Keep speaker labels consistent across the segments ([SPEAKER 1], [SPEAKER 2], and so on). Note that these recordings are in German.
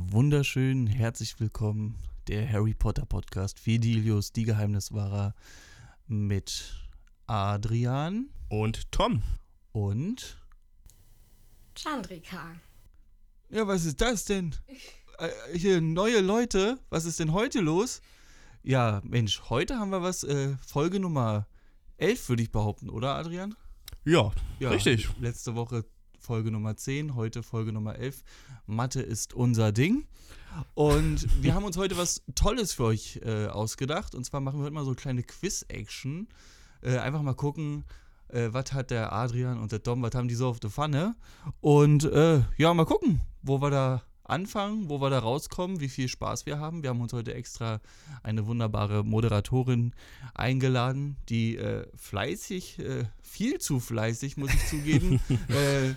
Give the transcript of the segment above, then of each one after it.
[SPEAKER 1] wunderschön, herzlich willkommen, der Harry Potter Podcast Fidelius, die Geheimniswahrer mit Adrian
[SPEAKER 2] Und Tom.
[SPEAKER 1] und.
[SPEAKER 3] Chandrika.
[SPEAKER 1] Ja, was ist das denn? Äh, hier neue Leute, was ist denn heute los? Ja, Mensch, heute haben wir was, äh, Folge Nummer 11 würde ich behaupten, oder Adrian?
[SPEAKER 2] Ja,
[SPEAKER 1] Ja,
[SPEAKER 2] richtig.
[SPEAKER 1] Letzte Woche Folge Nummer 10, heute Folge Nummer 11. Mathe ist unser Ding. Und wir haben uns heute was Tolles für euch äh, ausgedacht. Und zwar machen wir heute mal so kleine Quiz-Action. Äh, einfach mal gucken, äh, was hat der Adrian und der Tom, was haben die so auf der Pfanne? Und äh, ja, mal gucken, wo wir da anfangen, wo wir da rauskommen, wie viel Spaß wir haben. Wir haben uns heute extra eine wunderbare Moderatorin eingeladen, die äh, fleißig, äh, viel zu fleißig, muss ich zugeben, äh,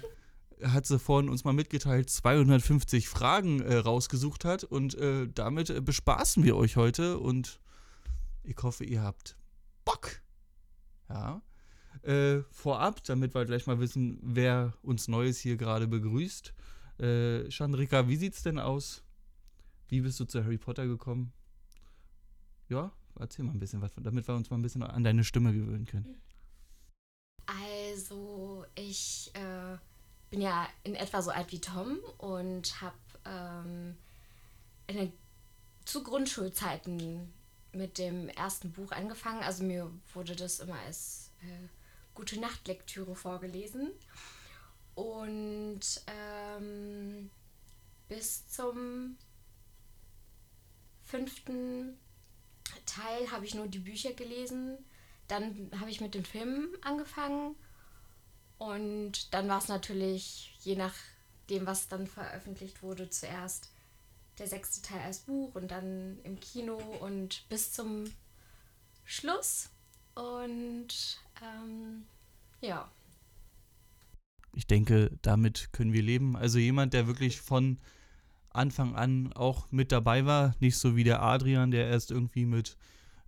[SPEAKER 1] hat sie vorhin uns mal mitgeteilt, 250 Fragen äh, rausgesucht hat und äh, damit äh, bespaßen wir euch heute und ich hoffe, ihr habt Bock. Ja. Äh, vorab, damit wir gleich mal wissen, wer uns Neues hier gerade begrüßt. Äh, Chandrika, wie sieht's denn aus? Wie bist du zu Harry Potter gekommen? Ja, erzähl mal ein bisschen was, damit wir uns mal ein bisschen an deine Stimme gewöhnen können.
[SPEAKER 3] Also, ich äh, bin ja in etwa so alt wie Tom und habe ähm, in den- zu Grundschulzeiten mit dem ersten Buch angefangen. Also mir wurde das immer als äh, gute Nachtlektüre vorgelesen. Und ähm, bis zum fünften Teil habe ich nur die Bücher gelesen. Dann habe ich mit den Filmen angefangen. Und dann war es natürlich, je nachdem, was dann veröffentlicht wurde, zuerst der sechste Teil als Buch und dann im Kino und bis zum Schluss. Und ähm, ja.
[SPEAKER 1] Ich denke, damit können wir leben. Also jemand, der wirklich von Anfang an auch mit dabei war, nicht so wie der Adrian, der erst irgendwie mit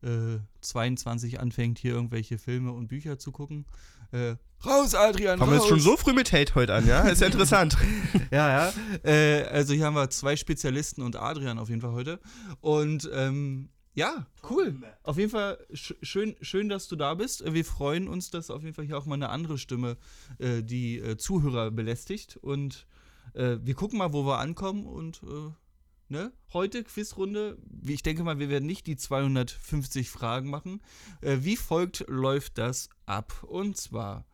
[SPEAKER 1] äh, 22 anfängt, hier irgendwelche Filme und Bücher zu gucken. Äh, raus, Adrian!
[SPEAKER 2] Fangen wir
[SPEAKER 1] raus!
[SPEAKER 2] jetzt schon so früh mit Hate heute an, ja? Ist ja interessant.
[SPEAKER 1] Ja, ja. Äh, also hier haben wir zwei Spezialisten und Adrian auf jeden Fall heute. Und ähm, ja, cool. Auf jeden Fall sch schön, schön, dass du da bist. Äh, Wir freuen uns, dass auf jeden Fall hier auch mal eine andere Stimme äh, die äh, Zuhörer belästigt. Und äh, wir gucken mal, wo wir ankommen. Und äh, ne? heute Quizrunde. Wie- Ich denke mal, wir werden nicht die 250 Fragen machen. Äh, wie folgt läuft das ab? Und zwar,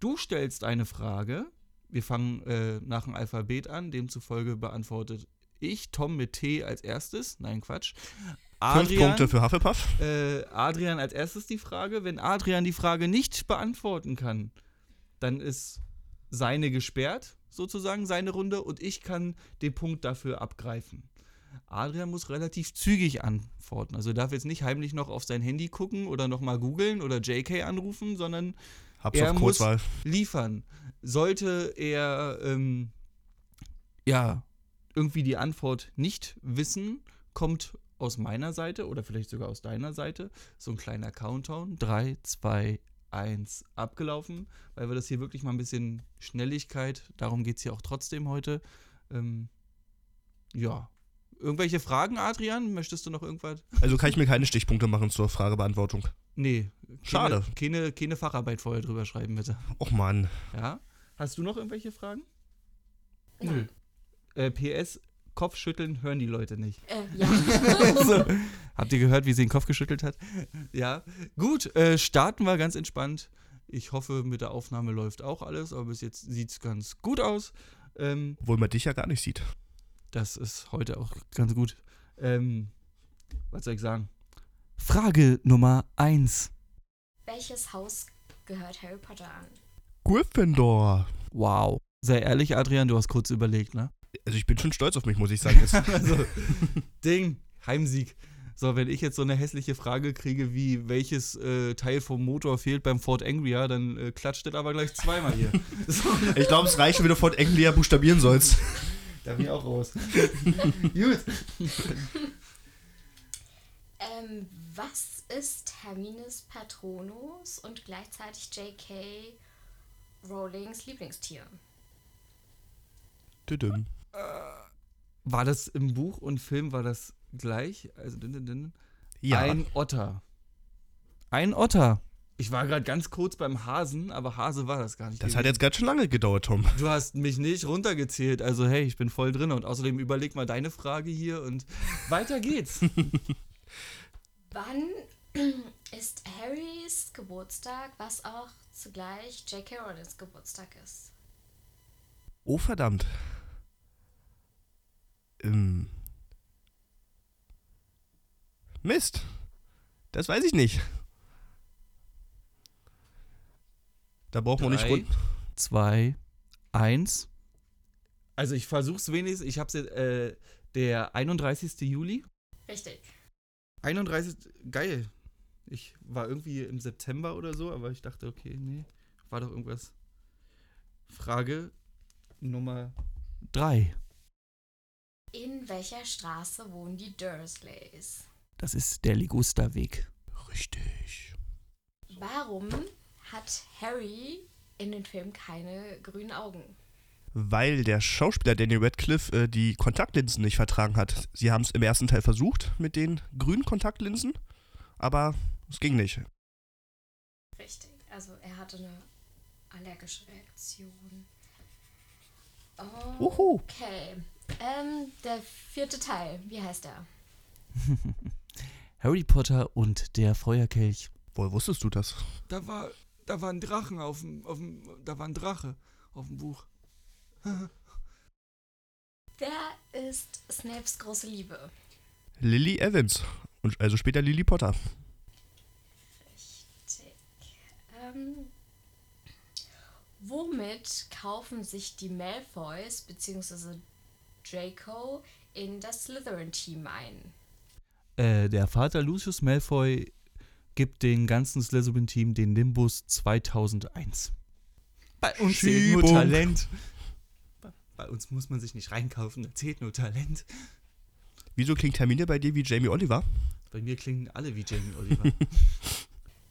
[SPEAKER 1] du stellst eine Frage. Wir fangen äh, nach dem Alphabet an, demzufolge beantwortet ich Tom mit T als erstes. Nein, Quatsch.
[SPEAKER 2] Fünf Punkte für Hufflepuff.
[SPEAKER 1] Äh, Adrian als erstes die Frage. Wenn Adrian die Frage nicht beantworten kann, dann ist seine gesperrt, sozusagen, seine Runde, und ich kann den Punkt dafür abgreifen. Adrian muss relativ zügig antworten. Also er darf jetzt nicht heimlich noch auf sein Handy gucken oder nochmal googeln oder JK anrufen, sondern
[SPEAKER 2] Hab's
[SPEAKER 1] Er
[SPEAKER 2] auf
[SPEAKER 1] muss-
[SPEAKER 2] Kurzwahl.
[SPEAKER 1] liefern. Sollte er ähm, ja irgendwie die Antwort nicht wissen, kommt aus meiner Seite oder vielleicht sogar aus deiner Seite so ein kleiner Countdown. 3, 2, 1 abgelaufen, weil wir das hier wirklich mal ein bisschen Schnelligkeit, darum geht es hier auch trotzdem heute. Ähm, ja. Irgendwelche Fragen, Adrian? Möchtest du noch irgendwas?
[SPEAKER 2] Also kann ich mir keine Stichpunkte machen zur Fragebeantwortung.
[SPEAKER 1] Nee.
[SPEAKER 2] Schade.
[SPEAKER 1] Keine, keine, keine Facharbeit vorher drüber schreiben, bitte.
[SPEAKER 2] Och Mann.
[SPEAKER 1] Ja. Hast du noch irgendwelche Fragen?
[SPEAKER 3] Nein.
[SPEAKER 1] Äh, PS, Kopfschütteln hören die Leute nicht.
[SPEAKER 3] Äh, ja.
[SPEAKER 1] also, habt ihr gehört, wie sie den Kopf geschüttelt hat? Ja. Gut, äh, starten wir ganz entspannt. Ich hoffe, mit der Aufnahme läuft auch alles, aber bis jetzt sieht es ganz gut aus. Ähm,
[SPEAKER 2] Obwohl man dich ja gar nicht sieht.
[SPEAKER 1] das ist heute auch ganz gut. Ähm, was soll ich sagen? Frage Nummer 1.
[SPEAKER 3] Welches Haus gehört Harry Potter an?
[SPEAKER 2] Gryffindor.
[SPEAKER 1] Wow. Sei ehrlich, Adrian, du hast kurz überlegt, ne?
[SPEAKER 2] Also ich bin schon stolz auf mich, muss ich sagen. Jetzt.
[SPEAKER 1] also, Ding, Heimsieg. So, wenn ich jetzt so eine hässliche Frage kriege, wie welches äh, Teil vom Motor fehlt beim Ford Angria, dann äh, klatscht das aber gleich zweimal hier. so,
[SPEAKER 2] Ich glaube, es reicht, wenn du von Englia buchstabieren sollst.
[SPEAKER 1] da bin ich auch raus. Gut.
[SPEAKER 3] Ähm, was ist Hermines Patronus und gleichzeitig J.K. Rowlings Lieblingstier?
[SPEAKER 2] Tüdüm.
[SPEAKER 1] War das im Buch und Film war das gleich? Also, din, din, din.
[SPEAKER 2] Ja.
[SPEAKER 1] Ein Otter. Ein Otter. Ich war gerade ganz kurz beim Hasen, aber Hase war das gar nicht.
[SPEAKER 2] das hat jetzt ganz schön lange gedauert, Tom.
[SPEAKER 1] Du hast mich nicht runtergezählt. Also, hey, ich bin voll drin. Und außerdem überleg mal deine Frage hier und weiter geht's.
[SPEAKER 3] Wann ist Harrys Geburtstag, was auch zugleich J.K. Rowlings Geburtstag ist?
[SPEAKER 2] Oh, verdammt. Ähm. Mist. Das weiß ich nicht. Da brauchen wir nicht
[SPEAKER 1] Drei,
[SPEAKER 2] rund.
[SPEAKER 1] zwei, eins. Also, ich versuch's wenigstens. Ich hab's jetzt, äh, der 31. Juli.
[SPEAKER 3] Richtig.
[SPEAKER 1] 31. Geil. Ich war irgendwie im September oder so, aber ich dachte, okay, nee, war doch irgendwas. Frage Nummer drei.
[SPEAKER 3] In welcher Straße wohnen die Dursleys?
[SPEAKER 1] Das ist der Ligusterweg.
[SPEAKER 2] Richtig.
[SPEAKER 3] Warum hat Harry in den Film keine grünen Augen?
[SPEAKER 2] Weil der Schauspieler Daniel Radcliffe äh, die Kontaktlinsen nicht vertragen hat. Sie haben es im ersten Teil versucht mit den grünen Kontaktlinsen, aber es ging nicht.
[SPEAKER 3] Richtig. Also er hatte eine allergische Reaktion.
[SPEAKER 2] Uhu.
[SPEAKER 3] Okay. Ähm, der vierte Teil. Wie heißt er?
[SPEAKER 1] Harry Potter und der Feuerkelch.
[SPEAKER 2] Woher wusstest du das?
[SPEAKER 1] Da war, da war ein Drachen auf dem, auf dem, da war ein Drache auf dem Buch.
[SPEAKER 3] Der ist Snapes große Liebe.
[SPEAKER 2] Lily Evans. Und also später Lily Potter.
[SPEAKER 3] Richtig. Ähm, womit kaufen sich die Malfoys bzw. Draco in das Slytherin-Team ein?
[SPEAKER 1] Äh, der Vater Lucius Malfoy gibt den ganzen Slytherin-Team den Nimbus 2001. Bei uns zählt nur
[SPEAKER 2] Schiebung.
[SPEAKER 1] Talent. Bei- Bei uns muss man sich nicht reinkaufen, da zählt nur Talent.
[SPEAKER 2] Wieso klingt Hermine bei dir wie Jamie Oliver?
[SPEAKER 1] Bei mir klingen alle wie Jamie Oliver.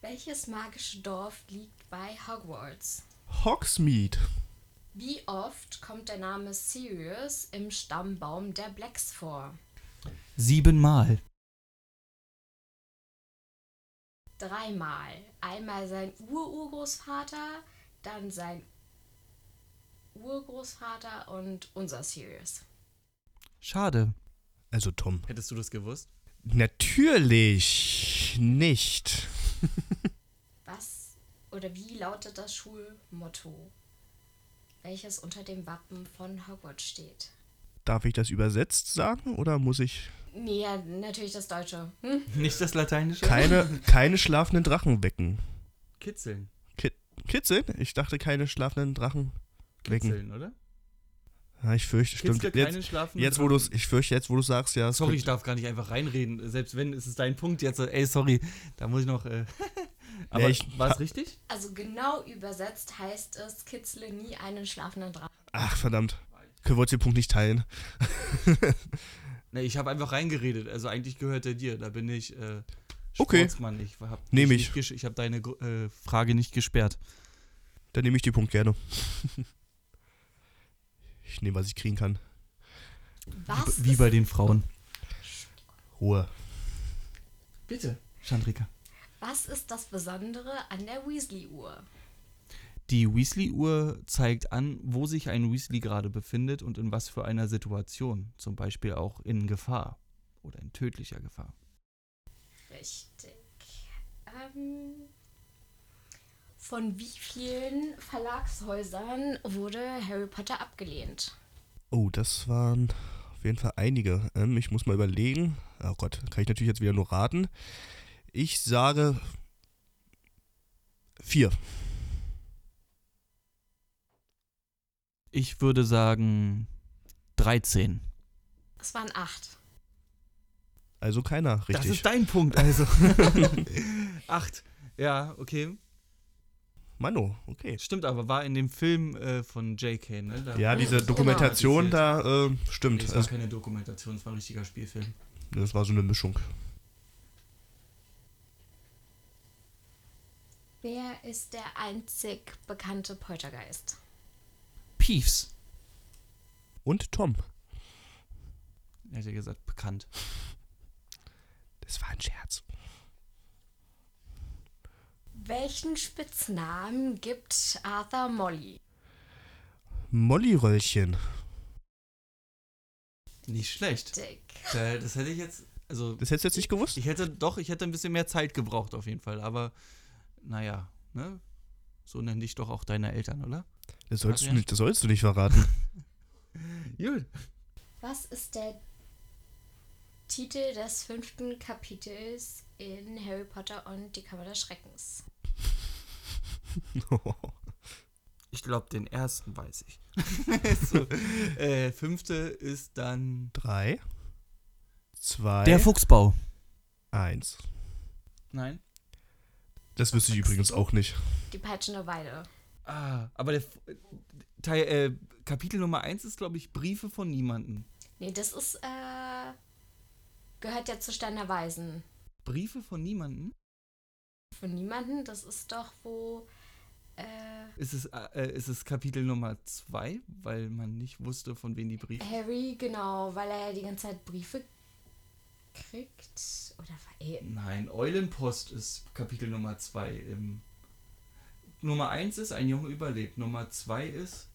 [SPEAKER 3] Welches magische Dorf liegt bei Hogwarts?
[SPEAKER 2] Hogsmeade.
[SPEAKER 3] Wie oft kommt der Name Sirius im Stammbaum der Blacks vor?
[SPEAKER 1] Siebenmal.
[SPEAKER 3] Dreimal. Einmal sein Ururgroßvater, dann sein Urgroßvater und unser Sirius.
[SPEAKER 1] Schade.
[SPEAKER 2] Also Tom.
[SPEAKER 1] Hättest du das gewusst?
[SPEAKER 2] Natürlich nicht.
[SPEAKER 3] Was oder wie lautet das Schulmotto, welches unter dem Wappen von Hogwarts steht?
[SPEAKER 2] Darf ich das übersetzt sagen oder muss ich
[SPEAKER 3] Nee, ja, natürlich das Deutsche. Hm?
[SPEAKER 1] Nicht das Lateinische?
[SPEAKER 2] keine, keine schlafenden Drachen wecken?
[SPEAKER 1] Kitzeln.
[SPEAKER 2] Ki- Kitzeln? Ich dachte, keine schlafenden Drachen wecken.
[SPEAKER 1] Kitzeln, oder?
[SPEAKER 2] Ja, ich fürchte, stimmt.
[SPEAKER 1] Kitzle keine
[SPEAKER 2] Jetzt,
[SPEAKER 1] schlafenden
[SPEAKER 2] jetzt wo du es, ich fürchte, jetzt wo du sagst, ja. es
[SPEAKER 1] Sorry, ich
[SPEAKER 2] könnte-
[SPEAKER 1] darf gar nicht einfach reinreden. Selbst wenn, ist es dein Punkt jetzt. Ey, sorry, da muss ich noch. Äh, aber
[SPEAKER 2] Nee, ich-
[SPEAKER 1] war es richtig?
[SPEAKER 3] Also genau übersetzt heißt es, kitzle nie einen schlafenden Drachen.
[SPEAKER 2] Ach verdammt, können wir uns den Punkt nicht teilen?
[SPEAKER 1] Nee, Ne, ich habe einfach reingeredet. Also eigentlich gehört er dir. Da bin ich äh,
[SPEAKER 2] Okay.
[SPEAKER 1] Sportsmann. Ich habe
[SPEAKER 2] Nehm ich.
[SPEAKER 1] ich. ich habe deine Gru- äh, Frage nicht gesperrt.
[SPEAKER 2] Dann nehme ich die Punkt gerne. ich nehme, was ich kriegen kann.
[SPEAKER 3] Was?
[SPEAKER 1] Wie bei den Frauen.
[SPEAKER 2] Ruhe.
[SPEAKER 1] Bitte. Chandrika.
[SPEAKER 3] Was ist das Besondere an der Weasley-Uhr?
[SPEAKER 1] Die Weasley-Uhr zeigt an, wo sich ein Weasley gerade befindet und in was für einer Situation. Zum Beispiel auch in Gefahr oder in tödlicher Gefahr.
[SPEAKER 3] Richtig. Ähm, von wie vielen Verlagshäusern wurde Harry Potter abgelehnt?
[SPEAKER 2] Oh, das waren auf jeden Fall einige. Ähm, ich muss mal überlegen. Oh Gott, kann ich natürlich jetzt wieder nur raten. Ich sage vier.
[SPEAKER 1] Ich würde sagen 13.
[SPEAKER 3] Es waren acht.
[SPEAKER 2] Also keiner,
[SPEAKER 1] Das ist
[SPEAKER 2] richtig.
[SPEAKER 1] dein Punkt, also. Acht. Ja, okay.
[SPEAKER 2] Mano, okay.
[SPEAKER 1] Stimmt aber, war in dem Film äh, von J.K., ne? Da
[SPEAKER 2] Ja, diese
[SPEAKER 3] Genau.
[SPEAKER 2] Dokumentation da, äh,
[SPEAKER 1] Nee,
[SPEAKER 2] stimmt.
[SPEAKER 1] es war
[SPEAKER 2] also,
[SPEAKER 1] keine Dokumentation, es war ein richtiger Spielfilm.
[SPEAKER 2] das war so eine Mischung.
[SPEAKER 3] Wer ist der einzig bekannte Poltergeist?
[SPEAKER 1] Peeves.
[SPEAKER 2] Und Tom.
[SPEAKER 1] Er hätte gesagt, bekannt.
[SPEAKER 2] Das war ein Scherz.
[SPEAKER 3] Welchen Spitznamen gibt Arthur Molly?
[SPEAKER 2] Mollyröllchen.
[SPEAKER 1] Nicht schlecht.
[SPEAKER 3] Dick.
[SPEAKER 1] Da- Das hätte ich jetzt, also
[SPEAKER 2] Das hättest du jetzt nicht gewusst?
[SPEAKER 1] ich hätte doch, ich hätte ein bisschen mehr Zeit gebraucht auf jeden Fall, aber naja, ne? So nennen dich doch auch deine Eltern, oder?
[SPEAKER 2] Das sollst, du
[SPEAKER 1] Adrian?
[SPEAKER 2] nicht, das sollst du nicht verraten.
[SPEAKER 1] Gut.
[SPEAKER 3] Was ist der Titel des fünften Kapitels in Harry Potter und die Kammer des Schreckens?
[SPEAKER 1] Ich glaube, den ersten weiß ich. so, äh, fünfte ist dann.
[SPEAKER 2] Drei, zwei,
[SPEAKER 1] Fuchsbau.
[SPEAKER 2] eins.
[SPEAKER 1] Nein.
[SPEAKER 2] Das wüsste ich übrigens auch nicht.
[SPEAKER 3] Die peitschende Weide.
[SPEAKER 1] Ah, aber der F- Teil, äh, Kapitel Nummer 1 ist, glaube ich, Briefe von niemanden.
[SPEAKER 3] Nee, das ist, äh, gehört ja zu Stein der Weisen.
[SPEAKER 1] Briefe von niemanden?
[SPEAKER 3] Von niemanden, das ist doch wo, äh,
[SPEAKER 1] Ist es, äh, ist es Kapitel Nummer 2, weil man nicht wusste, von wem die Briefe.
[SPEAKER 3] Harry, genau, weil er ja die ganze Zeit Briefe kriegt. Oder war eh.
[SPEAKER 1] Nein, Eulenpost ist Kapitel Nummer 2 im. Nummer 1 ist, ein Junge überlebt. Nummer 2 ist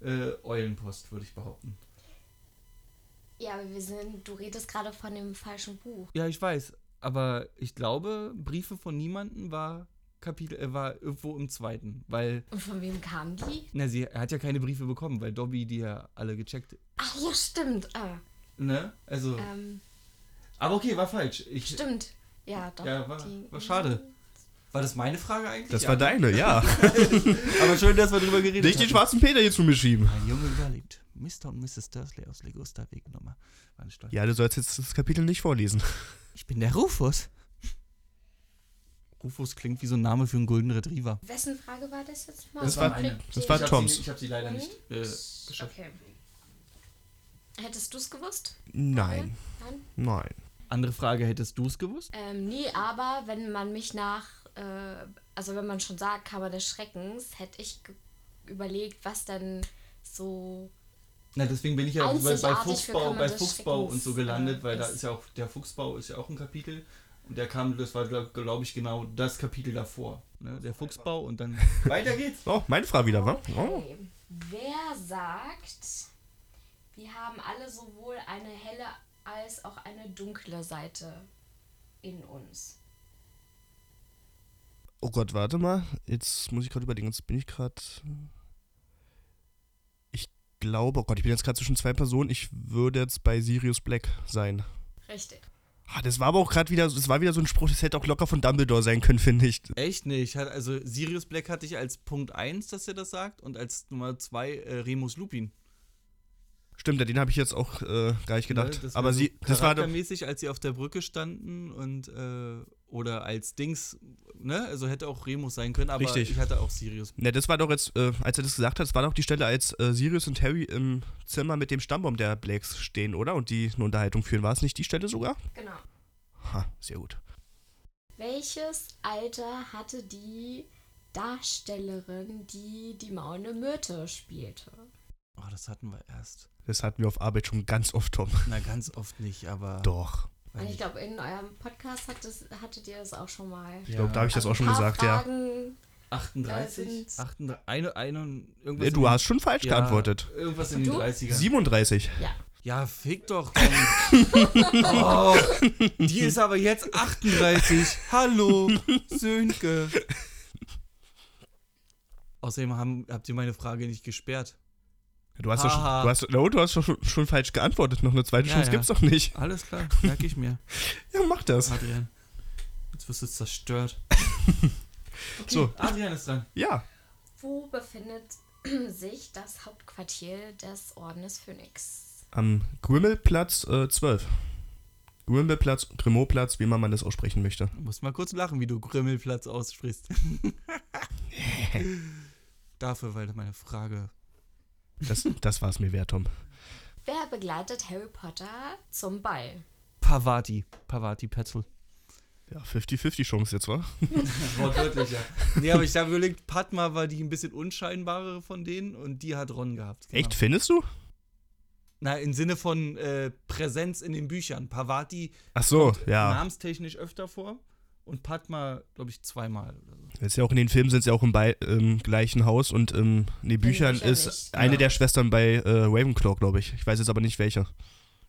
[SPEAKER 1] äh, Eulenpost, würde ich behaupten.
[SPEAKER 3] Ja, aber wir sind, du redest gerade von dem falschen Buch.
[SPEAKER 1] Ja, ich weiß, aber ich glaube, Briefe von niemanden war Kapitel, äh, war irgendwo im zweiten, weil.
[SPEAKER 3] Und von wem kamen die?
[SPEAKER 1] Na, sie hat ja keine Briefe bekommen, weil Dobby die ja alle gecheckt.
[SPEAKER 3] Ach ja, stimmt. Ah,
[SPEAKER 1] Ne? Also.
[SPEAKER 3] ähm,
[SPEAKER 1] aber okay, war falsch. Ich,
[SPEAKER 3] stimmt. Ja, doch.
[SPEAKER 1] Ja, war,
[SPEAKER 3] die-
[SPEAKER 1] war schade. War das meine Frage eigentlich?
[SPEAKER 2] Das
[SPEAKER 1] ja.
[SPEAKER 2] war deine, ja.
[SPEAKER 1] Aber schön, dass wir drüber geredet
[SPEAKER 2] nicht den
[SPEAKER 1] haben.
[SPEAKER 2] schwarzen Peter hier zu mir schieben.
[SPEAKER 1] Ein Junge überlebt. Mr. und Mrs. Dursley aus Legusterweg Nummer. Waren stolz.
[SPEAKER 2] Ja, du sollst jetzt das Kapitel nicht vorlesen.
[SPEAKER 1] Ich bin der Rufus. Rufus klingt wie so ein Name für einen Golden Retriever.
[SPEAKER 3] Wessen Frage war das jetzt mal?
[SPEAKER 2] Das war-
[SPEAKER 3] Konflikt-
[SPEAKER 2] das war
[SPEAKER 3] die-
[SPEAKER 1] hab
[SPEAKER 2] Toms.
[SPEAKER 1] sie- ich habe sie leider nicht äh, geschafft.
[SPEAKER 3] Okay. Hättest du es gewusst?
[SPEAKER 2] Nein,
[SPEAKER 3] Nein?
[SPEAKER 2] nein.
[SPEAKER 1] Andere Frage, hättest du es gewusst?
[SPEAKER 3] Ähm, nee, aber wenn man mich nach, äh, also wenn man schon sagt, Kammer des Schreckens, hätte ich ge- überlegt, was denn so.
[SPEAKER 1] Na, deswegen bin ich ja bei, bei
[SPEAKER 3] Einzigartig für
[SPEAKER 1] Fuchsbau,
[SPEAKER 3] Kammer
[SPEAKER 1] bei
[SPEAKER 3] des
[SPEAKER 1] Fuchsbau und so
[SPEAKER 3] Schreckens,
[SPEAKER 1] gelandet,
[SPEAKER 3] äh,
[SPEAKER 1] weil da
[SPEAKER 3] ist-
[SPEAKER 1] ist ja auch, der Fuchsbau ist ja auch ein Kapitel. Und der kam, das war, glaube glaub ich, genau das Kapitel davor. Ne? Der Fuchsbau und dann. Weiter geht's!
[SPEAKER 2] Oh, meine Frage wieder, wa? Oh.
[SPEAKER 3] Okay. Wer sagt, wir haben alle sowohl eine helle als auch eine dunkle Seite in uns?
[SPEAKER 2] oh Gott, warte mal. Jetzt muss ich gerade überlegen. Jetzt bin ich gerade. Ich glaube, oh Gott, ich bin jetzt gerade zwischen zwei Personen. Ich würde jetzt bei Sirius Black sein.
[SPEAKER 3] Richtig.
[SPEAKER 2] Ah, das war aber auch gerade wieder, das war wieder so ein Spruch, das hätte auch locker von Dumbledore sein können, finde ich.
[SPEAKER 1] Echt nicht. Hat, also Sirius Black hatte ich als Punkt 1, dass er das sagt, und als Nummer 2 äh, Remus Lupin.
[SPEAKER 2] Stimmt, an den habe ich jetzt auch äh, gar nicht gedacht.
[SPEAKER 1] Ne? Das
[SPEAKER 2] aber
[SPEAKER 1] war
[SPEAKER 2] sie,
[SPEAKER 1] so
[SPEAKER 2] das war doch,
[SPEAKER 1] charaktermäßig, als sie auf der Brücke standen und äh, oder als Dings, ne? Also hätte auch Remus sein können, aber
[SPEAKER 2] Richtig.
[SPEAKER 1] ich hatte auch Sirius.
[SPEAKER 2] ne, das war doch jetzt, äh, als er das gesagt hat, das war doch die Stelle, als äh, Sirius und Harry im Zimmer mit dem Stammbaum der Blacks stehen, oder? Und die eine Unterhaltung führen. War es nicht die Stelle sogar?
[SPEAKER 3] Genau.
[SPEAKER 2] Ha, sehr gut.
[SPEAKER 3] Welches Alter hatte die Darstellerin, die die Maune Myrte spielte?
[SPEAKER 1] Oh, das hatten wir erst.
[SPEAKER 2] Das hatten wir auf Arbeit schon ganz oft, Tom.
[SPEAKER 1] Na, ganz oft nicht, aber. weiß
[SPEAKER 2] Doch.
[SPEAKER 3] Und Also ich
[SPEAKER 1] nicht.
[SPEAKER 3] glaube, in eurem Podcast hat das, hattet ihr das auch schon mal.
[SPEAKER 2] Ich glaube, da habe ich das
[SPEAKER 3] Also
[SPEAKER 2] auch schon
[SPEAKER 3] ein paar
[SPEAKER 2] gesagt, ja.
[SPEAKER 3] Fragen,
[SPEAKER 1] 38?
[SPEAKER 3] Sind's-
[SPEAKER 1] 38 eine, eine, und irgendwas
[SPEAKER 2] Nee, du
[SPEAKER 1] in-
[SPEAKER 2] hast schon falsch
[SPEAKER 1] ja,
[SPEAKER 2] geantwortet.
[SPEAKER 1] Irgendwas in den
[SPEAKER 3] Du?
[SPEAKER 1] 30ern.
[SPEAKER 2] 37.
[SPEAKER 3] ja.
[SPEAKER 1] Ja, fick doch. komm. oh, die ist aber jetzt 38. Hallo, Sönke. Außerdem haben, habt ihr meine Frage nicht gesperrt.
[SPEAKER 2] Du hast doch schon,
[SPEAKER 1] Haha.
[SPEAKER 2] du hast, no, du hast doch schon, schon falsch geantwortet. Noch eine zweite
[SPEAKER 1] Ja,
[SPEAKER 2] Chance
[SPEAKER 1] ja.
[SPEAKER 2] gibt's doch nicht.
[SPEAKER 1] Alles klar, merke ich mir,
[SPEAKER 2] Ja, mach das.
[SPEAKER 1] Adrian. Jetzt wirst du zerstört.
[SPEAKER 2] So,
[SPEAKER 1] Adrian ist dran.
[SPEAKER 2] ja.
[SPEAKER 3] Wo befindet sich das Hauptquartier des Ordens Phönix?
[SPEAKER 2] Am Grimmelplatz äh, 12. Grimmelplatz, Grimauplatz, wie immer man das aussprechen möchte.
[SPEAKER 1] Du musst mal kurz lachen, wie du Grimmelplatz aussprichst. Dafür, weil meine Frage.
[SPEAKER 2] Das, das war es mir wert, Tom.
[SPEAKER 3] Wer begleitet Harry Potter zum Ball?
[SPEAKER 1] Pavati. Pavati Petzl.
[SPEAKER 2] Ja, 50-50 Chance jetzt, wa?
[SPEAKER 1] Wortwörtlich, ja. Nee, aber ich habe überlegt, Padma war die ein bisschen unscheinbarere von denen und die hat Ron gehabt. Genau.
[SPEAKER 2] Echt, findest du?
[SPEAKER 1] Na, im Sinne von äh, Präsenz in den Büchern. Parvati
[SPEAKER 2] Ach so, ja.
[SPEAKER 1] namenstechnisch öfter vor und Padma, glaube ich, zweimal oder so.
[SPEAKER 2] Jetzt ja auch in den Filmen sind sie auch im, bei, im gleichen Haus und ähm, in den Büchern
[SPEAKER 3] Büchern
[SPEAKER 2] ist
[SPEAKER 3] nicht,
[SPEAKER 2] eine
[SPEAKER 1] ja.
[SPEAKER 2] der Schwestern bei äh, Ravenclaw, glaube ich. Ich weiß jetzt aber nicht welche.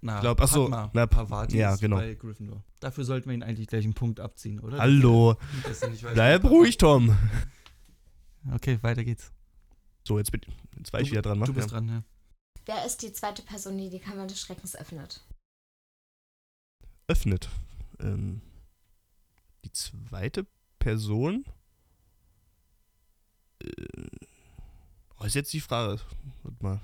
[SPEAKER 1] Na,
[SPEAKER 2] glaub- ach so,
[SPEAKER 1] Padma,
[SPEAKER 2] na,
[SPEAKER 1] Parvati
[SPEAKER 2] ja,
[SPEAKER 1] ist
[SPEAKER 2] genau.
[SPEAKER 1] bei Gryffindor. Dafür sollten wir ihn eigentlich gleich einen Punkt abziehen, oder?
[SPEAKER 2] Hallo.
[SPEAKER 1] Dass er nicht weiß,
[SPEAKER 2] Bleib
[SPEAKER 1] wer
[SPEAKER 2] ruhig, Tom.
[SPEAKER 1] Padma- Okay, weiter geht's.
[SPEAKER 2] So, jetzt, bin, jetzt war ich wieder dran. wa?
[SPEAKER 1] Du bist
[SPEAKER 2] ja.
[SPEAKER 1] dran, ja.
[SPEAKER 3] Wer ist die zweite Person, die die Kammer des Schreckens öffnet?
[SPEAKER 2] Öffnet. Ähm, die zweite Person. Äh, oh, ist jetzt die Frage. Warte mal.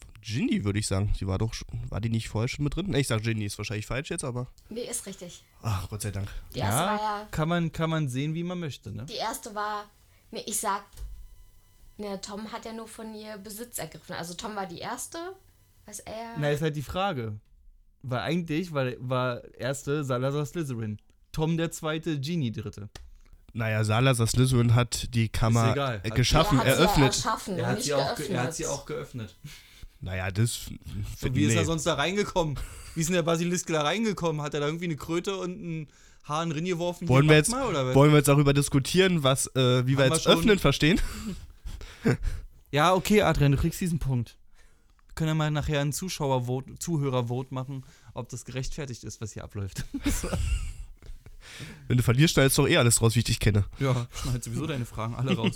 [SPEAKER 2] Von Ginny würde ich sagen. Sie war doch. schon- War die nicht vorher schon mit drin? Ne, ich sag Ginny. Ist wahrscheinlich falsch jetzt, aber.
[SPEAKER 3] Nee, ist richtig.
[SPEAKER 2] Ach, Gott sei Dank.
[SPEAKER 3] Die erste
[SPEAKER 1] Ja.
[SPEAKER 3] war ja.
[SPEAKER 1] Kann man, kann man sehen, wie man möchte, ne?
[SPEAKER 3] Die erste war. Nee, ich sag. Ne, Tom hat ja nur von ihr Besitz ergriffen. Also Tom war die erste, was er.
[SPEAKER 1] Na, ist halt die Frage. Weil eigentlich war, war erste Salazar Slytherin. Tom der zweite, Genie dritte.
[SPEAKER 2] Naja, Salazar Slytherin hat die Kammer
[SPEAKER 1] egal.
[SPEAKER 2] äh,
[SPEAKER 1] Hat-
[SPEAKER 2] geschaffen,
[SPEAKER 3] er hat
[SPEAKER 2] eröffnet.
[SPEAKER 3] Sie ja erschaffen,
[SPEAKER 1] Er hat,
[SPEAKER 3] nicht
[SPEAKER 1] sie auch, ge-
[SPEAKER 3] geöffnet.
[SPEAKER 1] er hat sie auch geöffnet.
[SPEAKER 2] naja, das.
[SPEAKER 1] Und wie ist er sonst da reingekommen? Wie ist denn der Basilisk da reingekommen? Hat er da irgendwie eine Kröte und einen Hahn reingeworfen?
[SPEAKER 2] Wollen
[SPEAKER 1] Hier,
[SPEAKER 2] wir,
[SPEAKER 1] mach
[SPEAKER 2] jetzt,
[SPEAKER 1] mal, oder was?
[SPEAKER 2] wollen wir jetzt darüber diskutieren, was, äh, wie wir
[SPEAKER 1] Haben wir
[SPEAKER 2] jetzt
[SPEAKER 1] schon-
[SPEAKER 2] öffnen verstehen?
[SPEAKER 1] Ja, okay, Adrian, du kriegst diesen Punkt. Wir können ja mal nachher einen Zuschauer-Vote, Zuhörer-Vote machen, ob das gerechtfertigt ist, was hier abläuft.
[SPEAKER 2] Wenn du verlierst, schneidest du doch eh alles raus, wie ich dich kenne.
[SPEAKER 1] ja, schneid sowieso deine Fragen alle raus.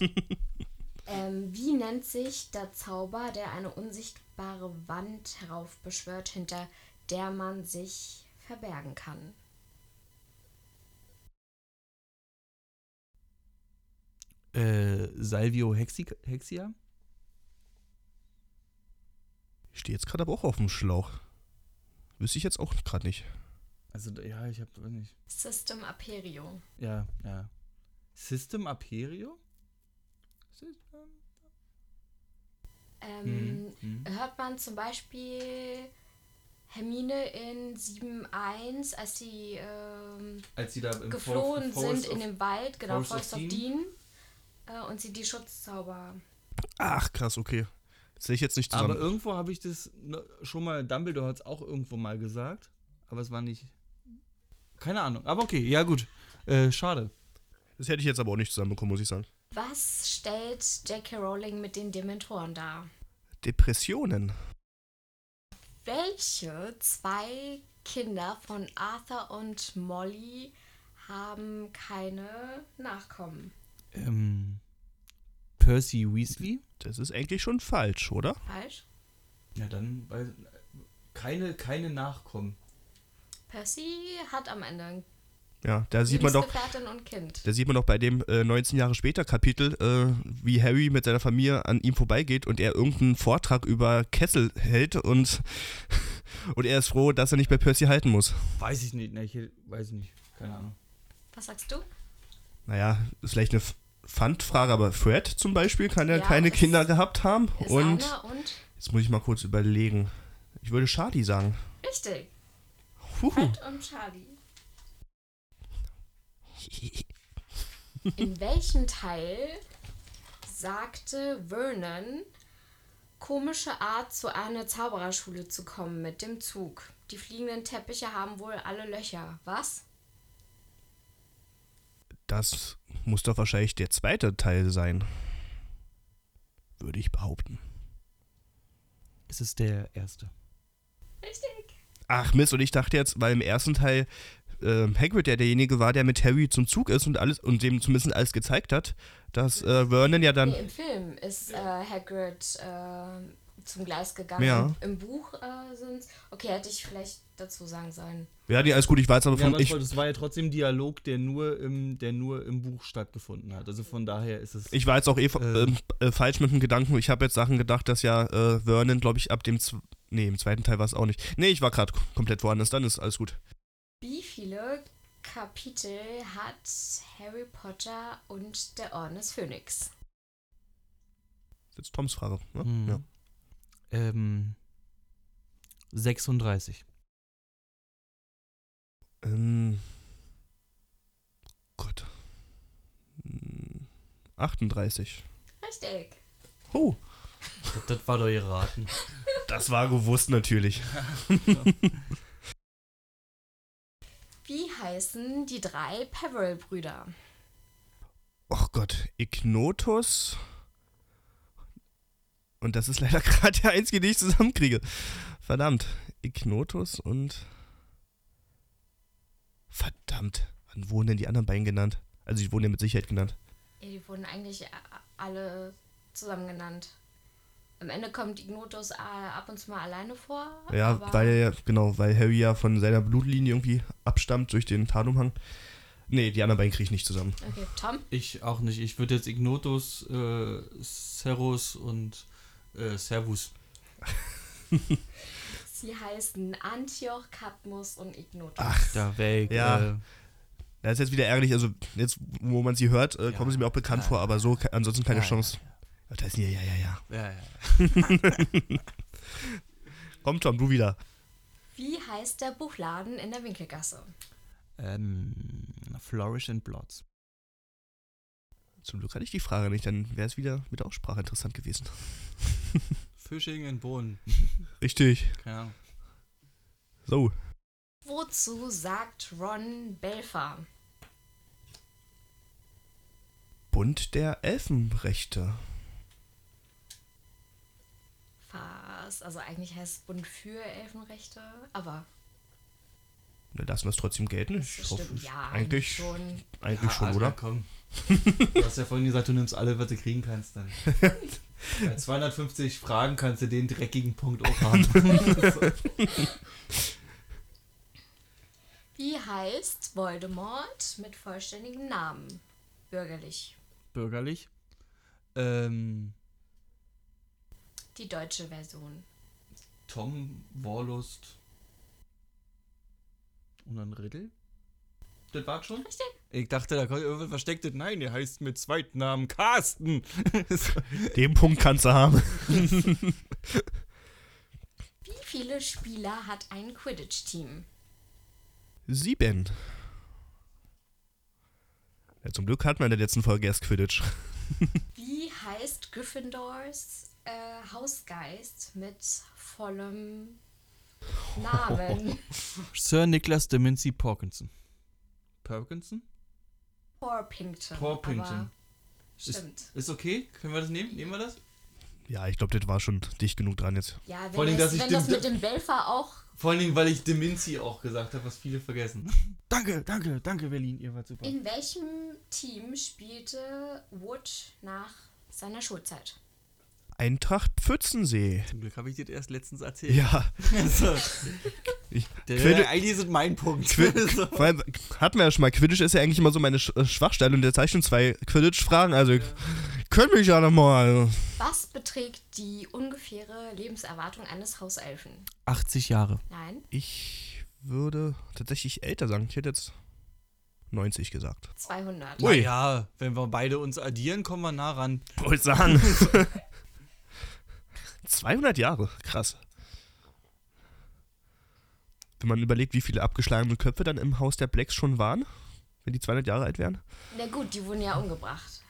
[SPEAKER 3] Ähm, wie nennt sich der Zauber, der eine unsichtbare Wand heraufbeschwört, hinter der man sich verbergen kann?
[SPEAKER 1] äh, Salvio Hexi Hexia?
[SPEAKER 2] Ich stehe jetzt gerade aber auch auf dem Schlauch. Wüsste ich jetzt auch gerade nicht.
[SPEAKER 1] Also, ja, ich hab weiß nicht.
[SPEAKER 3] System Aperio.
[SPEAKER 1] Ja, ja. System Aperio? System?
[SPEAKER 3] Ähm,
[SPEAKER 1] Hm,
[SPEAKER 3] Hört man zum Beispiel Hermine in 7.1, als sie ähm,
[SPEAKER 1] Als sie da im
[SPEAKER 3] geflohen
[SPEAKER 1] For- Forest
[SPEAKER 3] sind in
[SPEAKER 1] of-
[SPEAKER 3] dem Wald, genau,
[SPEAKER 1] Forest
[SPEAKER 3] Forest
[SPEAKER 1] of
[SPEAKER 3] of Dean, äh, und sie die Schutzzauber.
[SPEAKER 2] Ach, krass, okay. Das sehe ich jetzt nicht
[SPEAKER 1] Aber
[SPEAKER 2] zusammen.
[SPEAKER 1] irgendwo habe ich das ne- schon mal, Dumbledore hat es auch irgendwo mal gesagt, aber es war nicht. Keine Ahnung, aber okay, ja gut. Äh, schade.
[SPEAKER 2] das hätte ich jetzt aber auch nicht zusammenbekommen, muss ich sagen.
[SPEAKER 3] Was stellt J.K. Rowling mit den Dementoren dar?
[SPEAKER 2] Depressionen.
[SPEAKER 3] Welche zwei Kinder von Arthur und Molly haben keine Nachkommen?
[SPEAKER 1] Ähm, Percy Weasley?
[SPEAKER 2] Das ist eigentlich schon falsch, oder?
[SPEAKER 3] Falsch?
[SPEAKER 1] Ja, dann weil, keine, keine Nachkommen.
[SPEAKER 3] Percy hat am Ende ein
[SPEAKER 2] Ja, da sieht man doch,
[SPEAKER 3] Lebensgefährtin und Kind.
[SPEAKER 2] da sieht man doch bei dem äh, 19 Jahre später Kapitel, äh, wie Harry mit seiner Familie an ihm vorbeigeht und er irgendeinen Vortrag über Kessel hält und, und er ist froh, dass er nicht bei Percy halten muss.
[SPEAKER 1] Weiß ich nicht, ne, ich hätt- weiß nicht, keine Ahnung.
[SPEAKER 3] Was sagst du?
[SPEAKER 2] Naja, ist vielleicht eine F- Pfandfrage, aber Fred zum Beispiel kann ja,
[SPEAKER 3] Ja,
[SPEAKER 2] keine
[SPEAKER 3] ist-
[SPEAKER 2] Kinder gehabt haben.
[SPEAKER 3] Ist
[SPEAKER 2] Und
[SPEAKER 3] Anna und
[SPEAKER 2] jetzt muss ich mal kurz überlegen. Ich würde Charlie sagen.
[SPEAKER 3] richtig.
[SPEAKER 2] Huhu.
[SPEAKER 3] Fred und Charlie. In welchem Teil sagte Vernon komische Art zu einer Zaubererschule zu kommen mit dem Zug? Die fliegenden Teppiche haben wohl alle Löcher. Was?
[SPEAKER 2] Das muss doch wahrscheinlich der zweite Teil sein. Würde ich behaupten.
[SPEAKER 1] Es ist der erste.
[SPEAKER 3] Richtig.
[SPEAKER 2] Ach Mist, und ich dachte jetzt, weil im ersten Teil ähm, Hagrid ja derjenige war, der mit Harry zum Zug ist und alles und dem zumindest alles gezeigt hat, dass äh, Vernon ja dann
[SPEAKER 3] Nee, Im Film ist äh, Hagrid äh, zum Gleis gegangen.
[SPEAKER 2] Ja.
[SPEAKER 3] Im Buch äh, sind Okay, hätte ich vielleicht dazu sagen sollen.
[SPEAKER 2] ja, nee, alles gut, ich weiß aber
[SPEAKER 1] Ja,
[SPEAKER 2] von
[SPEAKER 1] aber
[SPEAKER 2] ich,
[SPEAKER 1] ich, das war ja trotzdem ein Dialog, der nur, im, der nur im Buch stattgefunden hat. Also von daher ist es.
[SPEAKER 2] Ich war jetzt auch eh f-
[SPEAKER 1] Äh.
[SPEAKER 2] ähm, äh, falsch mit dem Gedanken. Ich habe jetzt Sachen gedacht, dass ja äh, Vernon, glaube ich, ab dem. zw- Nee, im zweiten Teil war es auch nicht. Nee, ich war gerade k- komplett woanders. Dann ist alles gut.
[SPEAKER 3] Wie viele Kapitel hat Harry Potter und der Orden des Phönix?
[SPEAKER 2] Das ist jetzt Toms Frage. Ne?
[SPEAKER 1] Hm.
[SPEAKER 2] Ja.
[SPEAKER 1] Ähm, 36.
[SPEAKER 2] Ähm, Gott. Hm, 38.
[SPEAKER 3] Richtig.
[SPEAKER 2] Oh.
[SPEAKER 1] Das, das war doch geraten.
[SPEAKER 2] Das war gewusst natürlich.
[SPEAKER 3] Wie heißen die drei Peveril-Brüder?
[SPEAKER 2] Oh Gott, Ignotus. Und das ist leider gerade der einzige, den ich zusammenkriege. Verdammt. Ignotus und. Verdammt. Wann wurden denn die anderen beiden genannt? Also, die wurden ja mit Sicherheit genannt.
[SPEAKER 3] Ja, die wurden eigentlich a- a- alle zusammen genannt. Am Ende kommt Ignotus äh, ab und zu mal alleine vor.
[SPEAKER 2] Ja,
[SPEAKER 3] aber
[SPEAKER 2] weil er, genau, weil Harry ja von seiner Blutlinie irgendwie abstammt durch den Tarnumhang. Nee, die anderen beiden kriege ich nicht zusammen.
[SPEAKER 3] Okay, Tom?
[SPEAKER 1] Ich auch nicht. Ich würde jetzt Ignotus, äh, Serus und äh, Servus.
[SPEAKER 3] Sie heißen Antioch, Cadmus und Ignotus.
[SPEAKER 1] Ach, da weg.
[SPEAKER 2] Ja.
[SPEAKER 1] Äh,
[SPEAKER 2] Das ist jetzt wieder ärgerlich, also jetzt, wo man sie hört, äh,
[SPEAKER 1] Ja.
[SPEAKER 2] kommen sie mir auch bekannt
[SPEAKER 1] Ja.
[SPEAKER 2] vor, aber so, ke- ansonsten keine
[SPEAKER 1] Ja, ja,
[SPEAKER 2] Chance. Ja, das ist ja, ja, ja, ja.
[SPEAKER 1] ja, ja.
[SPEAKER 2] Komm, Tom, du wieder.
[SPEAKER 3] Wie heißt der Buchladen in der Winkelgasse?
[SPEAKER 1] Ähm, Flourish and Blots.
[SPEAKER 2] Zum Glück hatte ich die Frage nicht, dann wäre es wieder mit der Aussprache interessant gewesen.
[SPEAKER 1] Fishing and Bohnen.
[SPEAKER 2] Richtig.
[SPEAKER 1] Keine Ahnung.
[SPEAKER 2] So.
[SPEAKER 3] Wozu sagt Ron Belfer?
[SPEAKER 2] Bund der Elfenrechte.
[SPEAKER 3] Fast. Also eigentlich heißt es Bund für Elfenrechte, aber
[SPEAKER 2] Na, lassen wir es trotzdem gelten. Hm, Ich
[SPEAKER 3] das stimmt, ja,
[SPEAKER 2] eigentlich,
[SPEAKER 3] schon.
[SPEAKER 2] eigentlich schon,
[SPEAKER 1] Adler,
[SPEAKER 2] oder?
[SPEAKER 1] also, Komm. Du hast ja vorhin gesagt, du nimmst alle, was du kriegen kannst dann. Bei 250 Fragen kannst du den dreckigen Punkt auch haben.
[SPEAKER 3] Wie heißt Voldemort mit vollständigem Namen? Bürgerlich.
[SPEAKER 1] Bürgerlich. Ähm,
[SPEAKER 3] Die deutsche Version.
[SPEAKER 1] Tom, Warlust und dann Riddle. Das war's schon?
[SPEAKER 3] Richtig.
[SPEAKER 1] Ich dachte, da kommt irgendwas Verstecktes. Nein, der heißt mit zweiten Namen Carsten.
[SPEAKER 3] also
[SPEAKER 2] Den Punkt kannst du haben.
[SPEAKER 3] Wie viele Spieler hat ein Quidditch-Team?
[SPEAKER 2] Sieben. Ja, zum Glück hatten wir in der letzten Folge erst Quidditch.
[SPEAKER 3] Wie heißt Gryffindors äh, Hausgeist mit vollem Namen?
[SPEAKER 1] Sir Nicholas de Mincy Parkinson. Parkinson?
[SPEAKER 3] Porpington.
[SPEAKER 1] Porpington.
[SPEAKER 3] Ähm, aber Stimmt.
[SPEAKER 1] Ist okay? Können wir das nehmen? Nehmen wir das?
[SPEAKER 2] Ja, ich glaube, das war schon dicht genug dran jetzt.
[SPEAKER 3] Ja,
[SPEAKER 1] Vor
[SPEAKER 3] wenn,
[SPEAKER 1] allem,
[SPEAKER 3] das,
[SPEAKER 1] dass ich
[SPEAKER 3] wenn
[SPEAKER 1] den-
[SPEAKER 3] das mit dem Belfer auch.
[SPEAKER 1] Vor allen Dingen, weil ich Deminzi auch gesagt habe, was viele vergessen. Danke, danke, danke, Berlin, ihr wart super.
[SPEAKER 3] In welchem Team spielte Wood nach seiner Schulzeit?
[SPEAKER 2] Eintracht Pfützensee.
[SPEAKER 1] Zum Glück habe ich das erst letztens erzählt.
[SPEAKER 2] Ja,
[SPEAKER 1] Also,
[SPEAKER 2] ich,
[SPEAKER 1] der,
[SPEAKER 2] Quidditch-
[SPEAKER 1] eigentlich ist es mein Punkt. So.
[SPEAKER 2] vor allem hatten wir ja schon mal. Quidditch ist ja eigentlich immer so meine Sch äh, Schwachstelle und jetzt habe ich schon zwei Quidditch-Fragen. Also, ich- können mich ja nochmal.
[SPEAKER 3] Was beträgt die ungefähre Lebenserwartung eines Hauselfen?
[SPEAKER 1] 80 Jahre.
[SPEAKER 3] Nein,
[SPEAKER 2] Ich würde tatsächlich älter sagen. Ich hätte jetzt 90 gesagt.
[SPEAKER 3] 200.
[SPEAKER 2] Ui.
[SPEAKER 1] Ja, wenn wir beide uns addieren, kommen wir nah ran.
[SPEAKER 2] Wollte sagen. 200 Jahre, krass. Wenn man überlegt, wie viele abgeschlagene Köpfe dann im Haus der Blacks schon waren, wenn die 200 Jahre alt wären.
[SPEAKER 3] Na gut, die wurden ja umgebracht.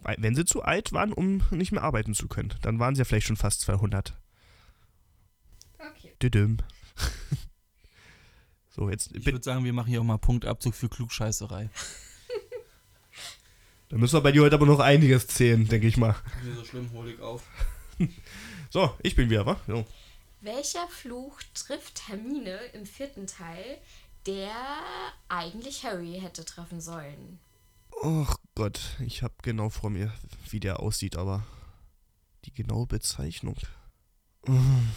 [SPEAKER 2] Weil, wenn sie zu alt waren, um nicht mehr arbeiten zu können, dann waren sie ja vielleicht schon fast 200.
[SPEAKER 3] Okay.
[SPEAKER 2] Düdüm. so, jetzt
[SPEAKER 1] Ich
[SPEAKER 2] bin,
[SPEAKER 1] würde sagen, wir machen hier auch mal Punktabzug für Klugscheißerei.
[SPEAKER 2] dann müssen wir bei dir heute aber noch einiges zählen, denke ich mal.
[SPEAKER 1] Nicht so schlimm, hol ich auf.
[SPEAKER 2] So, ich bin wieder, wa? Jo.
[SPEAKER 3] Welcher Fluch trifft Hermine im vierten Teil, der eigentlich Harry hätte treffen sollen?
[SPEAKER 2] Och Gott, ich habe genau vor mir, wie der aussieht, aber die genaue Bezeichnung. Mm.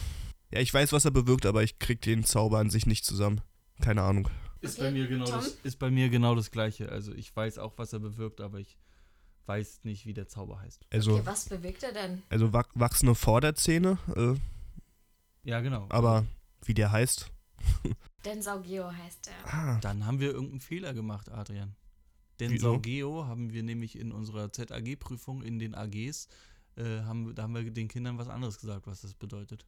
[SPEAKER 2] Ja, ich weiß, was er bewirkt, aber ich krieg den Zauber an sich nicht zusammen. Keine Ahnung.
[SPEAKER 1] Ist,
[SPEAKER 3] Okay,
[SPEAKER 1] bei mir genau
[SPEAKER 3] Tom?
[SPEAKER 1] das, ist bei mir genau das Gleiche. Also ich weiß auch, was er bewirkt, aber ich weiß nicht, wie der Zauber heißt.
[SPEAKER 2] Also,
[SPEAKER 3] Okay, was bewegt er denn?
[SPEAKER 2] also wach- wachsende Vorderzähne, äh,
[SPEAKER 1] Ja, genau.
[SPEAKER 2] aber wie der heißt.
[SPEAKER 3] Denn Saugeo heißt er.
[SPEAKER 2] Ah,
[SPEAKER 1] Dann haben wir irgendeinen Fehler gemacht, Adrian. Denn
[SPEAKER 2] Wieso?
[SPEAKER 1] Saugeo haben wir nämlich in unserer ZAG-Prüfung in den AGs, äh, haben, da haben wir den Kindern was anderes gesagt, was das bedeutet.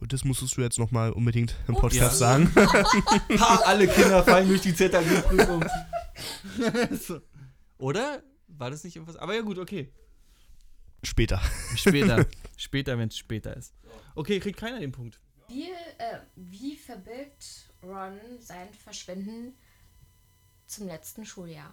[SPEAKER 2] und das musstest du jetzt nochmal unbedingt im
[SPEAKER 3] Ups.
[SPEAKER 2] Podcast
[SPEAKER 1] Ja.
[SPEAKER 2] sagen.
[SPEAKER 1] Ha, alle Kinder fallen durch die ZAG-Prüfung. so. Oder? War das nicht irgendwas? Aber ja gut, okay.
[SPEAKER 2] Später.
[SPEAKER 1] Später. später, wenn es später ist. Okay, kriegt keiner den Punkt.
[SPEAKER 3] Wie, äh, wie verbirgt Ron sein Verschwinden zum letzten Schuljahr?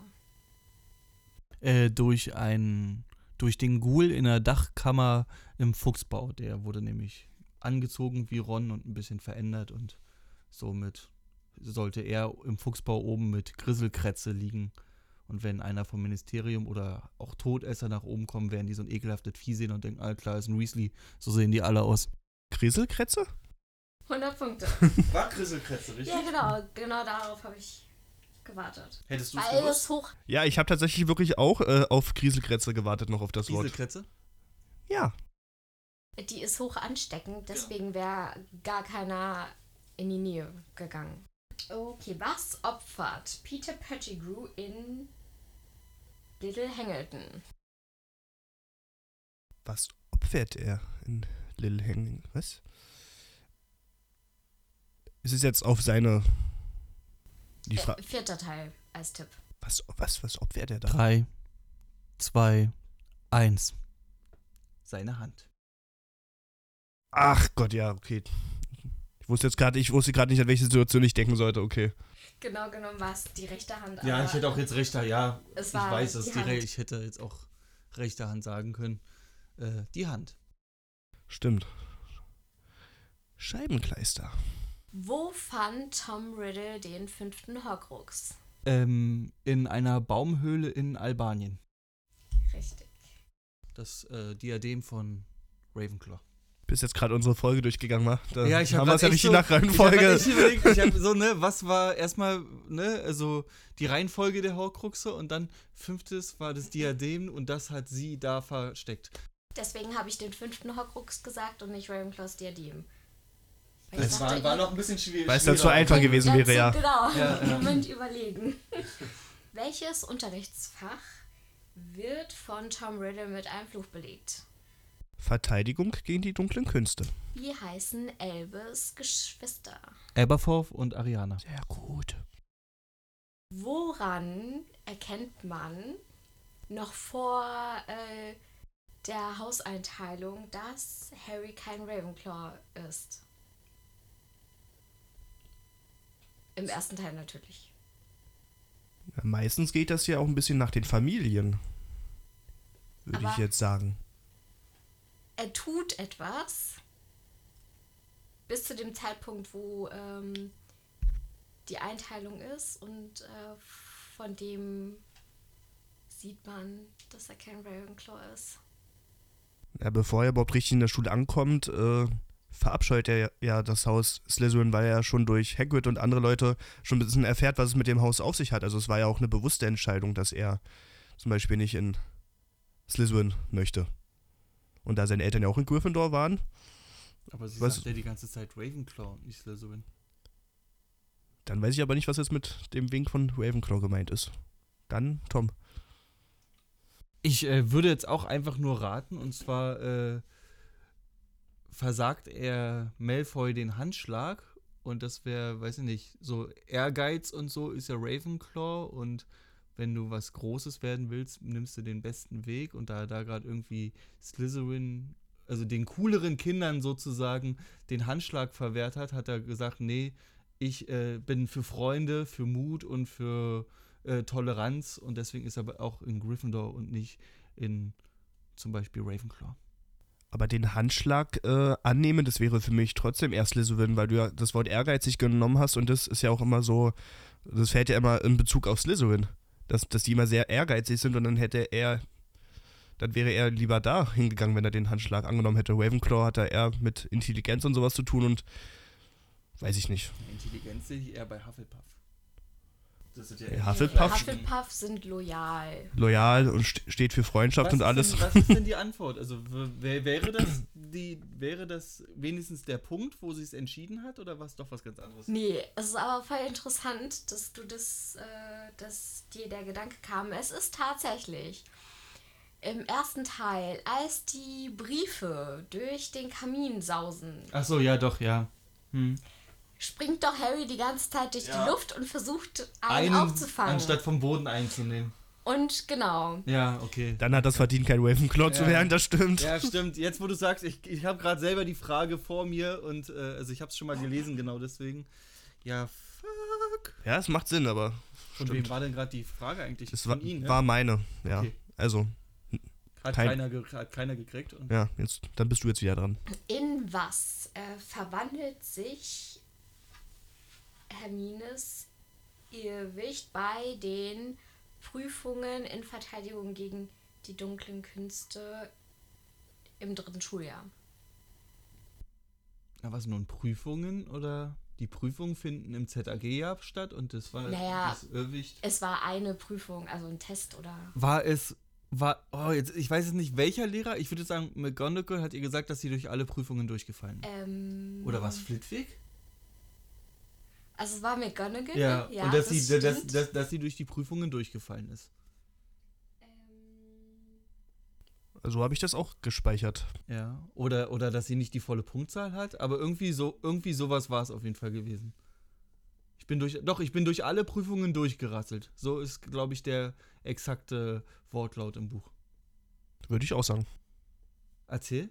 [SPEAKER 1] Äh, durch einen, durch den Ghoul in der Dachkammer im Fuchsbau. Der wurde nämlich angezogen wie Ron und ein bisschen verändert und somit sollte er im Fuchsbau oben mit Grisselkrätze liegen. Und wenn einer vom Ministerium oder auch Todesser nach oben kommen, werden die so ein ekelhaftes Vieh sehen und denken, ah klar, ist ein Weasley. So sehen die alle aus.
[SPEAKER 2] Kriselkrätze?
[SPEAKER 3] 100 Punkte.
[SPEAKER 1] War Grisselkrätze,
[SPEAKER 3] ja, genau. Genau darauf habe ich gewartet.
[SPEAKER 1] Hättest du
[SPEAKER 3] Weil es hoch.
[SPEAKER 2] Ja, ich habe tatsächlich wirklich auch äh, auf Kriselkrätze gewartet, noch auf das Wort.
[SPEAKER 1] Grisselkrätze?
[SPEAKER 2] Ja.
[SPEAKER 3] Die ist hoch
[SPEAKER 1] Genau.
[SPEAKER 3] ansteckend, deswegen wäre gar keiner in die Nähe gegangen. Okay, was opfert Peter Pettigrew in Little Hangleton?
[SPEAKER 2] Was opfert er in Little Hanging? Was? Es ist jetzt auf seine. Die Fra
[SPEAKER 3] Äh, vierter Teil als Tipp.
[SPEAKER 2] was, was, was opfert er da?
[SPEAKER 1] Drei, zwei, eins. Seine Hand.
[SPEAKER 2] Ach Gott, ja, okay. Ich wusste jetzt gerade, ich wusste gerade nicht, an welche Situation ich denken sollte, okay.
[SPEAKER 3] Genau genommen war es die rechte Hand.
[SPEAKER 1] Ja,
[SPEAKER 3] aber
[SPEAKER 1] ich hätte auch jetzt rechter, ja.
[SPEAKER 3] Es
[SPEAKER 1] ich
[SPEAKER 3] war
[SPEAKER 1] weiß es
[SPEAKER 3] die Hand.
[SPEAKER 1] direkt. Ich hätte jetzt auch rechte Hand sagen können. Äh, die Hand.
[SPEAKER 2] Stimmt. Scheibenkleister.
[SPEAKER 3] Wo fand Tom Riddle den fünften Horcrux?
[SPEAKER 1] Ähm, in einer Baumhöhle in Albanien.
[SPEAKER 3] Richtig.
[SPEAKER 1] Das äh, Diadem von Ravenclaw.
[SPEAKER 2] Bis jetzt gerade unsere Folge durchgegangen war. Da
[SPEAKER 1] Ja, ich hab
[SPEAKER 2] haben wir es ja
[SPEAKER 1] grad echt
[SPEAKER 2] nicht
[SPEAKER 1] so-
[SPEAKER 2] nach Reihenfolge.
[SPEAKER 1] Ich habe überlegt, ich habe so, ne, was war erstmal, ne, also die Reihenfolge der Horcruxe und dann fünftes war das Diadem und das hat sie da versteckt.
[SPEAKER 3] Deswegen habe ich den fünften Horcrux gesagt und nicht Ravenclaws Diadem. Weil ich
[SPEAKER 1] Das
[SPEAKER 3] dachte,
[SPEAKER 1] war, war noch ein bisschen schwierig.
[SPEAKER 2] Weil es dann zu
[SPEAKER 1] schwieriger.
[SPEAKER 2] einfach gewesen
[SPEAKER 3] Dazu,
[SPEAKER 2] wäre, ja.
[SPEAKER 3] Genau,
[SPEAKER 1] Ja, ja.
[SPEAKER 3] Moment überlegen. Welches Unterrichtsfach wird von Tom Riddle mit einem Fluch belegt?
[SPEAKER 2] Verteidigung gegen die dunklen Künste.
[SPEAKER 3] Wie heißen Elbes Geschwister?
[SPEAKER 1] Aberforth und Ariana.
[SPEAKER 2] Sehr gut.
[SPEAKER 3] Woran erkennt man noch vor äh, der Hauseinteilung, dass Harry kein Ravenclaw ist? Im ersten Teil natürlich.
[SPEAKER 2] Ja, meistens geht das ja auch ein bisschen nach den Familien. Würde
[SPEAKER 3] Aber-
[SPEAKER 2] ich jetzt sagen.
[SPEAKER 3] Er tut etwas bis zu dem Zeitpunkt, wo ähm, die Einteilung ist und äh, von dem sieht man, dass er kein Ravenclaw ist.
[SPEAKER 2] Ja, bevor er überhaupt richtig in der Schule ankommt, äh, verabscheut er ja das Haus Slytherin, weil er ja schon durch Hagrid und andere Leute schon ein bisschen erfährt, was es mit dem Haus auf sich hat. Also es war ja auch eine bewusste Entscheidung, dass er zum Beispiel nicht in Slytherin möchte. Und da seine Eltern ja auch in Gryffindor waren,
[SPEAKER 1] Aber sie
[SPEAKER 2] Was-
[SPEAKER 1] sagt ja die ganze Zeit Ravenclaw und nicht Slytherin.
[SPEAKER 2] dann weiß ich aber nicht, was jetzt mit dem Wink von Ravenclaw gemeint ist. Dann Tom.
[SPEAKER 1] Ich äh, würde jetzt auch einfach nur raten, und zwar äh, versagt er Malfoy den Handschlag und das wäre, weiß ich nicht, so Ehrgeiz und so ist ja Ravenclaw und wenn du was Großes werden willst, nimmst du den besten Weg und da er da gerade irgendwie Slytherin, also den cooleren Kindern sozusagen den Handschlag verwehrt hat, hat er gesagt, nee, ich äh, bin für Freunde, für Mut und für äh, Toleranz und deswegen ist er aber auch in Gryffindor und nicht in zum Beispiel Ravenclaw.
[SPEAKER 2] Aber den Handschlag äh, annehmen, das wäre für mich trotzdem erst Slytherin, weil du ja das Wort ehrgeizig genommen hast und das ist ja auch immer so, das fällt ja immer in Bezug auf Slytherin, dass, dass die immer sehr ehrgeizig sind und dann hätte er, dann wäre er lieber da hingegangen, wenn er den Handschlag angenommen hätte. Ravenclaw hat da eher mit Intelligenz und sowas zu tun und weiß ich nicht.
[SPEAKER 1] Intelligenz sehe ich eher bei Hufflepuff. Das sind ja
[SPEAKER 2] Ja, Hufflepuff-
[SPEAKER 3] Hufflepuff sind loyal.
[SPEAKER 2] Loyal und st steht für Freundschaft
[SPEAKER 1] was
[SPEAKER 2] und
[SPEAKER 1] ist
[SPEAKER 2] alles.
[SPEAKER 1] Denn, was ist denn die Antwort? Also w- wär, wäre, das die, wäre das wenigstens der Punkt, wo sie es entschieden hat oder war es doch was ganz anderes?
[SPEAKER 3] Nee, es ist aber voll interessant, dass du das, äh, dass dir der Gedanke kam. Es ist tatsächlich im ersten Teil, als die Briefe durch den Kamin sausen,
[SPEAKER 1] Ach so, ja, doch, ja. Hm.
[SPEAKER 3] springt doch Harry die ganze Zeit durch
[SPEAKER 1] Ja.
[SPEAKER 3] die Luft und versucht einen, aufzufangen.
[SPEAKER 1] anstatt vom Boden einzunehmen.
[SPEAKER 3] Und genau.
[SPEAKER 1] Ja, okay.
[SPEAKER 2] Dann hat das verdient, kein Ravenclaw zu
[SPEAKER 1] Ja.
[SPEAKER 2] werden, das stimmt.
[SPEAKER 1] Ja, stimmt. Jetzt, wo du sagst, ich, ich habe gerade selber die Frage vor mir und äh, also ich habe es schon mal gelesen, genau deswegen. Ja, fuck.
[SPEAKER 2] Ja, es macht Sinn, aber
[SPEAKER 1] Von wem war denn gerade die Frage eigentlich?
[SPEAKER 2] das war,
[SPEAKER 1] Von Ihnen, ne?
[SPEAKER 2] war meine. Ja.
[SPEAKER 1] Okay.
[SPEAKER 2] Also,
[SPEAKER 1] Hat
[SPEAKER 2] Kein-
[SPEAKER 1] keiner, ge hat keiner gekriegt. Und
[SPEAKER 2] ja, jetzt, dann bist du jetzt wieder dran.
[SPEAKER 3] In was äh, verwandelt sich Hermines Irrwicht bei den Prüfungen in Verteidigung gegen die dunklen Künste im dritten Schuljahr?
[SPEAKER 1] Na, was nun Prüfungen oder? Die Prüfungen finden im ZAG ja statt und das war
[SPEAKER 3] Naja.
[SPEAKER 1] das Irrwicht.
[SPEAKER 3] Es war eine Prüfung, also ein Test oder.
[SPEAKER 1] War es, war, oh, jetzt, ich weiß jetzt nicht, welcher Lehrer. Ich würde sagen, McGonagall hat ihr gesagt, dass sie durch alle Prüfungen durchgefallen ist.
[SPEAKER 3] Ähm,
[SPEAKER 1] Oder was, Flitwick?
[SPEAKER 3] Also es war McGonagall.
[SPEAKER 1] Ja,
[SPEAKER 3] ne?
[SPEAKER 1] und dass,
[SPEAKER 3] das
[SPEAKER 1] sie, dass,
[SPEAKER 3] stimmt.
[SPEAKER 1] dass, dass sie durch die Prüfungen durchgefallen ist.
[SPEAKER 3] Ähm,
[SPEAKER 2] Also habe ich das auch gespeichert.
[SPEAKER 1] Ja, oder, oder dass sie nicht die volle Punktzahl hat, aber irgendwie, so, irgendwie sowas war es auf jeden Fall gewesen. Ich bin durch, doch, ich bin durch alle Prüfungen durchgerasselt. So ist, glaube ich, der exakte Wortlaut im Buch.
[SPEAKER 2] Würde ich auch sagen.
[SPEAKER 1] Erzähl.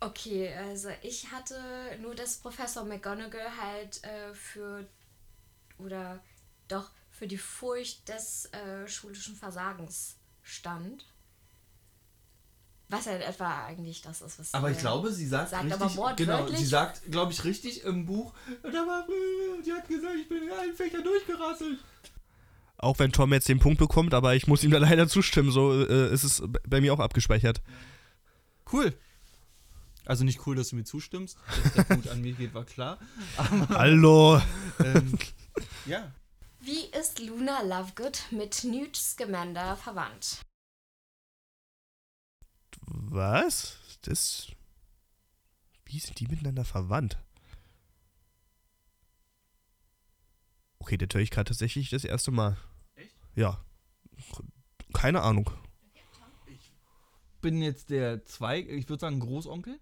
[SPEAKER 3] Okay, also ich hatte nur, dass Professor McGonagall halt äh, für oder doch für die Furcht des äh, schulischen Versagens stand. Was ja in etwa eigentlich das ist, was
[SPEAKER 1] Aber ich
[SPEAKER 3] äh,
[SPEAKER 1] glaube, sie sagt,
[SPEAKER 3] Sagt aber
[SPEAKER 1] richtig, genau,
[SPEAKER 3] wortwörtlich-
[SPEAKER 1] sie sagt, glaube ich, richtig im Buch, "Und da war, die hat gesagt, ich bin in allen Fächern durchgerasselt.
[SPEAKER 2] Auch wenn Tom jetzt den Punkt bekommt, aber ich muss ihm da leider zustimmen. So äh, ist es bei mir auch abgespeichert.
[SPEAKER 1] Cool. Also nicht cool, dass du mir zustimmst, dass der Punkt an mir geht, war klar.
[SPEAKER 2] Hallo!
[SPEAKER 1] Ähm, ja,
[SPEAKER 3] Wie ist Luna Lovegood mit Newt Scamander verwandt?
[SPEAKER 2] Was? Das. Wie sind die miteinander verwandt? Okay, der höre ich gerade tatsächlich das erste Mal.
[SPEAKER 1] Echt?
[SPEAKER 2] Ja. Keine Ahnung.
[SPEAKER 1] bin jetzt der Zweig, ich würde sagen Großonkel.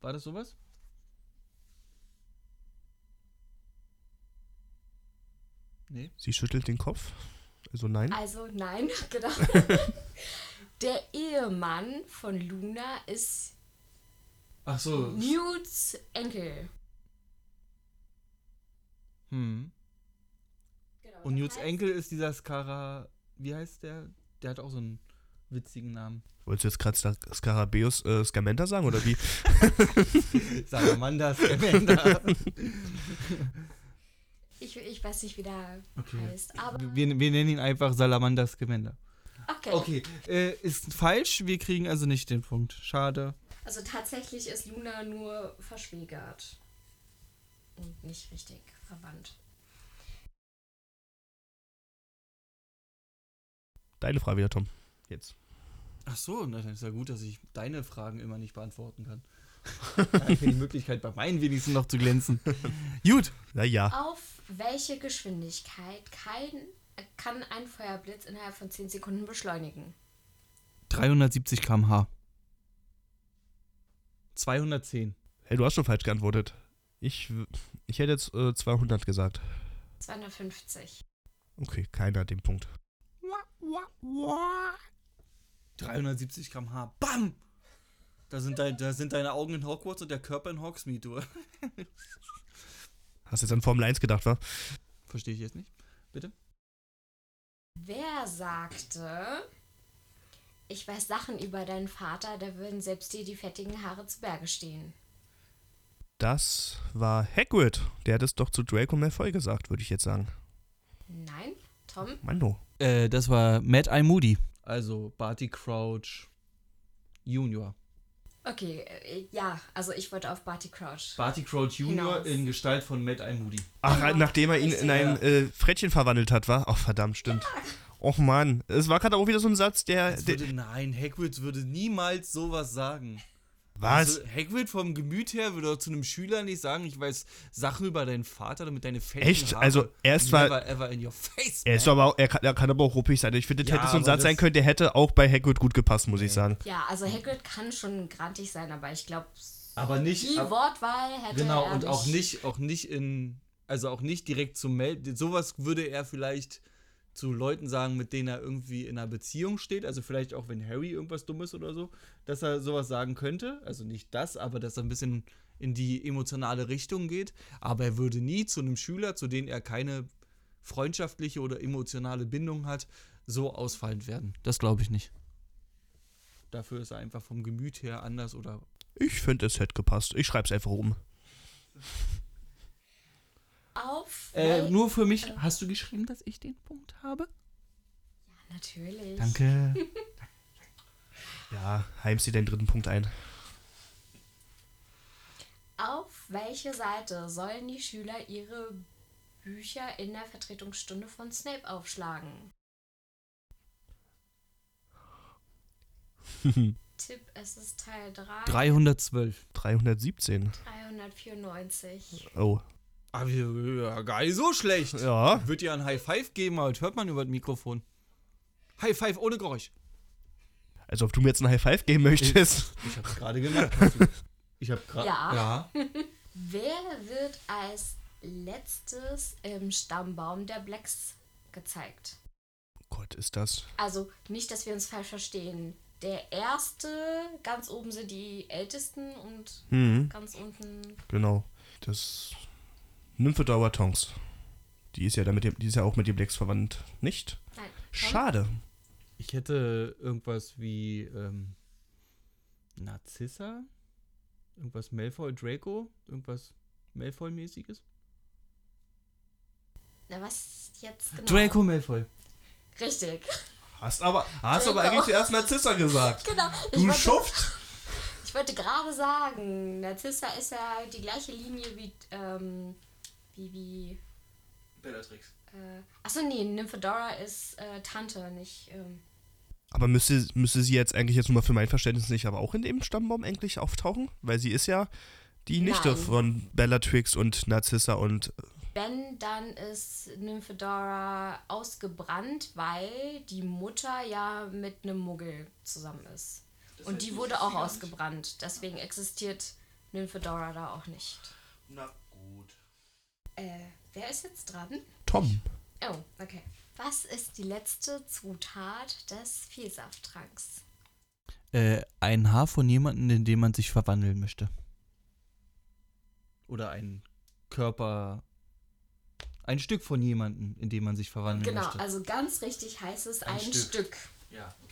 [SPEAKER 1] War das sowas? Nee.
[SPEAKER 2] Sie schüttelt den Kopf. Also
[SPEAKER 1] Hm?
[SPEAKER 2] nein.
[SPEAKER 3] Also nein, genau. Der Ehemann von Luna ist
[SPEAKER 1] Ach so.
[SPEAKER 3] Newts Enkel.
[SPEAKER 1] Hm. Und Newts
[SPEAKER 3] Genau.
[SPEAKER 1] Enkel ist dieser Skara, wie heißt der? Der hat auch so einen witzigen Namen.
[SPEAKER 2] Wolltest du jetzt gerade Sta- Scarabeus äh, Scamander sagen oder wie?
[SPEAKER 1] Salamander Scamander.
[SPEAKER 3] Ich, ich weiß nicht, wie der
[SPEAKER 1] Okay.
[SPEAKER 3] heißt, aber
[SPEAKER 1] Wir, wir nennen ihn einfach Salamander Scamander.
[SPEAKER 3] okay.
[SPEAKER 1] Okay, äh, ist falsch, wir kriegen also nicht den Punkt. Schade.
[SPEAKER 3] Also tatsächlich ist Luna nur verschwägert und nicht richtig verwandt.
[SPEAKER 2] Deine Frage wieder, Tom. Jetzt.
[SPEAKER 1] Ach so, na, dann ist ja gut, dass ich deine Fragen immer nicht beantworten kann. Dann habe ich die Möglichkeit, bei meinen wenigstens noch zu glänzen. gut.
[SPEAKER 2] Naja.
[SPEAKER 3] Auf welche Geschwindigkeit kein, kann ein Feuerblitz innerhalb von 10 Sekunden beschleunigen?
[SPEAKER 1] 370 km/h. 210.
[SPEAKER 2] Hey, du hast schon falsch geantwortet. Ich, w- ich hätte jetzt äh, 200 gesagt.
[SPEAKER 3] 250.
[SPEAKER 2] Okay, keiner hat den Punkt.
[SPEAKER 1] 370 km/h. Bam! Da sind, dein, da sind deine Augen in Hogwarts und der Körper in Hogsmeade, du.
[SPEAKER 2] Hast jetzt an Formel 1 gedacht, wa?
[SPEAKER 1] Verstehe ich jetzt nicht.
[SPEAKER 3] Wer sagte, ich weiß Sachen über deinen Vater, da würden selbst dir die fettigen Haare zu Berge stehen?
[SPEAKER 2] Das war Hagrid. Der hat es doch zu Draco Malfoy gesagt, würde ich jetzt sagen.
[SPEAKER 3] Nein, Tom?
[SPEAKER 2] Mando.
[SPEAKER 1] Äh, das war Mad Eye Moody. Also Barty Crouch Junior.
[SPEAKER 3] Okay, äh, ja, also ich wollte auf Barty Crouch.
[SPEAKER 1] Barty Crouch Junior
[SPEAKER 3] Hinaus.
[SPEAKER 1] in Gestalt von Mad Eye Moody.
[SPEAKER 2] Ach,
[SPEAKER 3] Ja,
[SPEAKER 2] nachdem er ihn in ein äh, Frettchen verwandelt hat, war? Ach, verdammt, stimmt. Och Mann, es war gerade auch wieder so ein Satz, der.
[SPEAKER 1] Das
[SPEAKER 2] der
[SPEAKER 1] Würde, nein, Hagrid würde niemals sowas sagen.
[SPEAKER 2] was?
[SPEAKER 1] Also, Hagrid vom Gemüt her würde auch zu einem Schüler nicht sagen, ich weiß Sachen über deinen Vater, damit deine Fans
[SPEAKER 2] Echt? Also, er ist zwar-
[SPEAKER 1] Never ever in your face.
[SPEAKER 2] Er, ist aber auch, er, kann, er kann aber auch ruppig sein. Ich finde, das
[SPEAKER 1] äh, Ja,
[SPEAKER 2] hätte so ein
[SPEAKER 1] aber
[SPEAKER 2] Satz sein
[SPEAKER 1] das-
[SPEAKER 2] können, der hätte auch bei Hagrid gut gepasst, muss ich sagen.
[SPEAKER 3] Ja, also Hagrid kann schon grantig sein, aber ich glaube,
[SPEAKER 1] aber nicht.
[SPEAKER 3] die
[SPEAKER 1] Ab,
[SPEAKER 3] Wortwahl hätte
[SPEAKER 1] genau,
[SPEAKER 3] er
[SPEAKER 1] und auch nicht, auch nicht in. Also auch nicht direkt zum Mel. Sowas würde er vielleicht zu Leuten sagen, mit denen er irgendwie in einer Beziehung steht, also vielleicht auch wenn Harry irgendwas Dummes oder so, dass er sowas sagen könnte. Also nicht das, aber dass er ein bisschen in die emotionale Richtung geht. Aber er würde nie zu einem Schüler, zu dem er keine freundschaftliche oder emotionale Bindung hat, so ausfallend werden. Das glaube ich nicht. Dafür ist er einfach vom Gemüt her anders oder
[SPEAKER 2] Ich finde, es hätte gepasst. Ich schreib's einfach um.
[SPEAKER 3] Auf.
[SPEAKER 1] Äh,
[SPEAKER 3] Wel-
[SPEAKER 1] nur für mich, hast du geschrieben, dass ich den Punkt habe?
[SPEAKER 3] Natürlich.
[SPEAKER 1] Danke.
[SPEAKER 2] Ja, heimst dir deinen dritten Punkt ein.
[SPEAKER 3] Auf welche Seite sollen die Schüler ihre Bücher in der Vertretungsstunde von Snape aufschlagen? Tipp, es ist Teil 3.
[SPEAKER 1] 312.
[SPEAKER 2] 317.
[SPEAKER 3] 394.
[SPEAKER 2] Oh.
[SPEAKER 1] Aber Ah, ja, gar nicht so schlecht.
[SPEAKER 2] Ja.
[SPEAKER 1] Wird dir ein High Five geben, aber das hört man über das Mikrofon. High Five ohne Geräusch.
[SPEAKER 2] Als ob du mir jetzt ein High Five geben möchtest.
[SPEAKER 1] Ich hab's gerade gemacht. Ich hab gerade.
[SPEAKER 3] Ja.
[SPEAKER 1] Ja.
[SPEAKER 3] Wer wird als letztes im Stammbaum der Blacks gezeigt?
[SPEAKER 2] Oh Gott, ist das.
[SPEAKER 3] Also nicht, dass wir uns falsch verstehen. Der erste, ganz oben sind die Ältesten und
[SPEAKER 2] Hm,
[SPEAKER 3] ganz unten.
[SPEAKER 2] genau. Das. Nymphe Dauertongs. Die ist ja damit die ist ja auch mit dem Blacks verwandt. Nicht?
[SPEAKER 3] Nein.
[SPEAKER 2] Hm. Schade.
[SPEAKER 1] Ich hätte irgendwas wie ähm, Narzissa, irgendwas Malfoy, Draco, irgendwas Malfoy-mäßiges.
[SPEAKER 3] Na, was jetzt genau?
[SPEAKER 1] Draco Malfoy.
[SPEAKER 3] Richtig.
[SPEAKER 2] Hast aber, hast aber eigentlich zuerst Narzissa gesagt.
[SPEAKER 3] Genau. Ich
[SPEAKER 2] Du
[SPEAKER 3] wollte,
[SPEAKER 2] Schuft!
[SPEAKER 3] ich wollte gerade sagen, Narzissa ist ja halt die gleiche Linie wie, ähm, wie, wie,
[SPEAKER 1] Bellatrix.
[SPEAKER 3] äh, achso, nee, Nymphedora ist äh, Tante, nicht, ähm,
[SPEAKER 2] Aber müsste, müsste sie jetzt eigentlich jetzt nur mal für mein Verständnis nicht aber auch in dem Stammbaum eigentlich auftauchen? Weil sie ist ja die Nichte
[SPEAKER 3] Nein.
[SPEAKER 2] von Bellatrix und Narzissa und.
[SPEAKER 3] Wenn, dann ist Nymphedora ausgebrannt, weil die Mutter ja mit einem Muggel zusammen ist. Und die wurde auch ausgebrannt. Deswegen existiert Nymphedora da auch nicht.
[SPEAKER 2] Na gut.
[SPEAKER 3] Äh, wer ist jetzt dran?
[SPEAKER 2] Tom.
[SPEAKER 3] Oh, okay. Was ist die letzte Zutat des Vielsafttranks?
[SPEAKER 1] äh, ein Haar von jemandem, in dem man sich verwandeln möchte. Oder ein Körper. Ein Stück von jemandem, in dem man sich verwandeln
[SPEAKER 3] Genau,
[SPEAKER 1] möchte.
[SPEAKER 3] also ganz richtig heißt es ein,
[SPEAKER 1] Stück.
[SPEAKER 3] Stück.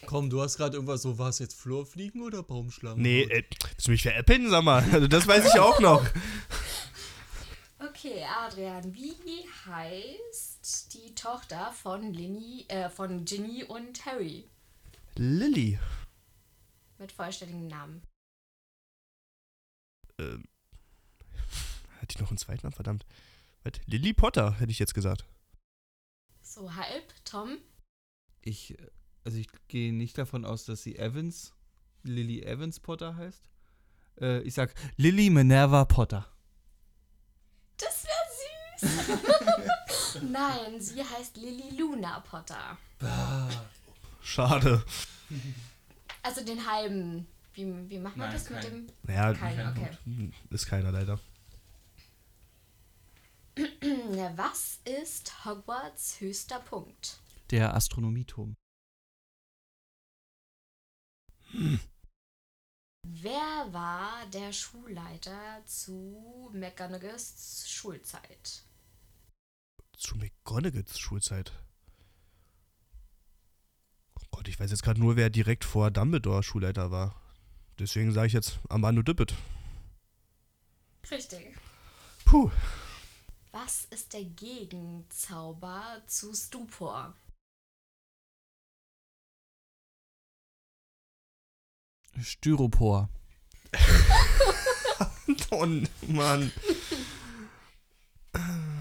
[SPEAKER 1] Komm, du hast gerade irgendwas so, war es jetzt Flurfliegen oder Baumschlangen?
[SPEAKER 2] Nee, äh, willst du mich veräppeln, sag mal? Also das weiß ich auch noch.
[SPEAKER 3] Okay, Adrian, wie heißt die Tochter von Linny, äh, von Ginny und Harry?
[SPEAKER 2] Lilly.
[SPEAKER 3] Mit vollständigem Namen.
[SPEAKER 2] Ähm, hat die noch einen zweiten Namen, verdammt. Was? Lilly Potter, hätte ich jetzt gesagt.
[SPEAKER 3] So halb, Tom.
[SPEAKER 1] Ich, äh, also ich gehe nicht davon aus, dass sie Evans, Lily Evans Potter heißt. Äh, ich sag Lily Minerva Potter.
[SPEAKER 3] Das wäre süß. Nein, sie heißt Lily Luna Potter.
[SPEAKER 2] Schade.
[SPEAKER 3] Also den halben. Wie, wie macht man
[SPEAKER 1] Nein,
[SPEAKER 3] das mit
[SPEAKER 1] kein.
[SPEAKER 3] dem?
[SPEAKER 2] Naja, hm,
[SPEAKER 3] Kein, okay.
[SPEAKER 2] ist keiner leider.
[SPEAKER 3] Na, Was ist Hogwarts höchster Punkt?
[SPEAKER 1] Der Astronomieturm.
[SPEAKER 3] Wer war der Schulleiter zu McGonagalls Schulzeit?
[SPEAKER 2] Zu McGonagalls Schulzeit. Oh Gott, ich weiß jetzt gerade nur, wer direkt vor Dumbledore Schulleiter war. Deswegen sage ich jetzt Armando Dippet.
[SPEAKER 3] Richtig.
[SPEAKER 2] Puh.
[SPEAKER 3] Was ist der Gegenzauber zu Stupor?
[SPEAKER 1] Styropor.
[SPEAKER 2] Anton, Oh Mann.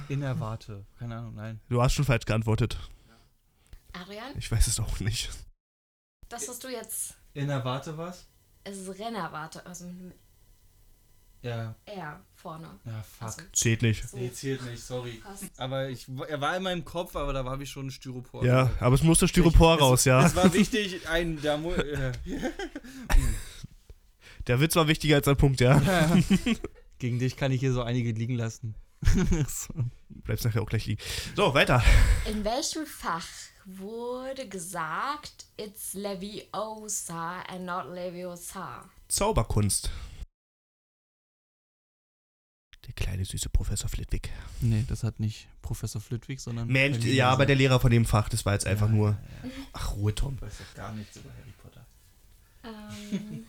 [SPEAKER 1] Innerwarte. Keine Ahnung, nein.
[SPEAKER 2] Du hast schon falsch geantwortet.
[SPEAKER 3] Adrian,
[SPEAKER 2] Ich weiß es auch nicht.
[SPEAKER 3] das hast du jetzt.
[SPEAKER 1] Innerwarte was?
[SPEAKER 3] Es ist Rennerwarte, also mit einem
[SPEAKER 1] Ja.
[SPEAKER 3] R vorne.
[SPEAKER 1] Ja, fuck.
[SPEAKER 3] Also,
[SPEAKER 2] Zählt nicht.
[SPEAKER 3] so
[SPEAKER 1] Nee, zählt nicht, sorry.
[SPEAKER 3] passt.
[SPEAKER 1] Aber ich, er war in meinem Kopf, aber da war ich schon Styropor.
[SPEAKER 2] Ja, aber es musste Styropor
[SPEAKER 1] Ich-
[SPEAKER 2] raus,
[SPEAKER 1] es,
[SPEAKER 2] ja.
[SPEAKER 1] Es war wichtig, ein da mu- äh,
[SPEAKER 2] Der Witz war wichtiger als ein Punkt, ja.
[SPEAKER 1] Gegen dich kann ich hier so einige liegen lassen.
[SPEAKER 2] bleibst nachher auch gleich liegen. So, weiter.
[SPEAKER 3] In welchem Fach wurde gesagt, it's Leviosa and not Leviosa?
[SPEAKER 2] Zauberkunst. Der kleine süße Professor Flitwick.
[SPEAKER 1] Nee, das hat nicht Professor Flitwick, sondern.
[SPEAKER 2] Mensch,
[SPEAKER 1] Herr
[SPEAKER 2] ja,
[SPEAKER 1] Leser.
[SPEAKER 2] aber der Lehrer von dem Fach, das war jetzt einfach
[SPEAKER 1] Ja,
[SPEAKER 2] nur. Ach, Ruhe, Tom.
[SPEAKER 1] Ich weiß doch gar nichts über Harry Potter.
[SPEAKER 3] Ähm,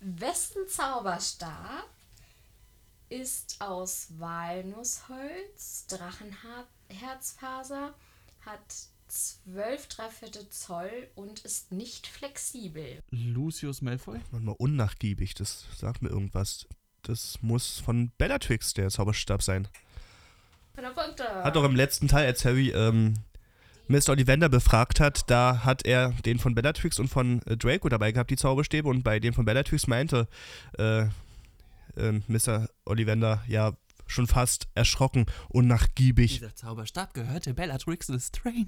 [SPEAKER 3] wessen Zauberstab ist aus Walnussholz, Drachenherzfaser, hat 12 Dreiviertel Zoll und ist nicht flexibel?
[SPEAKER 1] Lucius Malfoy?
[SPEAKER 2] Und mal unnachgiebig, das sagt mir irgendwas. Das muss von Bellatrix der Zauberstab sein.
[SPEAKER 3] 100 Punkte.
[SPEAKER 2] Hat doch im letzten Teil, als Harry ähm, Mr. Ollivander befragt hat, da hat er den von Bellatrix und von äh, Draco dabei gehabt, die Zauberstäbe. Und bei dem von Bellatrix meinte äh, ähm, Mr. Ollivander ja schon fast erschrocken, unnachgiebig.
[SPEAKER 1] Dieser Zauberstab gehörte Bellatrix Lestrange.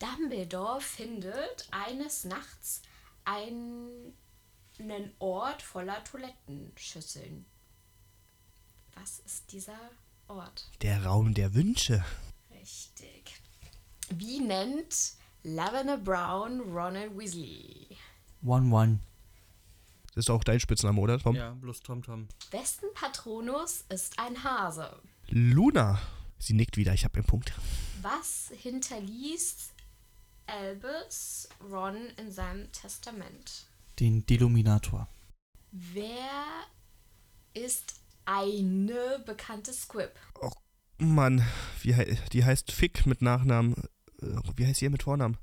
[SPEAKER 3] Dumbledore findet eines Nachts einen Ort voller Toilettenschüsseln. Was ist dieser Ort?
[SPEAKER 2] Der Raum der Wünsche.
[SPEAKER 3] Richtig. Wie nennt Lavender Brown Ronald Weasley?
[SPEAKER 1] One One.
[SPEAKER 2] Das ist auch dein Spitzname, oder? Tom?
[SPEAKER 1] Ja, bloß Tom Tom.
[SPEAKER 3] Wessen Patronus ist ein Hase?
[SPEAKER 2] Luna. Sie nickt wieder, ich habe einen Punkt.
[SPEAKER 3] Was hinterließ Albus Ron in seinem Testament?
[SPEAKER 1] Den Deluminator.
[SPEAKER 3] Wer ist eine bekannte Squib?
[SPEAKER 2] Mann, wie hei die heißt Fick mit Nachnamen. Äh, Wie heißt sie mit Vornamen?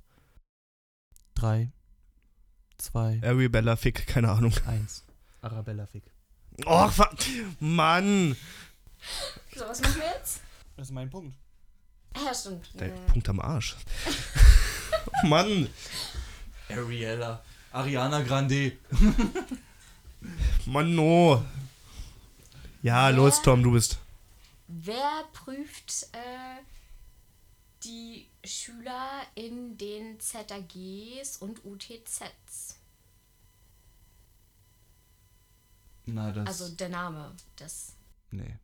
[SPEAKER 1] Drei, zwei,
[SPEAKER 2] Arabella Fick, keine Ahnung.
[SPEAKER 1] eins. Arabella Fick.
[SPEAKER 2] Och, wa- Mann!
[SPEAKER 3] So, was machen wir jetzt?
[SPEAKER 1] Das ist mein Punkt.
[SPEAKER 3] Ja, stimmt.
[SPEAKER 2] Der
[SPEAKER 3] Äh,
[SPEAKER 2] Punkt am Arsch. Mann!
[SPEAKER 1] Ariella. Ariana Grande.
[SPEAKER 2] Mann, no! Ja, los, Tom, du bist.
[SPEAKER 3] Wer prüft äh, die Schüler in den ZAGs und UTZs?
[SPEAKER 1] Na, das.
[SPEAKER 3] Also der Name des
[SPEAKER 1] nee,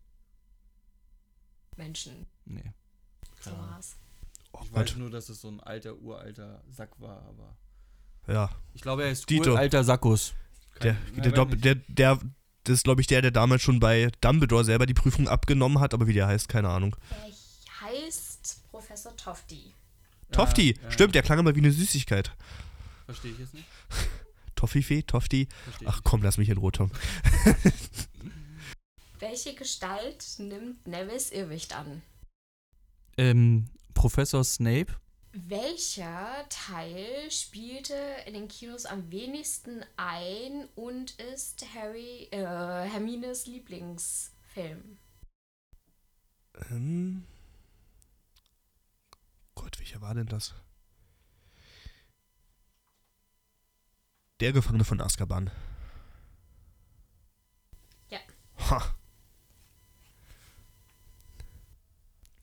[SPEAKER 3] Menschen.
[SPEAKER 1] nee.
[SPEAKER 3] So war's.
[SPEAKER 2] Oh
[SPEAKER 1] Ich weiß
[SPEAKER 2] Gott.
[SPEAKER 1] nur, dass es so ein alter, uralter Sack war, aber.
[SPEAKER 2] Ja,
[SPEAKER 1] Ich glaube, er ist
[SPEAKER 2] Dito.
[SPEAKER 1] uralter Sackus.
[SPEAKER 2] der,
[SPEAKER 1] Na,
[SPEAKER 2] der,
[SPEAKER 1] weiß
[SPEAKER 2] Dopp-
[SPEAKER 1] nicht.
[SPEAKER 2] der, der, das ist, glaube ich, der, der damals schon bei Dumbledore selber die Prüfung abgenommen hat, aber wie der heißt, keine Ahnung.
[SPEAKER 3] Er heißt Professor Tofti.
[SPEAKER 2] Tofti!
[SPEAKER 1] ja,
[SPEAKER 2] Stimmt, der klang immer wie eine Süßigkeit.
[SPEAKER 1] Verstehe ich jetzt nicht.
[SPEAKER 2] Toffifee, Tofti.
[SPEAKER 1] Verstehe
[SPEAKER 2] Ach komm, lass mich in Ruhe, Tom.
[SPEAKER 3] Welche Gestalt nimmt Nevis Irrwicht an?
[SPEAKER 1] Ähm, Professor Snape.
[SPEAKER 3] Welcher Teil spielte in den Kinos am wenigsten ein und ist Harry äh, Hermines Lieblingsfilm?
[SPEAKER 2] Ähm. Gott, welcher war denn das? Der Gefangene von Azkaban.
[SPEAKER 3] Ja.
[SPEAKER 2] Ha,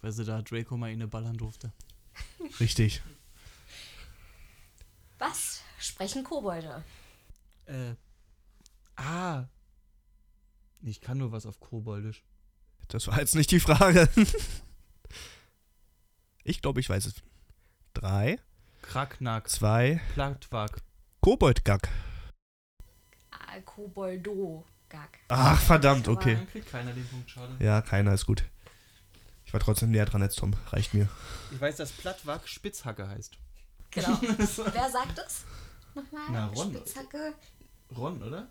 [SPEAKER 1] Weil sie da Draco mal inne ballern durfte.
[SPEAKER 2] richtig.
[SPEAKER 3] Was sprechen Kobolde?
[SPEAKER 1] Äh. Ah. Ich kann nur was auf Koboldisch.
[SPEAKER 2] Das war jetzt nicht die Frage. Ich glaube, ich weiß es. Drei,
[SPEAKER 1] Kracknack.
[SPEAKER 2] zwei,
[SPEAKER 1] Plattwack.
[SPEAKER 2] Koboldgack.
[SPEAKER 3] Ah, Koboldo. Gag.
[SPEAKER 2] Ach, verdammt, okay.
[SPEAKER 1] Ah, Dann kriegt keiner den Punkt, schade.
[SPEAKER 2] Ja, keiner ist gut. Ich war trotzdem näher dran als Tom. Reicht mir.
[SPEAKER 1] Ich weiß, dass Plattwack Spitzhacke heißt.
[SPEAKER 3] Genau. Wer sagt das? Nochmal?
[SPEAKER 1] Na, Ron.
[SPEAKER 3] Spitzhacke.
[SPEAKER 1] Ron, oder?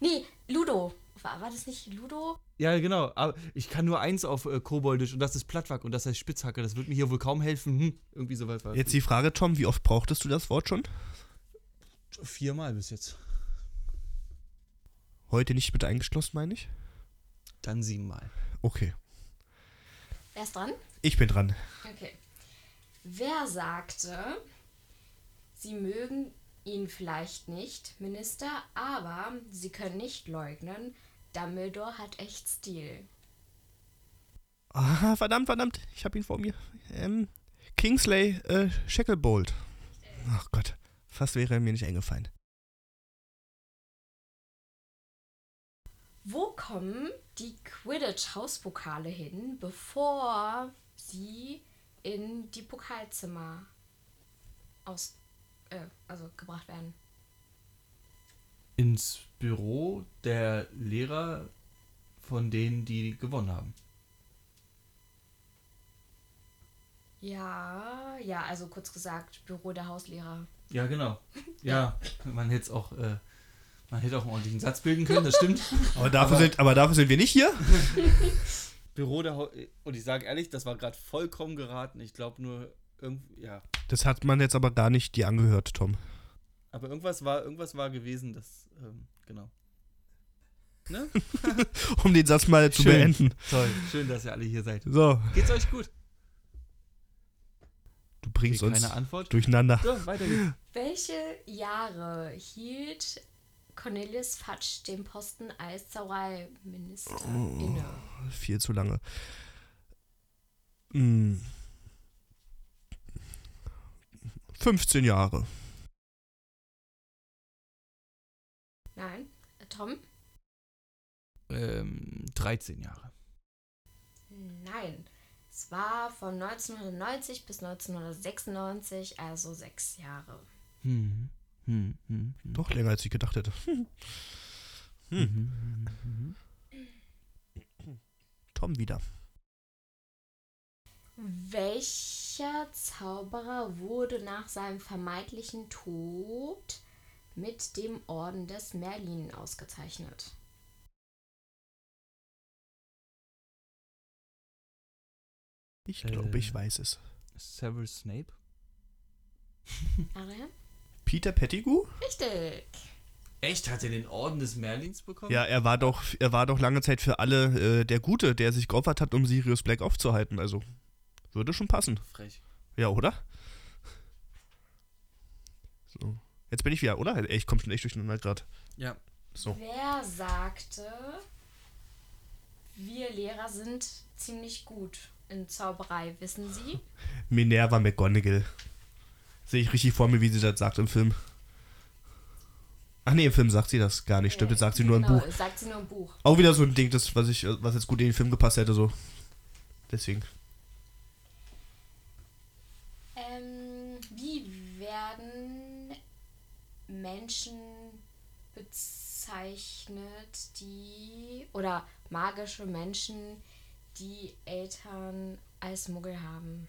[SPEAKER 3] Nee, Ludo. War, war das nicht Ludo?
[SPEAKER 1] Ja, genau. Aber ich kann nur eins auf äh, Koboldisch und das ist Plattwack und das heißt Spitzhacke. Das wird mir hier wohl kaum helfen. Hm, irgendwie soweit war.
[SPEAKER 2] Jetzt die Frage, Tom, wie oft brauchtest du das Wort schon?
[SPEAKER 1] viermal bis jetzt.
[SPEAKER 2] Heute nicht mit eingeschlossen, meine ich?
[SPEAKER 1] Dann siebenmal.
[SPEAKER 2] Okay.
[SPEAKER 3] Wer ist dran?
[SPEAKER 2] Ich bin dran.
[SPEAKER 3] Okay. Wer sagte, sie mögen ihn vielleicht nicht, Minister, aber sie können nicht leugnen, Dumbledore hat echt Stil.
[SPEAKER 2] Ah, verdammt, verdammt. Ich habe ihn vor mir. Ähm, Kingsley äh, Shacklebolt. Ach Gott, fast wäre er mir nicht eingefallen.
[SPEAKER 3] Wo kommen die Quidditch-Hauspokale hin, bevor sie in die Pokalzimmer aus, äh, also gebracht werden.
[SPEAKER 1] Ins Büro der Lehrer von denen, die gewonnen haben.
[SPEAKER 3] Ja, ja, also kurz gesagt, Büro der Hauslehrer.
[SPEAKER 1] Ja, genau. Ja, man hätte es auch, äh, man hätte auch einen ordentlichen Satz bilden können, das stimmt.
[SPEAKER 2] Aber dafür, sind, aber dafür sind wir nicht hier.
[SPEAKER 1] Büro der Hau und ich sage ehrlich, das war gerade vollkommen geraten. Ich glaube nur irgendwie, ja.
[SPEAKER 2] Das hat man jetzt aber gar nicht dir angehört, Tom.
[SPEAKER 1] Aber irgendwas war, irgendwas war gewesen, das, ähm, genau. Ne?
[SPEAKER 2] Um den Satz mal zu
[SPEAKER 1] Schön.
[SPEAKER 2] beenden.
[SPEAKER 1] Toll. Schön, dass ihr alle hier seid.
[SPEAKER 2] So,
[SPEAKER 1] Geht's euch gut?
[SPEAKER 2] du bringst uns
[SPEAKER 1] keine Antwort.
[SPEAKER 2] durcheinander.
[SPEAKER 1] So, weiter geht's.
[SPEAKER 3] Welche Jahre hielt Cornelius Fatsch den Posten als Zauereiminister inne?
[SPEAKER 2] Viel zu lange. Hm. 15 Jahre.
[SPEAKER 3] Nein, Äh, Tom?
[SPEAKER 1] Ähm, 13 Jahre.
[SPEAKER 3] Nein. Es war von 1990 bis 1996, also sechs Jahre.
[SPEAKER 1] Hm. Hm. Hm. hm.
[SPEAKER 2] Doch länger, als ich gedacht hätte.
[SPEAKER 1] Mhm. Mhm.
[SPEAKER 2] Tom wieder.
[SPEAKER 3] Welcher Zauberer wurde nach seinem vermeintlichen Tod mit dem Orden des Merlin ausgezeichnet?
[SPEAKER 2] Ich
[SPEAKER 1] Äh.
[SPEAKER 2] glaube, ich weiß es.
[SPEAKER 1] Severus Snape?
[SPEAKER 3] Arian?
[SPEAKER 2] Peter Pettigrew?
[SPEAKER 3] Richtig.
[SPEAKER 1] Echt? Hat er den Orden des Merlins bekommen?
[SPEAKER 2] Ja, er war doch, er war doch lange Zeit für alle äh, der Gute, der sich geopfert hat, um Sirius Black aufzuhalten. Also würde schon passen.
[SPEAKER 1] Frech.
[SPEAKER 2] Ja, oder? So. Jetzt bin ich wieder, oder? Ey, ich komme schon echt durcheinander gerade.
[SPEAKER 1] Ja.
[SPEAKER 2] So.
[SPEAKER 3] Wer sagte, wir Lehrer sind ziemlich gut in Zauberei, wissen Sie?
[SPEAKER 2] Minerva McGonagall. Sehe ich richtig vor mir, wie sie das sagt im Film. Ach nee, im Film sagt sie das gar nicht, stimmt. Jetzt sagt sie nur im
[SPEAKER 3] genau,
[SPEAKER 2] Buch.
[SPEAKER 3] Sagt sie nur im Buch.
[SPEAKER 2] Auch wieder so ein Ding, das, was, ich, was jetzt gut in den Film gepasst hätte, so. Deswegen.
[SPEAKER 3] Ähm, wie werden Menschen bezeichnet, die oder magische Menschen, die Eltern als Muggel haben?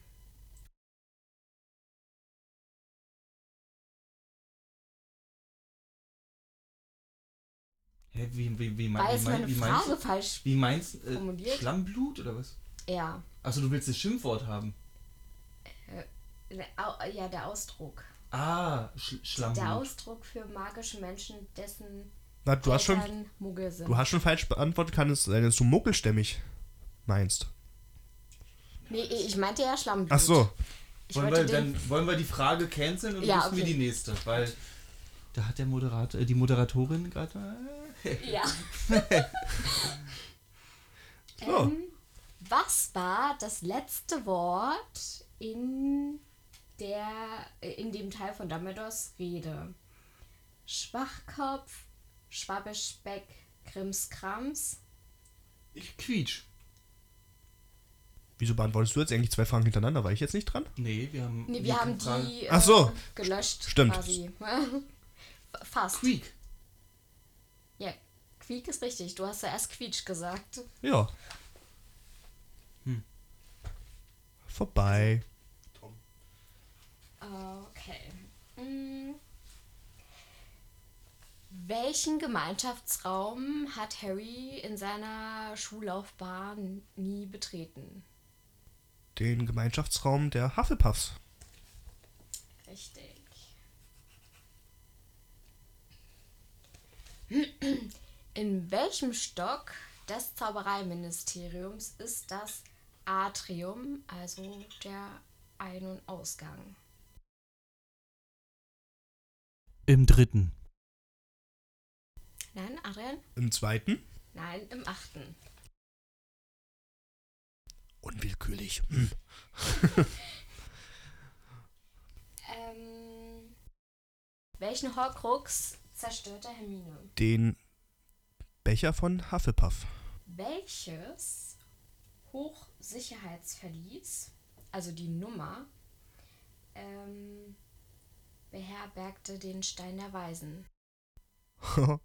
[SPEAKER 1] Hä, wie, wie, wie,
[SPEAKER 3] War
[SPEAKER 1] mein, wie,
[SPEAKER 3] jetzt meine
[SPEAKER 1] mein, wie meinst
[SPEAKER 3] Frage
[SPEAKER 1] du?
[SPEAKER 3] falsch?
[SPEAKER 1] Wie meinst äh,
[SPEAKER 3] formuliert?
[SPEAKER 1] Schlammblut oder was?
[SPEAKER 3] Ja,
[SPEAKER 1] Achso, du willst das Schimpfwort haben.
[SPEAKER 3] Le- au- ja, der Ausdruck.
[SPEAKER 1] Ah, Sch Schlammblut.
[SPEAKER 3] Der Ausdruck für magische Menschen, dessen
[SPEAKER 2] Na, du, hast schon,
[SPEAKER 3] Eltern Muggel sind.
[SPEAKER 2] du hast schon falsch beantwortet, kann es sein, dass du muckelstämmig meinst.
[SPEAKER 3] nee, ich meinte ja Schlammblut.
[SPEAKER 2] Ach so.
[SPEAKER 3] Ich
[SPEAKER 1] Wollen
[SPEAKER 3] wollte
[SPEAKER 1] wir,
[SPEAKER 3] den,
[SPEAKER 1] dann wollen wir die Frage canceln und
[SPEAKER 3] Ja,
[SPEAKER 1] müssen wir
[SPEAKER 3] okay.
[SPEAKER 1] die nächste, weil da hat der Moderator, äh, die Moderatorin gerade. äh,
[SPEAKER 3] ja.
[SPEAKER 2] So.
[SPEAKER 3] Ähm, was war das letzte Wort in der äh, in dem Teil von Dumbledores Rede? Schwachkopf, Schwabbespeck, Krimskrams.
[SPEAKER 1] Ich quietsch.
[SPEAKER 2] Wieso beantwortest du jetzt eigentlich zwei Fragen hintereinander? War ich jetzt nicht dran?
[SPEAKER 1] Nee, wir haben.
[SPEAKER 3] Nee, wir haben
[SPEAKER 1] Frage-
[SPEAKER 3] die äh,
[SPEAKER 2] Ach so.
[SPEAKER 3] gelöscht
[SPEAKER 2] Stimmt.
[SPEAKER 3] quasi. Fast.
[SPEAKER 1] Squeak.
[SPEAKER 3] Ja, Quiek ist richtig. Du hast ja erst Quietsch gesagt.
[SPEAKER 2] Ja.
[SPEAKER 1] Hm.
[SPEAKER 2] Vorbei.
[SPEAKER 3] Okay. Mm. Welchen Gemeinschaftsraum hat Harry in seiner Schullaufbahn nie betreten?
[SPEAKER 2] Den Gemeinschaftsraum der Hufflepuffs.
[SPEAKER 3] Richtig. In welchem Stock des Zaubereiministeriums ist das Atrium, also der Ein- und Ausgang?
[SPEAKER 1] Im dritten.
[SPEAKER 3] Nein, Adrian?
[SPEAKER 2] Im zweiten.
[SPEAKER 3] Nein, im achten.
[SPEAKER 2] Unwillkürlich. Hm.
[SPEAKER 3] Ähm, welchen Horcrux zerstörte Hermine?
[SPEAKER 2] Den Becher von Hufflepuff.
[SPEAKER 3] welches Hochsicherheitsverlies, also die Nummer, ähm, beherbergte den Stein der Weisen?
[SPEAKER 2] ja,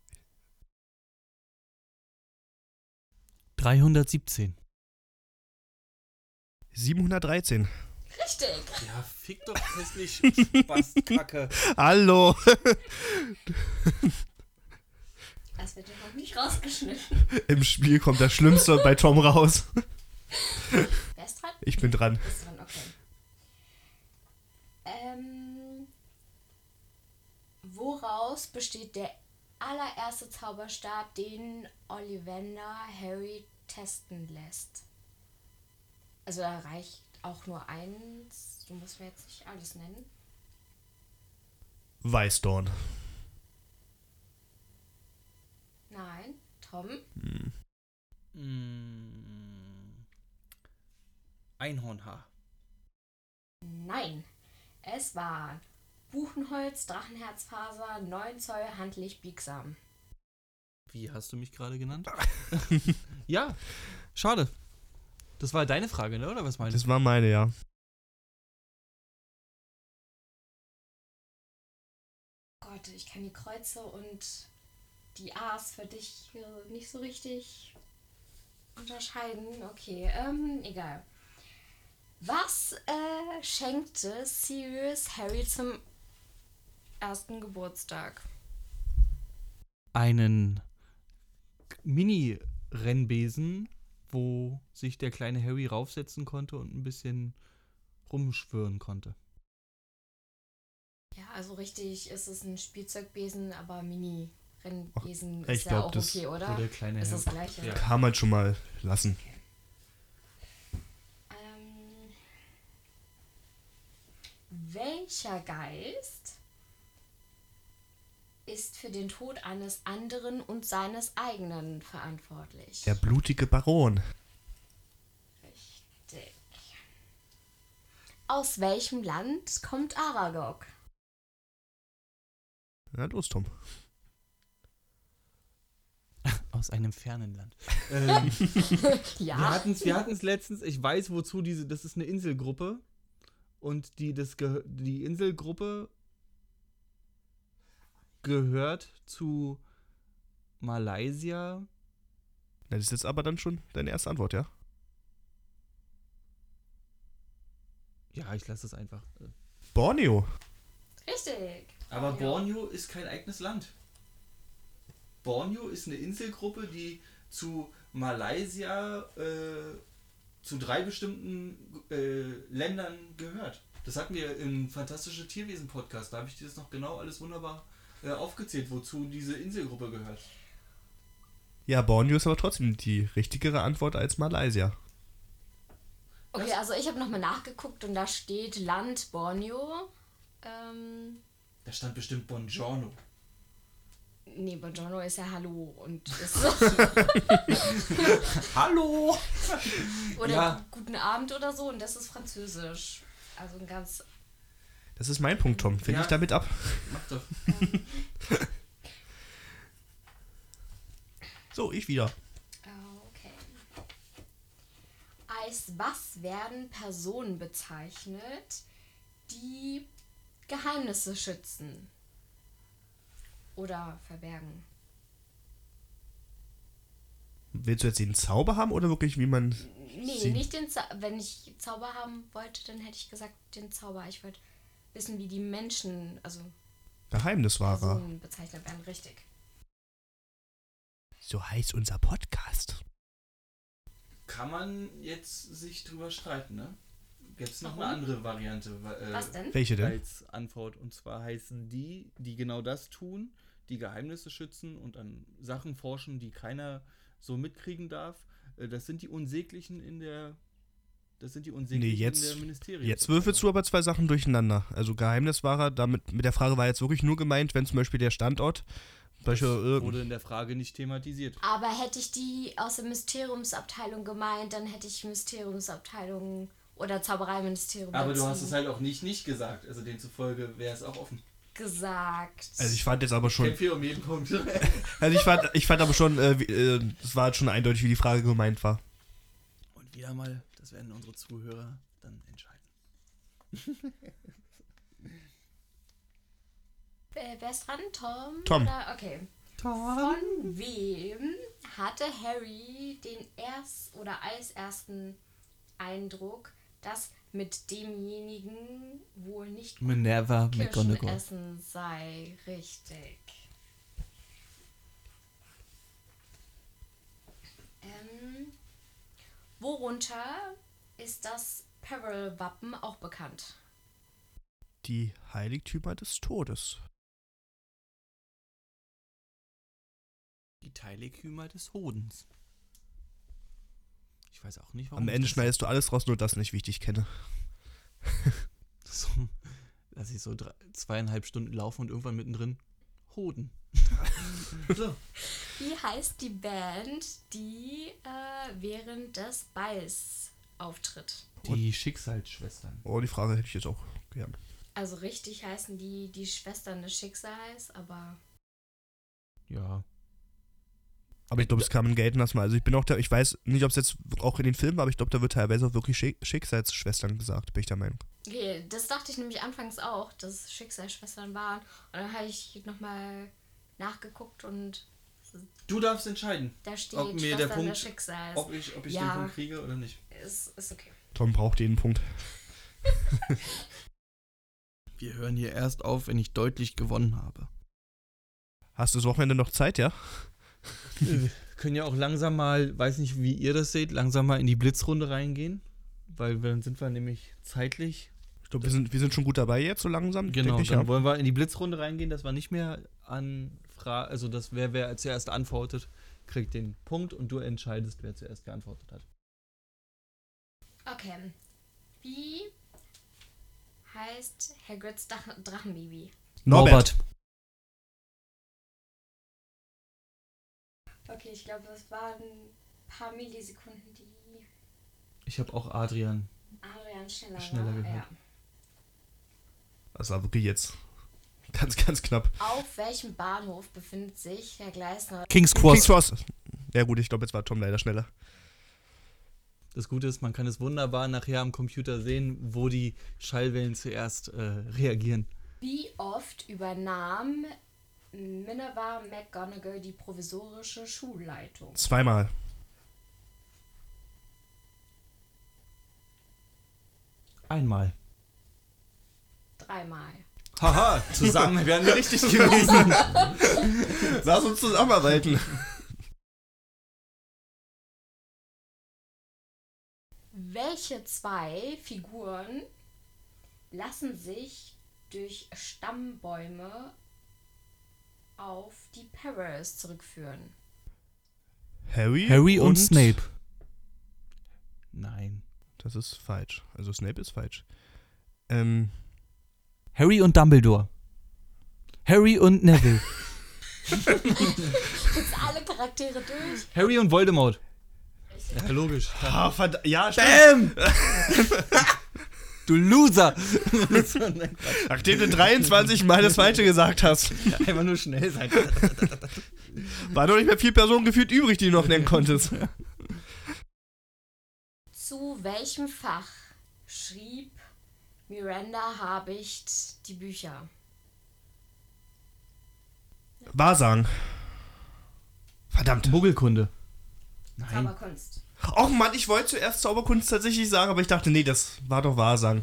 [SPEAKER 1] 317.
[SPEAKER 2] 713.
[SPEAKER 3] Richtig!
[SPEAKER 1] Ja, fick doch hässlich Spastkacke.
[SPEAKER 2] Hallo.
[SPEAKER 3] Das wird ja noch nicht rausgeschnitten.
[SPEAKER 2] Im Spiel kommt das Schlimmste bei Tom raus.
[SPEAKER 3] Wer ist dran?
[SPEAKER 2] Ich bin dran.
[SPEAKER 3] Bist dran, okay. Ähm, woraus besteht der allererste Zauberstab, den Ollivander Harry testen lässt? Also da reicht auch nur eins. Du musst mir jetzt nicht alles nennen.
[SPEAKER 2] Weißdorn.
[SPEAKER 3] Nein, Tom.
[SPEAKER 1] Mm. Einhornhaar.
[SPEAKER 3] Nein. Es war Buchenholz, Drachenherzfaser, 9 Zoll, handlich biegsam.
[SPEAKER 1] Wie hast du mich gerade genannt? ja, schade. Das war deine Frage, ne? oder was meinst du?
[SPEAKER 2] Das war meine, ja.
[SPEAKER 3] Gott, ich kann die Kreuze und die A's für dich äh, nicht so richtig unterscheiden. Okay, ähm, egal. Was äh, schenkte Sirius Harry zum ersten Geburtstag?
[SPEAKER 1] Einen Mini-Rennbesen, wo sich der kleine Harry raufsetzen konnte und ein bisschen rumschwören konnte.
[SPEAKER 3] Ja, also richtig ist es ein Spielzeugbesen, aber Mini-Rennbesen
[SPEAKER 2] ich
[SPEAKER 3] ist ja
[SPEAKER 2] glaub,
[SPEAKER 3] auch
[SPEAKER 2] das
[SPEAKER 3] okay, oder?
[SPEAKER 1] Wo der kleine
[SPEAKER 3] Ist das
[SPEAKER 1] Harry-
[SPEAKER 3] gleiche?
[SPEAKER 1] Ja.
[SPEAKER 2] Kann man halt schon mal lassen.
[SPEAKER 3] Ähm, welcher Geist ist für den Tod eines anderen und seines eigenen verantwortlich?
[SPEAKER 2] Der blutige Baron.
[SPEAKER 3] Richtig. Aus welchem Land kommt Aragog?
[SPEAKER 2] Na los, Tom.
[SPEAKER 1] Aus einem fernen Land. ähm, Wir
[SPEAKER 3] Ja.
[SPEAKER 1] hatten es wir hatten's letztens, ich weiß wozu diese, das ist eine Inselgruppe und die, das gehö- die Inselgruppe gehört zu Malaysia.
[SPEAKER 2] Na, Das ist jetzt aber dann schon deine erste Antwort, ja?
[SPEAKER 1] Ja, ich lasse das einfach.
[SPEAKER 2] Borneo.
[SPEAKER 3] Richtig.
[SPEAKER 1] Aber
[SPEAKER 3] Ja.
[SPEAKER 1] Borneo ist kein eigenes Land. Borneo ist eine Inselgruppe, die zu Malaysia, äh, zu drei bestimmten äh, Ländern gehört. Das hatten wir im Fantastische Tierwesen-Podcast. Da habe ich dir das noch genau alles wunderbar äh, aufgezählt, wozu diese Inselgruppe gehört.
[SPEAKER 2] Ja, Borneo ist aber trotzdem die richtigere Antwort als Malaysia.
[SPEAKER 3] Okay, also ich habe nochmal nachgeguckt und da steht Land Borneo. Ähm,
[SPEAKER 1] Da stand bestimmt Bongiorno.
[SPEAKER 3] nee, Borneo ist ja Hallo und ist
[SPEAKER 1] Hallo!
[SPEAKER 3] Oder
[SPEAKER 1] Ja.
[SPEAKER 3] guten Abend oder so und das ist Französisch. Also ein ganz.
[SPEAKER 2] Das ist mein Punkt, Tom.
[SPEAKER 1] Ja.
[SPEAKER 2] Finde ich damit ab.
[SPEAKER 1] Mach doch.
[SPEAKER 2] So, ich wieder.
[SPEAKER 3] Ah, Okay. Als was werden Personen bezeichnet, die Geheimnisse schützen? Oder verbergen?
[SPEAKER 2] Willst du jetzt den Zauber haben oder wirklich, wie man
[SPEAKER 3] Nee,
[SPEAKER 2] sie
[SPEAKER 3] nicht den Zauber. Wenn ich Zauber haben wollte, dann hätte ich gesagt den Zauber. Ich wollte wissen, wie die Menschen, also
[SPEAKER 2] Geheimniswahrer?
[SPEAKER 3] Personen bezeichnet werden. Richtig.
[SPEAKER 2] So heißt unser Podcast.
[SPEAKER 1] Kann man jetzt sich drüber streiten, ne? Gibt es noch eine
[SPEAKER 3] Warum?
[SPEAKER 1] andere Variante? wa- Äh,
[SPEAKER 3] Was denn?
[SPEAKER 2] Welche denn?
[SPEAKER 1] als Antwort. Und zwar heißen die, die genau das tun, die Geheimnisse schützen und an Sachen forschen, die keiner so mitkriegen darf. Äh, Das sind die Unsäglichen in der. Das sind die Unsäglichen
[SPEAKER 2] jetzt-
[SPEAKER 1] in der Ministerien.
[SPEAKER 2] Jetzt würfelst du aber zwei Sachen durcheinander. Also Geheimniswahrer, damit mit der Frage war jetzt wirklich nur gemeint, wenn zum Beispiel der Standort, zum
[SPEAKER 1] Das
[SPEAKER 2] Beispiel äh, irgend-
[SPEAKER 1] wurde in der Frage nicht thematisiert.
[SPEAKER 3] Aber hätte ich die aus der Mysteriumsabteilung gemeint, dann hätte ich Mysteriumsabteilung oder Zaubereiministerium.
[SPEAKER 1] Aber du halt-
[SPEAKER 3] dazu
[SPEAKER 1] hast es halt auch nicht nicht gesagt. Also demzufolge wäre es auch offen.
[SPEAKER 3] gesagt.
[SPEAKER 2] Also ich fand jetzt aber schon.
[SPEAKER 1] Kämpfe um jeden Punkt.
[SPEAKER 2] Also ich fand, ich fand aber schon, äh, wie, äh, es war schon eindeutig, wie die Frage gemeint war.
[SPEAKER 1] Und wieder mal, das werden unsere Zuhörer dann entscheiden.
[SPEAKER 3] Äh, wer ist dran? Tom?
[SPEAKER 2] Tom.
[SPEAKER 3] Oder? Okay. Von wem hatte Harry den erst oder als ersten Eindruck, dass mit demjenigen wohl nicht
[SPEAKER 1] Minerva
[SPEAKER 3] Kirschen
[SPEAKER 1] McGonagall.
[SPEAKER 3] essen sei? Richtig. Ähm, worunter ist das Peril-Wappen auch bekannt?
[SPEAKER 2] Die Heiligtümer des Todes.
[SPEAKER 1] Die Teilekümer des Hodens. Ich weiß auch nicht, warum.
[SPEAKER 2] Am
[SPEAKER 1] ich
[SPEAKER 2] Ende
[SPEAKER 1] das-
[SPEAKER 2] schneidest du alles raus, nur das nicht, wie ich dich kenne.
[SPEAKER 1] So, dass ich so drei, zweieinhalb Stunden laufe und irgendwann mittendrin Hoden. so.
[SPEAKER 3] Wie heißt die Band, die äh, während des Balls auftritt?
[SPEAKER 1] Die Schicksalsschwestern.
[SPEAKER 2] Oh, die Frage hätte ich jetzt auch gern.
[SPEAKER 3] Also richtig heißen die die Schwestern des Schicksals, aber
[SPEAKER 1] Ja.
[SPEAKER 2] Aber ich glaube, es kam in Gelten erstmal. Also ich bin auch da, ich weiß nicht, ob es jetzt auch in den Filmen, aber ich glaube, da wird teilweise auch wirklich Schick Schicksalsschwestern gesagt, bin ich der Meinung.
[SPEAKER 3] okay, das dachte ich nämlich anfangs auch, dass es Schicksalsschwestern waren. Und dann habe ich nochmal nachgeguckt und
[SPEAKER 1] Du darfst entscheiden,
[SPEAKER 3] da steht
[SPEAKER 1] Ob mir der
[SPEAKER 3] Schwestern
[SPEAKER 1] Punkt-
[SPEAKER 3] des Schicksals.
[SPEAKER 1] ob ich, ob ich
[SPEAKER 3] Also, Ja.
[SPEAKER 1] den Punkt kriege oder nicht.
[SPEAKER 3] Ist, ist okay.
[SPEAKER 2] Tom braucht jeden Punkt.
[SPEAKER 1] Wir hören hier erst auf, wenn ich deutlich gewonnen habe.
[SPEAKER 2] Hast du das Wochenende noch Zeit, ja?
[SPEAKER 1] Können ja auch langsam mal, weiß nicht, wie ihr das seht, langsam mal in die Blitzrunde reingehen. Weil dann sind wir nämlich zeitlich.
[SPEAKER 2] Ich glaube, wir sind, wir sind schon gut dabei jetzt so langsam.
[SPEAKER 1] Genau,
[SPEAKER 2] denke ich,
[SPEAKER 1] dann
[SPEAKER 2] ja.
[SPEAKER 1] wollen wir in die Blitzrunde reingehen, dass wir nicht mehr an Fragen, also dass wer, wer zuerst antwortet, kriegt den Punkt und du entscheidest, wer zuerst geantwortet hat.
[SPEAKER 3] Okay. Wie heißt Hagrids Dach Drachenbaby?
[SPEAKER 2] Norbert.
[SPEAKER 3] Okay, ich glaube, das waren ein paar Millisekunden, die
[SPEAKER 1] Ich habe auch Adrian.
[SPEAKER 3] Adrian schneller,
[SPEAKER 1] Schneller
[SPEAKER 3] war.
[SPEAKER 1] gehört.
[SPEAKER 3] Ja.
[SPEAKER 2] Das war wirklich jetzt ganz, ganz knapp.
[SPEAKER 3] Auf welchem Bahnhof befindet sich Herr Gleisner?
[SPEAKER 1] Kings
[SPEAKER 2] King's Cross. Ja gut, ich glaube, jetzt war Tom leider schneller.
[SPEAKER 1] Das Gute ist, man kann es wunderbar nachher am Computer sehen, wo die Schallwellen zuerst äh, reagieren.
[SPEAKER 3] Wie oft übernahm Minerva McGonagall die provisorische Schulleitung?
[SPEAKER 2] Zweimal.
[SPEAKER 1] Einmal.
[SPEAKER 3] Dreimal.
[SPEAKER 1] Haha, zusammen wären wir richtig gewesen.
[SPEAKER 2] Lass uns zusammenarbeiten.
[SPEAKER 3] Welche zwei Figuren lassen sich durch Stammbäume auf die Perils zurückführen?
[SPEAKER 2] Harry,
[SPEAKER 1] Nein.
[SPEAKER 2] Das ist falsch. Also Snape ist falsch. Ähm,
[SPEAKER 1] Harry und Dumbledore. Harry und Neville.
[SPEAKER 3] Jetzt alle Charaktere durch.
[SPEAKER 1] Harry und Voldemort. Ja, logisch.
[SPEAKER 2] ah, verdammt. Ja, stimmt.
[SPEAKER 1] Bam! Ähm! du Loser!
[SPEAKER 2] Nachdem du 23 Mal das Falsche gesagt hast,
[SPEAKER 1] Einfach nur schnell sein.
[SPEAKER 2] war doch nicht mehr viel Personen gefühlt übrig, die du noch nennen konntest.
[SPEAKER 3] Zu welchem Fach schrieb Miranda Habicht die Bücher?
[SPEAKER 2] Wahrsagen. Verdammt.
[SPEAKER 1] Muggelkunde. Nein.
[SPEAKER 3] Zauberkunst.
[SPEAKER 2] Och Mann, ich wollte zuerst Zauberkunst tatsächlich sagen, aber ich dachte, nee, das war doch Wahrsagen.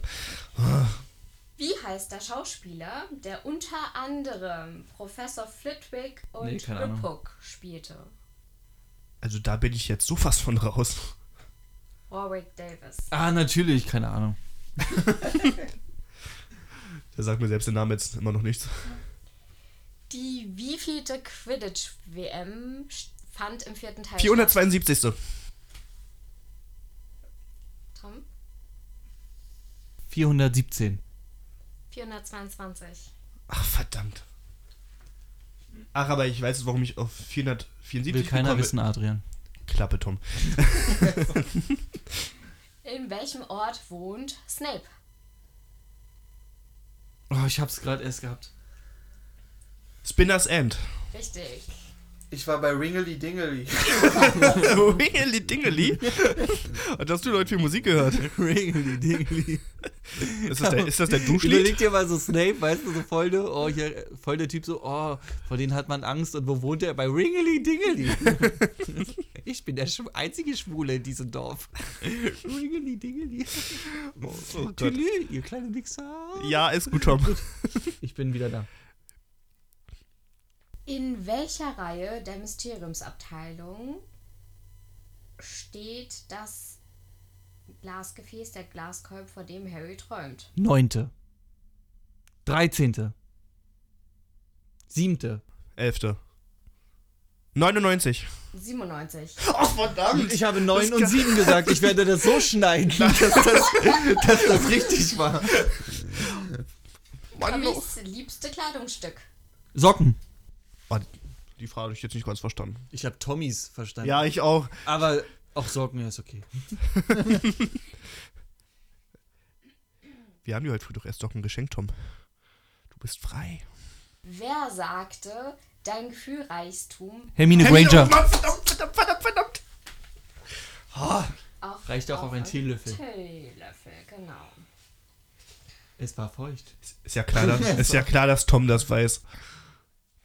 [SPEAKER 3] Wie heißt der Schauspieler, der unter anderem Professor Flitwick und
[SPEAKER 1] Nee,
[SPEAKER 3] nee,
[SPEAKER 1] keine Ahnung.
[SPEAKER 3] spielte?
[SPEAKER 2] Also da bin ich jetzt so fast von raus.
[SPEAKER 3] Warwick Davis.
[SPEAKER 1] Ah, natürlich, keine Ahnung.
[SPEAKER 2] Der sagt mir selbst den Namen jetzt immer noch nichts.
[SPEAKER 3] Die wievielte Quidditch-WM st- fand im vierten Teil
[SPEAKER 2] 472.
[SPEAKER 3] statt? Tom?
[SPEAKER 1] 417.
[SPEAKER 3] 422.
[SPEAKER 2] Ach, verdammt. Ach, aber ich weiß jetzt, warum ich auf 474
[SPEAKER 1] Will keiner
[SPEAKER 2] gekommen bin.
[SPEAKER 1] wissen, Adrian.
[SPEAKER 2] Klappe, Tom.
[SPEAKER 3] In welchem Ort wohnt Snape?
[SPEAKER 1] Oh, ich hab's gerade erst gehabt.
[SPEAKER 2] Spinner's End.
[SPEAKER 3] Richtig.
[SPEAKER 4] Ich war bei Ringely Dingely.
[SPEAKER 2] Wingeli Dingeli. Und hast du Leute viel Musik gehört?
[SPEAKER 1] Ringly Dingly.
[SPEAKER 2] Ist das der, ist das der Duschlied?
[SPEAKER 1] Überleg dir mal so Snape, weißt du, so voll, ne, oh, hier, voll der Typ so, oh, vor denen hat man Angst und wo wohnt er? Bei Ringly Dingly. ich bin der Schw einzige Schwule in diesem Dorf. Ringly Dingly.
[SPEAKER 2] Oh, Gott.
[SPEAKER 1] Tülü, ihr kleine Wichser.
[SPEAKER 2] ja, ist gut, Tom.
[SPEAKER 1] Ich bin wieder da.
[SPEAKER 3] In welcher Reihe der Mysteriumsabteilung steht das Glasgefäß, der Glaskolb, vor dem Harry träumt?
[SPEAKER 1] Neunte. Dreizehnte. Siebte.
[SPEAKER 2] Elfte. 99.
[SPEAKER 3] 97.
[SPEAKER 2] Oh, verdammt.
[SPEAKER 1] Ich habe neun und sieben gesagt. Ich werde das so schneiden, dass das, dass das richtig war.
[SPEAKER 2] Mann, oh.
[SPEAKER 3] Tommys liebste Kleidungsstück.
[SPEAKER 1] Socken.
[SPEAKER 2] Oh, die Frage habe ich jetzt nicht ganz verstanden.
[SPEAKER 1] Ich habe Tommys verstanden.
[SPEAKER 2] Ja, ich auch.
[SPEAKER 1] Aber auch Socken ja, ist okay.
[SPEAKER 2] Wir haben dir heute früh doch erst doch ein Geschenk, Tom. Du bist frei.
[SPEAKER 3] Wer sagte, dein Gefühlreichtum
[SPEAKER 1] Hermine
[SPEAKER 2] Oh, Mann, verdammt, verdammt, verdammt, verdammt.
[SPEAKER 3] auf,
[SPEAKER 1] Reicht auch auf einen Teelöffel.
[SPEAKER 3] Teelöffel, genau.
[SPEAKER 1] Es war feucht.
[SPEAKER 2] Ist ja klar, dass, ist ja klar, dass Tom das weiß.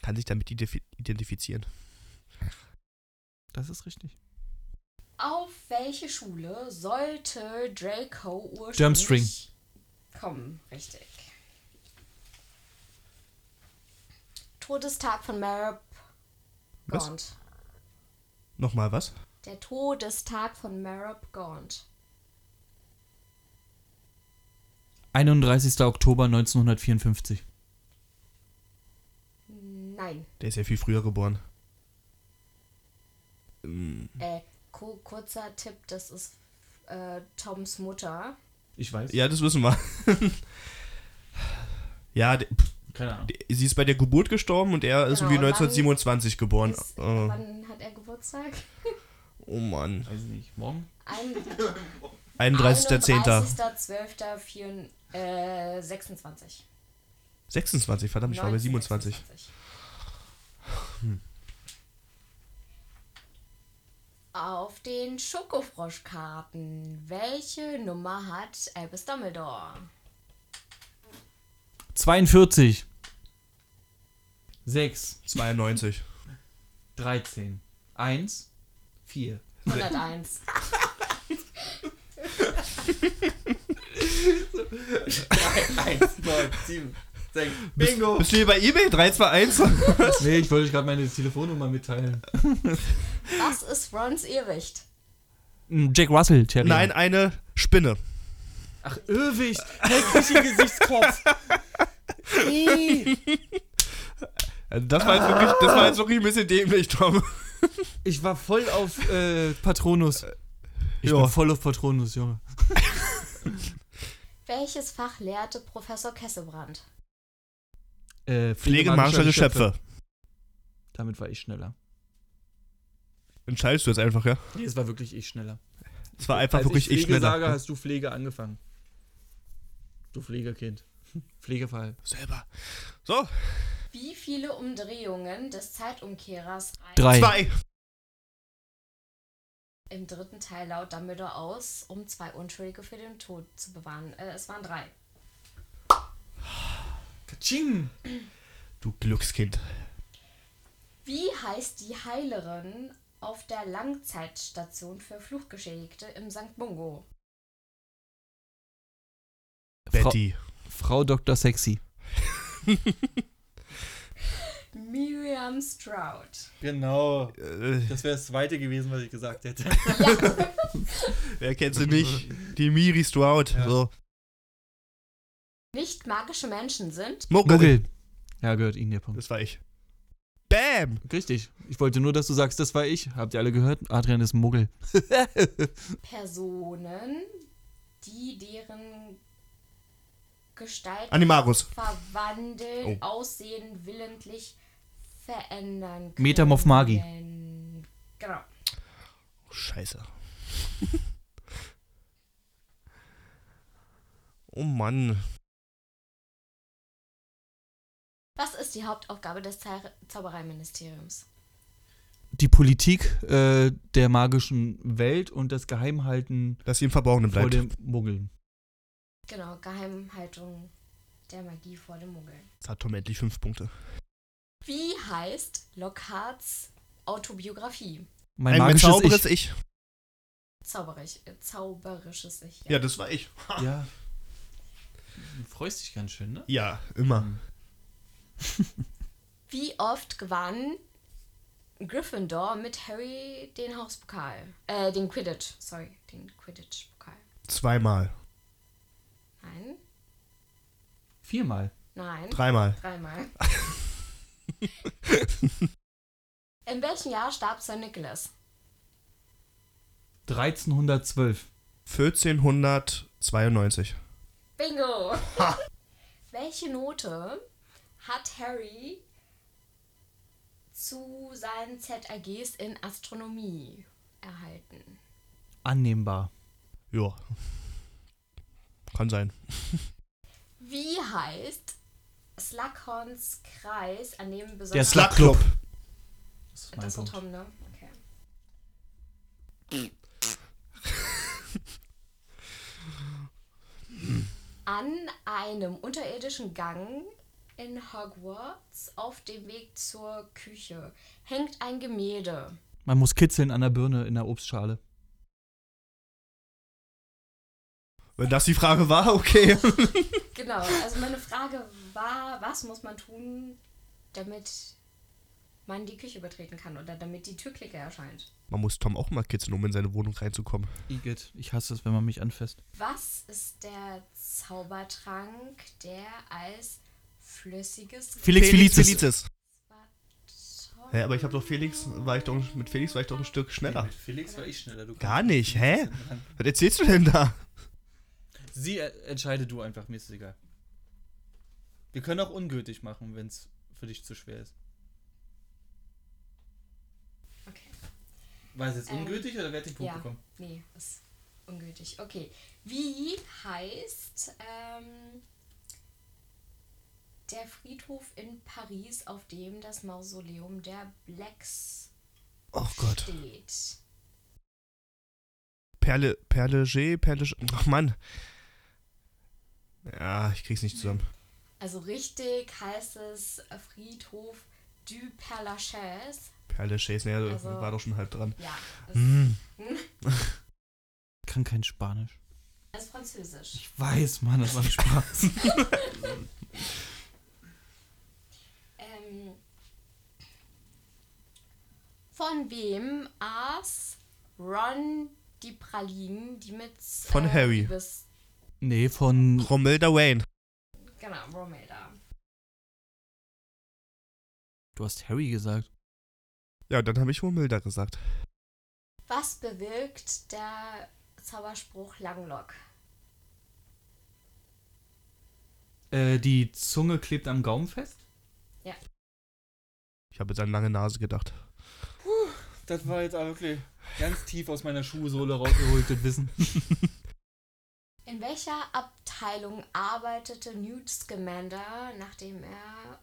[SPEAKER 2] Kann sich damit identif- identifizieren.
[SPEAKER 1] Das ist richtig.
[SPEAKER 3] Auf welche Schule sollte Draco ursprünglich
[SPEAKER 1] Durmstrang.
[SPEAKER 3] kommen? Richtig. Todestag von Marab
[SPEAKER 2] Was?
[SPEAKER 3] Gaunt.
[SPEAKER 2] Nochmal was?
[SPEAKER 3] Der Todestag von Marab Gaunt.
[SPEAKER 1] 31. Oktober 1954.
[SPEAKER 3] Nein.
[SPEAKER 2] Der ist ja viel früher geboren.
[SPEAKER 3] Äh, ku- kurzer Tipp, das ist äh, Toms Mutter.
[SPEAKER 1] Ich weiß.
[SPEAKER 2] Ja, das wissen wir. ja, d- pf,
[SPEAKER 1] Keine Ahnung.
[SPEAKER 2] d- sie ist bei der Geburt gestorben und er ist
[SPEAKER 3] Genau,
[SPEAKER 2] irgendwie
[SPEAKER 3] und dann
[SPEAKER 2] 1927 geboren.
[SPEAKER 3] Ist,
[SPEAKER 2] Oh,
[SPEAKER 3] Wann hat er Geburtstag?
[SPEAKER 2] oh Mann.
[SPEAKER 1] Weiß ich nicht. Morgen?
[SPEAKER 3] Ein-
[SPEAKER 2] 31.10.
[SPEAKER 3] 31.12.24, äh, 26.
[SPEAKER 2] 26, verdammt, ich war bei Hm. 27.
[SPEAKER 3] 26. Auf den Schokofroschkarten. Welche Nummer hat Albus Dumbledore?
[SPEAKER 1] 42. 6.
[SPEAKER 2] 92.
[SPEAKER 1] 13. 1. 4.
[SPEAKER 3] 101.
[SPEAKER 4] Eins, neun, sieben, sechs. Bingo!
[SPEAKER 2] Bist du hier bei eBay? 321?
[SPEAKER 1] Nee, ich wollte gerade meine Telefonnummer mitteilen.
[SPEAKER 3] Was ist Rons Irrwicht?
[SPEAKER 1] Jack Russell, Terry.
[SPEAKER 2] Nein, eine Spinne.
[SPEAKER 1] Ach, Irrwicht. Hässlichen Gesichtskopf. Ih.
[SPEAKER 2] Also das, war jetzt wirklich, das war jetzt wirklich ein bisschen dämlich, Tom.
[SPEAKER 1] ich war voll auf äh, Patronus. Ich
[SPEAKER 2] Ja.
[SPEAKER 1] war voll auf Patronus, Junge.
[SPEAKER 3] Welches Fach lehrte Professor Kesselbrand?
[SPEAKER 1] Äh,
[SPEAKER 2] Pflegemagischer Geschöpfe.
[SPEAKER 1] Damit war ich schneller.
[SPEAKER 2] Entscheidest du jetzt einfach, ja?
[SPEAKER 1] Nee, es war wirklich ich schneller.
[SPEAKER 2] Es war einfach
[SPEAKER 1] Als
[SPEAKER 2] wirklich ich ne?
[SPEAKER 1] Pflege
[SPEAKER 2] schneller.
[SPEAKER 1] sage, hast du Pflege angefangen. Du Pflegekind. Pflegefall.
[SPEAKER 2] Selber. So,
[SPEAKER 3] Wie viele Umdrehungen des Zeitumkehrers reichen
[SPEAKER 2] zwei.
[SPEAKER 3] im dritten Teil laut Dumbledore aus, um zwei Unschuldige für den Tod zu bewahren? Äh, es waren drei.
[SPEAKER 1] Kaching.
[SPEAKER 2] Du Glückskind.
[SPEAKER 3] Wie heißt die Heilerin auf der Langzeitstation für Fluchgeschädigte im St. Mungo?
[SPEAKER 2] Betty.
[SPEAKER 1] Frau Dr. Sexy.
[SPEAKER 3] Miriam Stroud.
[SPEAKER 4] Genau.
[SPEAKER 2] Äh,
[SPEAKER 4] Das wäre das zweite gewesen, was ich gesagt hätte.
[SPEAKER 2] wer kennt sie nicht? Die Miri Stroud.
[SPEAKER 4] Ja.
[SPEAKER 2] So.
[SPEAKER 3] Nicht magische Menschen sind.
[SPEAKER 2] Muggel.
[SPEAKER 1] Google. Oh Ja, gehört Ihnen der Punkt.
[SPEAKER 2] Das war ich. Bam!
[SPEAKER 1] Richtig. Ich wollte nur, dass du sagst, das war ich. Habt ihr alle gehört? Adrian ist ein Muggel.
[SPEAKER 3] Personen, die deren Gestalt
[SPEAKER 2] Animarus.
[SPEAKER 3] verwandeln,
[SPEAKER 2] Oh.
[SPEAKER 3] aussehen, willentlich verändern können.
[SPEAKER 1] Metamorph Magi.
[SPEAKER 3] Genau.
[SPEAKER 2] Oh, scheiße. oh Mann.
[SPEAKER 3] Was ist ist die Hauptaufgabe des Zau- Zaubereiministeriums?
[SPEAKER 1] Die Politik äh, der magischen Welt und das Geheimhalten
[SPEAKER 2] Dass sie im Verborgenen
[SPEAKER 1] vor
[SPEAKER 2] bleibt.
[SPEAKER 1] den Muggeln.
[SPEAKER 3] Genau, Geheimhaltung der Magie vor dem Muggel.
[SPEAKER 2] Jetzt hat Tom endlich fünf Punkte.
[SPEAKER 3] Wie heißt Lockharts Autobiografie?
[SPEAKER 1] Mein magisches
[SPEAKER 2] bezauberes
[SPEAKER 1] Ich.
[SPEAKER 2] Ich.
[SPEAKER 3] Zauberisch, äh, zauberisches Ich.
[SPEAKER 2] Ja, das war ich.
[SPEAKER 1] Ja. Du freust dich ganz schön, ne?
[SPEAKER 2] Ja, immer.
[SPEAKER 3] Wie oft gewann Gryffindor mit Harry den Hauspokal? Äh, den Quidditch, sorry, den Quidditch-Pokal.
[SPEAKER 2] Zweimal.
[SPEAKER 3] Nein,
[SPEAKER 1] Viermal.
[SPEAKER 3] nein,
[SPEAKER 2] Dreimal.
[SPEAKER 3] dreimal. In welchem Jahr starb Sir Nicholas?
[SPEAKER 1] 1312.
[SPEAKER 2] 1492.
[SPEAKER 3] Bingo! Welche Note hat Harry zu seinen ZAGs in Astronomie erhalten?
[SPEAKER 1] Annehmbar.
[SPEAKER 2] Ja. Kann sein.
[SPEAKER 3] Wie heißt Slughorns Kreis, an dem besonders...
[SPEAKER 1] Der
[SPEAKER 2] Slug Club.
[SPEAKER 1] Das ist
[SPEAKER 3] Das war Tom, ne? Okay. An einem unterirdischen Gang in Hogwarts auf dem Weg zur Küche hängt ein Gemälde.
[SPEAKER 1] Man muss kitzeln an der Birne in der Obstschale.
[SPEAKER 2] Wenn das die Frage war, okay.
[SPEAKER 3] Genau, also meine Frage war, was muss man tun, damit man die Küche betreten kann oder damit die Türklinke erscheint?
[SPEAKER 2] Man muss Tom auch mal kitzeln, um in seine Wohnung reinzukommen.
[SPEAKER 1] Igitt, ich hasse es, wenn man mich anfasst.
[SPEAKER 3] Was ist der Zaubertrank, der als flüssiges
[SPEAKER 1] Felix Felicis.
[SPEAKER 2] Felicis. Hä, aber ich habe doch Felix, war ich doch, mit Felix war ich doch ein Stück schneller.
[SPEAKER 4] Mit Felix war ich schneller. Du
[SPEAKER 2] Ah. Gar nicht, hä? Was erzählst du denn da?
[SPEAKER 4] Sie äh, entscheide du einfach, mir ist es egal. Wir können auch ungültig machen, wenn es für dich zu schwer ist.
[SPEAKER 3] Okay.
[SPEAKER 4] War es jetzt
[SPEAKER 3] Ähm,
[SPEAKER 4] ungültig oder wer hat den Punkt
[SPEAKER 3] ja,
[SPEAKER 4] bekommen?
[SPEAKER 3] nee, ist ungültig. Okay. Wie heißt ähm, der Friedhof in Paris, auf dem das Mausoleum der Blacks
[SPEAKER 2] Oh Gott.
[SPEAKER 3] steht?
[SPEAKER 2] Perle, Perle, G, Perle, G. Ach Mann. Ja, ich krieg's nicht zusammen.
[SPEAKER 3] Also richtig heißt es Friedhof du Père Lachaise.
[SPEAKER 2] Perle, G, ist- naja,
[SPEAKER 3] Also-
[SPEAKER 2] war doch schon halb dran.
[SPEAKER 3] Ja, das Hm?
[SPEAKER 2] Hm.
[SPEAKER 1] Kann kein Spanisch.
[SPEAKER 3] das ist französisch.
[SPEAKER 1] Ich weiß, Mann, das war ein Spaß.
[SPEAKER 3] Ähm, von wem aß Ron die Pralinen, die mit
[SPEAKER 2] Von Harry.
[SPEAKER 3] Liebes-
[SPEAKER 1] nee, von
[SPEAKER 2] Romilda Wayne.
[SPEAKER 3] Genau, Romilda.
[SPEAKER 1] Du hast Harry gesagt.
[SPEAKER 2] Ja, dann habe ich Romilda gesagt.
[SPEAKER 3] Was bewirkt der Zauberspruch Langlock?
[SPEAKER 1] Äh, die Zunge klebt am Gaumen fest?
[SPEAKER 2] Ich habe jetzt an lange Nase gedacht.
[SPEAKER 4] Das war jetzt aber wirklich ganz tief aus meiner Schuhsohle raus.
[SPEAKER 1] Rausgeholtes Wissen.
[SPEAKER 3] In welcher Abteilung arbeitete Newt Scamander, nachdem er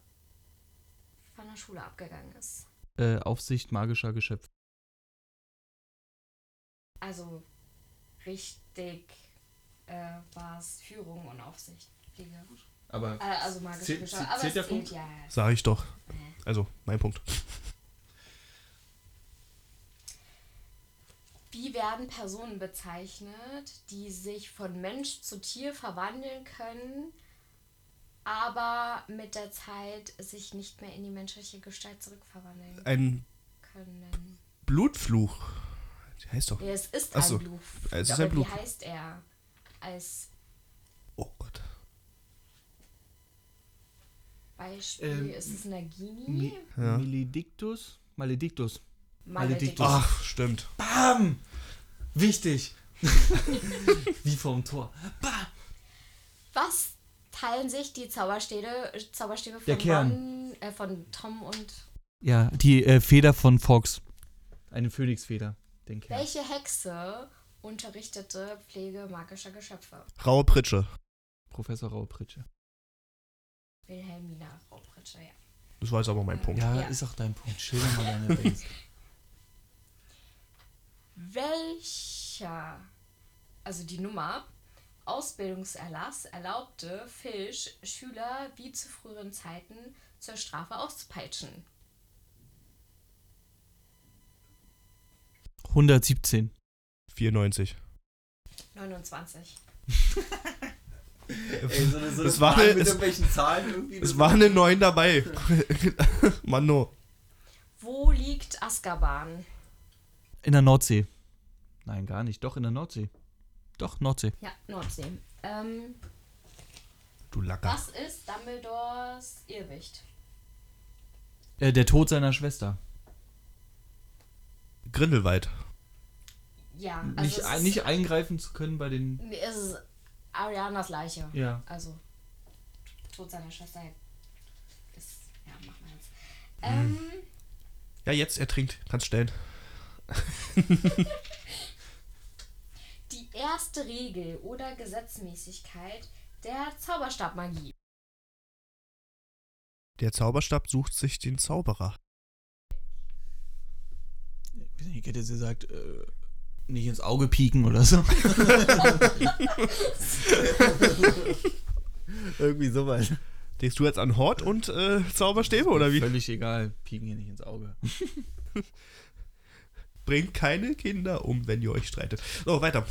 [SPEAKER 3] von der Schule abgegangen ist?
[SPEAKER 1] äh, Aufsicht magischer Geschöpfe.
[SPEAKER 3] Also richtig äh, war es Führung und Aufsicht. Pflege.
[SPEAKER 4] Aber
[SPEAKER 3] Äh, also magische
[SPEAKER 4] Zählt-
[SPEAKER 3] Bücher.
[SPEAKER 4] zählt
[SPEAKER 3] Aber
[SPEAKER 4] der
[SPEAKER 3] es
[SPEAKER 4] Punkt?
[SPEAKER 3] zählt, ja, ne. ja.
[SPEAKER 2] Sag ich doch.
[SPEAKER 3] Nee.
[SPEAKER 2] Also, mein Punkt.
[SPEAKER 3] Wie werden Personen bezeichnet, die sich von Mensch zu Tier verwandeln können, aber mit der Zeit sich nicht mehr in die menschliche Gestalt zurückverwandeln
[SPEAKER 2] Ein
[SPEAKER 3] können?
[SPEAKER 2] Blutfluch. Die heißt doch.
[SPEAKER 3] Nee, es ist
[SPEAKER 2] Ach so.
[SPEAKER 3] ein Blue.
[SPEAKER 2] Es ist
[SPEAKER 3] aber
[SPEAKER 2] ein Blue.
[SPEAKER 3] Wie heißt er? Als
[SPEAKER 2] Oh Gott.
[SPEAKER 3] Beispiel
[SPEAKER 4] Ähm,
[SPEAKER 3] ist es Nagini?
[SPEAKER 2] Ja.
[SPEAKER 1] Maledictus? Maledictus.
[SPEAKER 3] Maledictus.
[SPEAKER 1] Maledictus.
[SPEAKER 2] Ach, stimmt.
[SPEAKER 4] bam! Wichtig!
[SPEAKER 1] Wie vorm Tor.
[SPEAKER 3] Was teilen sich die Zauberstäbe, Zauberstäbe
[SPEAKER 1] Der
[SPEAKER 3] von,
[SPEAKER 1] Kern.
[SPEAKER 3] Ron, äh, von Tom und...
[SPEAKER 1] Ja, die äh, Feder von Fox. Eine Phönixfeder, denke ich.
[SPEAKER 3] Welche Hexe unterrichtete Pflege magischer Geschöpfe?
[SPEAKER 2] Raue Pritsche.
[SPEAKER 1] Professor Raupritsche.
[SPEAKER 3] Wilhelmina Raubritsche, ja.
[SPEAKER 2] Das war jetzt aber mein Punkt.
[SPEAKER 1] Ja,
[SPEAKER 3] Ja.
[SPEAKER 1] ist auch dein Punkt. Schilder mal deine Base.
[SPEAKER 3] Welcher, also die Nummer, Ausbildungserlass erlaubte Fisch, Schüler wie zu früheren Zeiten zur Strafe auszupeitschen?
[SPEAKER 1] 117.
[SPEAKER 2] 94.
[SPEAKER 3] 29.
[SPEAKER 4] Ey, so eine, so eine
[SPEAKER 2] Es war
[SPEAKER 4] Frage
[SPEAKER 2] eine-
[SPEAKER 4] mit
[SPEAKER 2] es-
[SPEAKER 4] irgendwelchen Zahlen irgendwie.
[SPEAKER 2] Es
[SPEAKER 4] das-
[SPEAKER 2] waren eine 9 dabei. Mann, no.
[SPEAKER 3] Wo liegt Azkaban?
[SPEAKER 1] In der Nordsee. Nein, gar nicht. Doch, in der Nordsee. Doch, Nordsee.
[SPEAKER 3] Ja, Nordsee. Ähm,
[SPEAKER 2] Du Lacker.
[SPEAKER 3] was ist Dumbledores Irrwicht?
[SPEAKER 1] Äh, der Tod seiner Schwester.
[SPEAKER 2] Grindelwald.
[SPEAKER 3] Ja, also
[SPEAKER 1] nicht,
[SPEAKER 3] es
[SPEAKER 1] ein-
[SPEAKER 3] ist,
[SPEAKER 1] nicht eingreifen zu können bei den.
[SPEAKER 3] Nee, es ist Arianas Leiche.
[SPEAKER 1] Ja.
[SPEAKER 3] Also, Tod seiner Schwester ist, ja, machen wir jetzt. Ähm,
[SPEAKER 2] Ja, jetzt ertrinkt. Kannst stellen.
[SPEAKER 3] Die erste Regel oder Gesetzmäßigkeit der Zauberstabmagie.
[SPEAKER 2] Der Zauberstab sucht sich den Zauberer.
[SPEAKER 1] Ich weiß nicht, ich hätte sie gesagt, äh, nicht ins Auge pieken oder so. Irgendwie sowas.
[SPEAKER 2] Denkst du jetzt an Hort und äh, Zauberstäbe oder wie?
[SPEAKER 1] Völlig egal. Pieken hier nicht ins Auge.
[SPEAKER 2] Bringt keine Kinder um, wenn ihr euch streitet. So, weiter.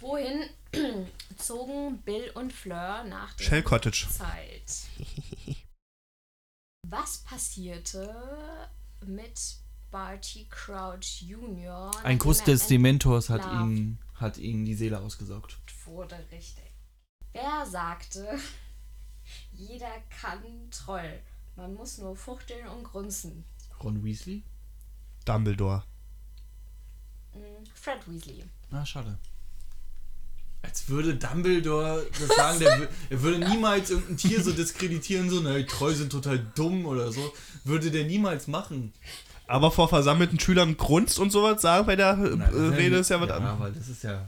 [SPEAKER 3] Wohin zogen Bill und Fleur nach der
[SPEAKER 2] Shell Cottage.
[SPEAKER 3] Zeit? Was passierte mit Barty Crouch Jr.?
[SPEAKER 1] Ein Kuss
[SPEAKER 3] nachdem er
[SPEAKER 1] des Dementors hat
[SPEAKER 3] entlarvt
[SPEAKER 1] ihn, hat ihn die Seele ausgesaugt.
[SPEAKER 3] Wurde richtig. Wer sagte, jeder kann Troll? Man muss nur fuchteln und grunzen.
[SPEAKER 1] Ron Weasley?
[SPEAKER 2] Dumbledore.
[SPEAKER 3] Hm, Fred Weasley.
[SPEAKER 1] Na, schade. Als würde Dumbledore das sagen, der, wür- er würde niemals irgendein Tier so diskreditieren, so, ne, Treue sind total dumm oder so. Würde der niemals machen.
[SPEAKER 2] Aber vor versammelten Schülern grunzt und sowas sagen bei der äh,
[SPEAKER 1] Nein, das
[SPEAKER 2] äh, Rede ist ja was
[SPEAKER 1] ja,
[SPEAKER 2] anderes.
[SPEAKER 1] aber das ist ja.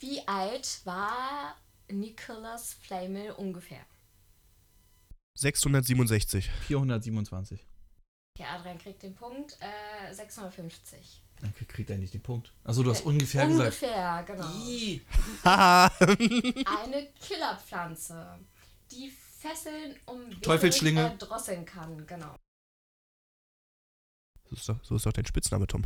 [SPEAKER 3] Wie alt war Nicholas Flamel ungefähr?
[SPEAKER 2] 667.
[SPEAKER 1] 427.
[SPEAKER 3] Okay, Adrian kriegt den Punkt. Äh, 650.
[SPEAKER 1] Danke, kriegt er nicht den Punkt. Achso, du hast
[SPEAKER 3] Äh,
[SPEAKER 1] ungefähr gesagt.
[SPEAKER 3] Ungefähr, genau.
[SPEAKER 1] Ih,
[SPEAKER 2] Haha.
[SPEAKER 3] Eine Killerpflanze, die Fesseln um
[SPEAKER 1] Teufelsschlinge.
[SPEAKER 3] erdrosseln kann, genau.
[SPEAKER 2] So ist doch- so ist doch dein Spitzname, Tom.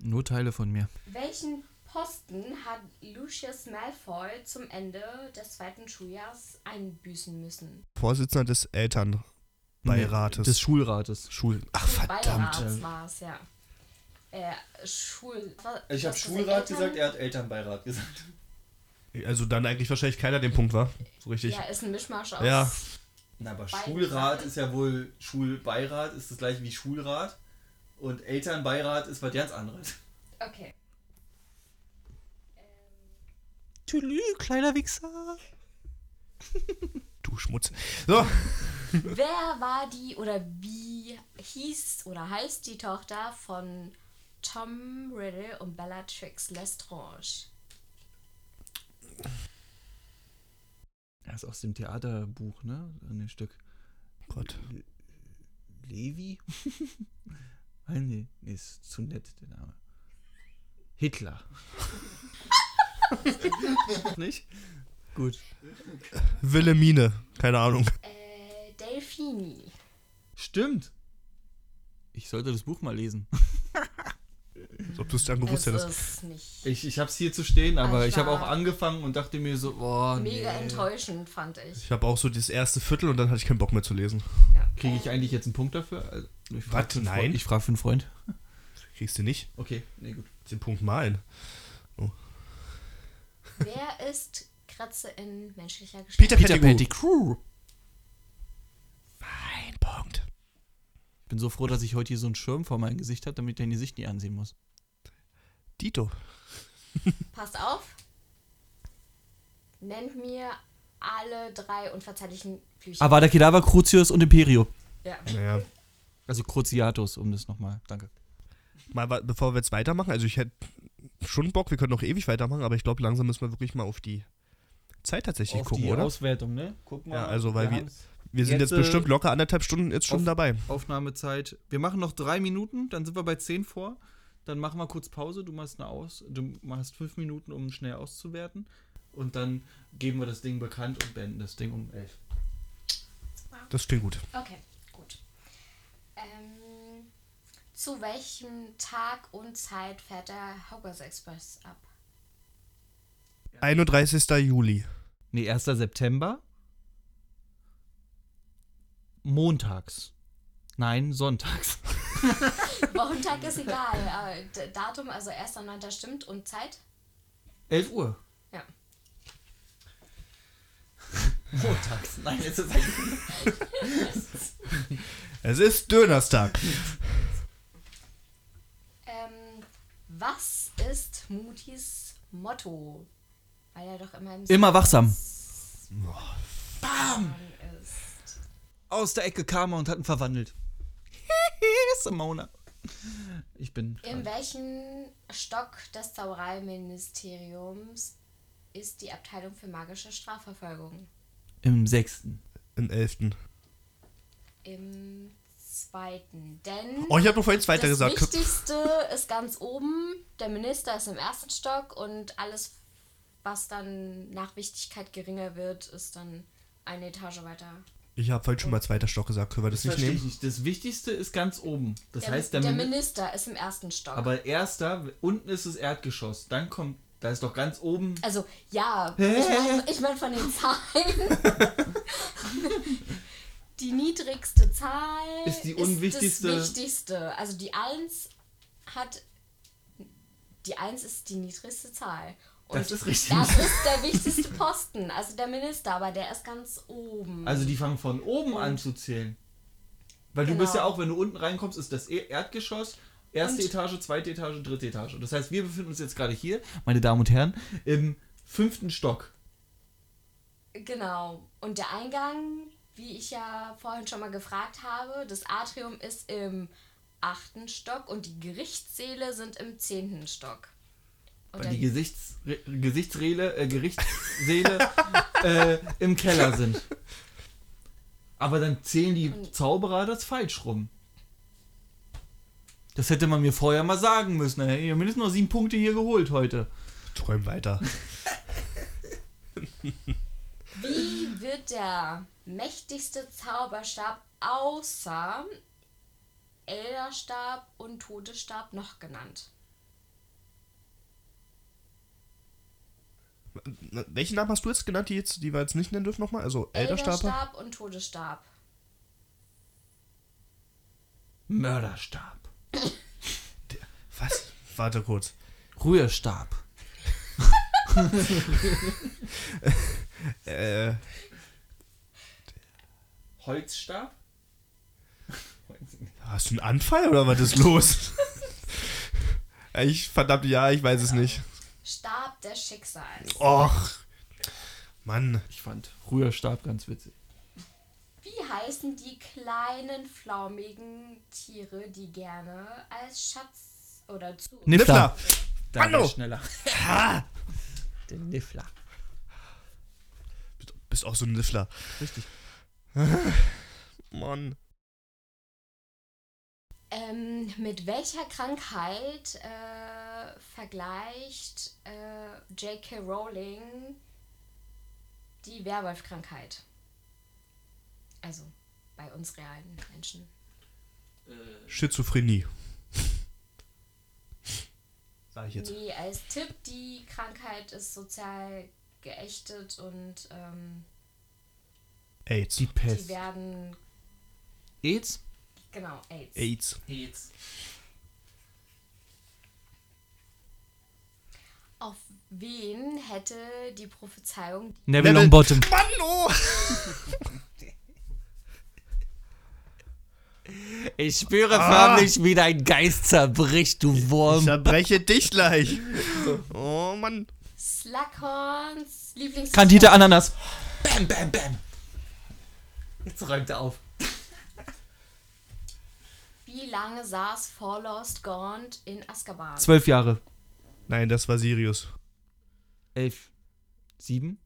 [SPEAKER 1] Nur Teile von mir.
[SPEAKER 3] Welchen Posten hat Lucius Malfoy zum Ende des zweiten Schuljahres einbüßen müssen?
[SPEAKER 2] Vorsitzender des Elternbeirates.
[SPEAKER 1] Des Schulrates.
[SPEAKER 2] Schul. Ach, verdammt.
[SPEAKER 3] Beirat war es, ja. Äh, Schul...
[SPEAKER 4] ich habe
[SPEAKER 3] was ist
[SPEAKER 4] Schulrat
[SPEAKER 3] Eltern-
[SPEAKER 4] gesagt, er hat Elternbeirat gesagt.
[SPEAKER 2] Also dann eigentlich wahrscheinlich keiner den Punkt war. So richtig.
[SPEAKER 3] Ja, ist ein Mischmasch aus...
[SPEAKER 2] Ja.
[SPEAKER 4] Na, aber
[SPEAKER 3] Beirat.
[SPEAKER 4] Schulrat ist ja wohl Schulbeirat, ist das gleiche wie Schulrat. Und Elternbeirat ist was ganz anderes.
[SPEAKER 3] Okay.
[SPEAKER 1] Tülü, kleiner Wichser.
[SPEAKER 2] Du Schmutz. So.
[SPEAKER 3] Wer war die oder wie hieß oder heißt die Tochter von Tom Riddle und Bellatrix Lestrange?
[SPEAKER 1] Er ist aus dem Theaterbuch, ne? An dem Stück.
[SPEAKER 2] Gott.
[SPEAKER 1] Levi? Weiß nicht. Nee, ist zu nett, der Name. Hitler. nicht? Gut.
[SPEAKER 2] Wilhelmine. Keine Ahnung.
[SPEAKER 3] Äh, Delphini.
[SPEAKER 1] Stimmt. Ich sollte das Buch mal lesen.
[SPEAKER 2] Als ob du es dann gewusst
[SPEAKER 3] es
[SPEAKER 2] hättest.
[SPEAKER 3] ist nicht
[SPEAKER 1] Ich, ich hab's hier zu stehen, aber
[SPEAKER 3] Ah,
[SPEAKER 1] ich habe auch
[SPEAKER 3] stark.
[SPEAKER 1] angefangen und dachte mir so,
[SPEAKER 4] oh,
[SPEAKER 1] boah, nee.
[SPEAKER 3] mega enttäuschend, fand ich.
[SPEAKER 2] Ich habe auch so das erste Viertel und dann hatte ich keinen Bock mehr zu lesen.
[SPEAKER 3] Ja.
[SPEAKER 1] Kriege ich eigentlich jetzt einen Punkt dafür? Also, ich frag
[SPEAKER 2] Was?
[SPEAKER 1] für einen
[SPEAKER 2] Nein.
[SPEAKER 1] Freund- Ich frage für einen Freund.
[SPEAKER 2] Kriegst du nicht?
[SPEAKER 1] Okay, nee, gut.
[SPEAKER 2] Den Punkt malen.
[SPEAKER 3] Wer ist Kratze in menschlicher Gestalt?
[SPEAKER 2] Peter,
[SPEAKER 1] Peter Pettigrew.
[SPEAKER 2] Pettigrew. Ein Punkt.
[SPEAKER 1] Ich bin so froh, dass ich heute hier so einen Schirm vor meinem Gesicht habe, damit ich dein Gesicht nie ansehen muss.
[SPEAKER 2] Dito.
[SPEAKER 3] Passt auf. Nennt mir alle drei unverzeihlichen Flüche.
[SPEAKER 1] Avada Kedavra, Crucius und Imperio.
[SPEAKER 3] Ja.
[SPEAKER 2] Naja.
[SPEAKER 1] Also Cruciatus, um das nochmal. Danke.
[SPEAKER 2] Mal, wa- bevor wir jetzt weitermachen, also ich hätte schon Bock, wir können noch ewig weitermachen, aber ich glaube, langsam müssen wir wirklich mal auf die Zeit tatsächlich gucken, oder?
[SPEAKER 4] Auswertung, ne? Guck mal.
[SPEAKER 2] Ja, also, weil wir-
[SPEAKER 4] haben's-
[SPEAKER 2] Wir sind jetzt,
[SPEAKER 1] Jetzt, äh,
[SPEAKER 2] bestimmt locker anderthalb Stunden jetzt schon
[SPEAKER 1] auf-
[SPEAKER 2] dabei.
[SPEAKER 1] Aufnahmezeit. Wir machen noch drei Minuten, dann sind wir bei zehn vor. Dann machen wir kurz Pause. Du machst eine aus, du machst fünf Minuten, um schnell auszuwerten. Und dann geben wir das Ding bekannt und beenden das Ding um elf.
[SPEAKER 2] Das klingt gut.
[SPEAKER 3] Okay, gut. Ähm, zu welchem Tag und Zeit fährt der Hogwarts Express ab?
[SPEAKER 2] 31. Juli.
[SPEAKER 1] Nee, 1. September. Montags. Nein, sonntags.
[SPEAKER 3] Wochentag ist egal, aber D- Datum, also 1.9. stimmt und Zeit?
[SPEAKER 1] 11 Uhr.
[SPEAKER 3] Ja.
[SPEAKER 1] Montags. Nein, jetzt ist es
[SPEAKER 2] Es ist Dönerstag.
[SPEAKER 3] Ähm, was ist Moody's Motto? Weil er doch immer im
[SPEAKER 1] Immer wachsam.
[SPEAKER 3] Bam! ist.
[SPEAKER 1] Aus der Ecke kam er und hat ihn verwandelt. Simona. Ich bin.
[SPEAKER 3] In welchem Stock des Zaubereiministeriums ist die Abteilung für magische Strafverfolgung?
[SPEAKER 1] Im sechsten.
[SPEAKER 2] Im 11.
[SPEAKER 3] Im zweiten. Denn
[SPEAKER 2] Oh, ich habe noch vorhin zweiter
[SPEAKER 3] das
[SPEAKER 2] gesagt.
[SPEAKER 3] Wichtigste ist ganz oben, der Minister ist im ersten Stock und alles, was dann nach Wichtigkeit geringer wird, ist dann eine Etage weiter.
[SPEAKER 2] Ich habe vorhin schon mal zweiter Stock gesagt. Können wir das,
[SPEAKER 1] Das
[SPEAKER 2] nicht
[SPEAKER 1] verstehe
[SPEAKER 2] nehmen?
[SPEAKER 1] ich nicht. Das Wichtigste ist ganz oben. Das
[SPEAKER 3] der,
[SPEAKER 1] heißt, der,
[SPEAKER 3] der
[SPEAKER 1] Mini-
[SPEAKER 3] Minister ist im ersten Stock.
[SPEAKER 1] Aber erster, unten ist das Erdgeschoss. Dann kommt. Da ist doch ganz oben.
[SPEAKER 3] also ja, ich meine ich mein von den Zahlen. die niedrigste Zahl
[SPEAKER 1] Ist die unwichtigste-
[SPEAKER 3] das Wichtigste. Also die 1 hat die 1 ist die niedrigste Zahl. Und
[SPEAKER 1] Das ist richtig.
[SPEAKER 3] Das ist der wichtigste Posten, also der Minister, aber der ist ganz oben.
[SPEAKER 1] Also die fangen von oben an zu zählen. Weil du
[SPEAKER 3] Genau.
[SPEAKER 1] bist ja auch, wenn du unten reinkommst, ist das E- Erdgeschoss, erste
[SPEAKER 3] Und-
[SPEAKER 1] Etage, zweite Etage, dritte Etage. Das heißt, wir befinden uns jetzt gerade hier, meine Damen und Herren, im fünften Stock.
[SPEAKER 3] Genau. Und der Eingang, wie ich ja vorhin schon mal gefragt habe, das Atrium ist im achten Stock und die Gerichtssäle sind im zehnten Stock. Und
[SPEAKER 1] Weil die
[SPEAKER 3] dann-
[SPEAKER 1] Gesichts Re- Gesichtsrele, äh, Gerichtssäle äh, im Keller sind. Aber dann zählen die Zauberer das falsch rum. Das hätte man mir vorher mal sagen müssen. Dann hätte ich ja mindestens noch sieben Punkte hier geholt heute.
[SPEAKER 2] Träum weiter.
[SPEAKER 3] wie wird der mächtigste Zauberstab außer Elderstab und Todesstab noch genannt?
[SPEAKER 2] Welchen Namen hast du jetzt genannt, die, jetzt, die wir jetzt nicht nennen dürfen nochmal? Also Elderstabe?
[SPEAKER 3] Elderstab und Todesstab.
[SPEAKER 1] Mörderstab.
[SPEAKER 2] Was? Warte kurz.
[SPEAKER 1] Rührstab.
[SPEAKER 2] Äh,
[SPEAKER 1] Holzstab?
[SPEAKER 2] hast du einen Anfall oder was ist los? ich verdammt, ja, ich weiß es nicht.
[SPEAKER 3] Stab des Schicksals.
[SPEAKER 2] Och. Mann.
[SPEAKER 1] Ich fand Rührstab ganz witzig.
[SPEAKER 3] Wie heißen die kleinen flaumigen Tiere, die gerne als Schatz oder zu
[SPEAKER 2] Niffler.
[SPEAKER 1] Da
[SPEAKER 2] Hallo.
[SPEAKER 1] war ich schneller. Der Niffler.
[SPEAKER 2] Bist auch so ein Niffler.
[SPEAKER 1] Richtig.
[SPEAKER 2] Mann.
[SPEAKER 3] Ähm, mit welcher Krankheit äh, vergleicht äh, J.K. Rowling die Werwolfkrankheit? Also bei uns realen Menschen.
[SPEAKER 2] Schizophrenie. Sag ich jetzt.
[SPEAKER 3] Nee, als Tipp, die Krankheit ist sozial geächtet und ähm,
[SPEAKER 2] AIDS.
[SPEAKER 1] Die
[SPEAKER 3] die
[SPEAKER 1] Pest.
[SPEAKER 3] werden,
[SPEAKER 1] Aids?
[SPEAKER 3] genau, AIDS.
[SPEAKER 2] AIDS.
[SPEAKER 1] Aids.
[SPEAKER 3] Auf wen hätte die Prophezeiung
[SPEAKER 1] Neville
[SPEAKER 2] Neville.
[SPEAKER 1] Longbottom.
[SPEAKER 2] Mann, oh!
[SPEAKER 5] Ich spüre
[SPEAKER 1] Ah!
[SPEAKER 5] förmlich, wie dein Geist zerbricht, du
[SPEAKER 2] Ich
[SPEAKER 5] Wurm.
[SPEAKER 2] zerbreche dich gleich. Oh, Mann.
[SPEAKER 3] Slughorns Lieblings...
[SPEAKER 1] Kandida Ananas. Bam, bam, bam. Jetzt räumt er auf.
[SPEAKER 3] Wie lange saß Forlost Gaunt in Azkaban?
[SPEAKER 1] Zwölf Jahre.
[SPEAKER 2] Nein, das war Sirius.
[SPEAKER 1] Elf. Sieben.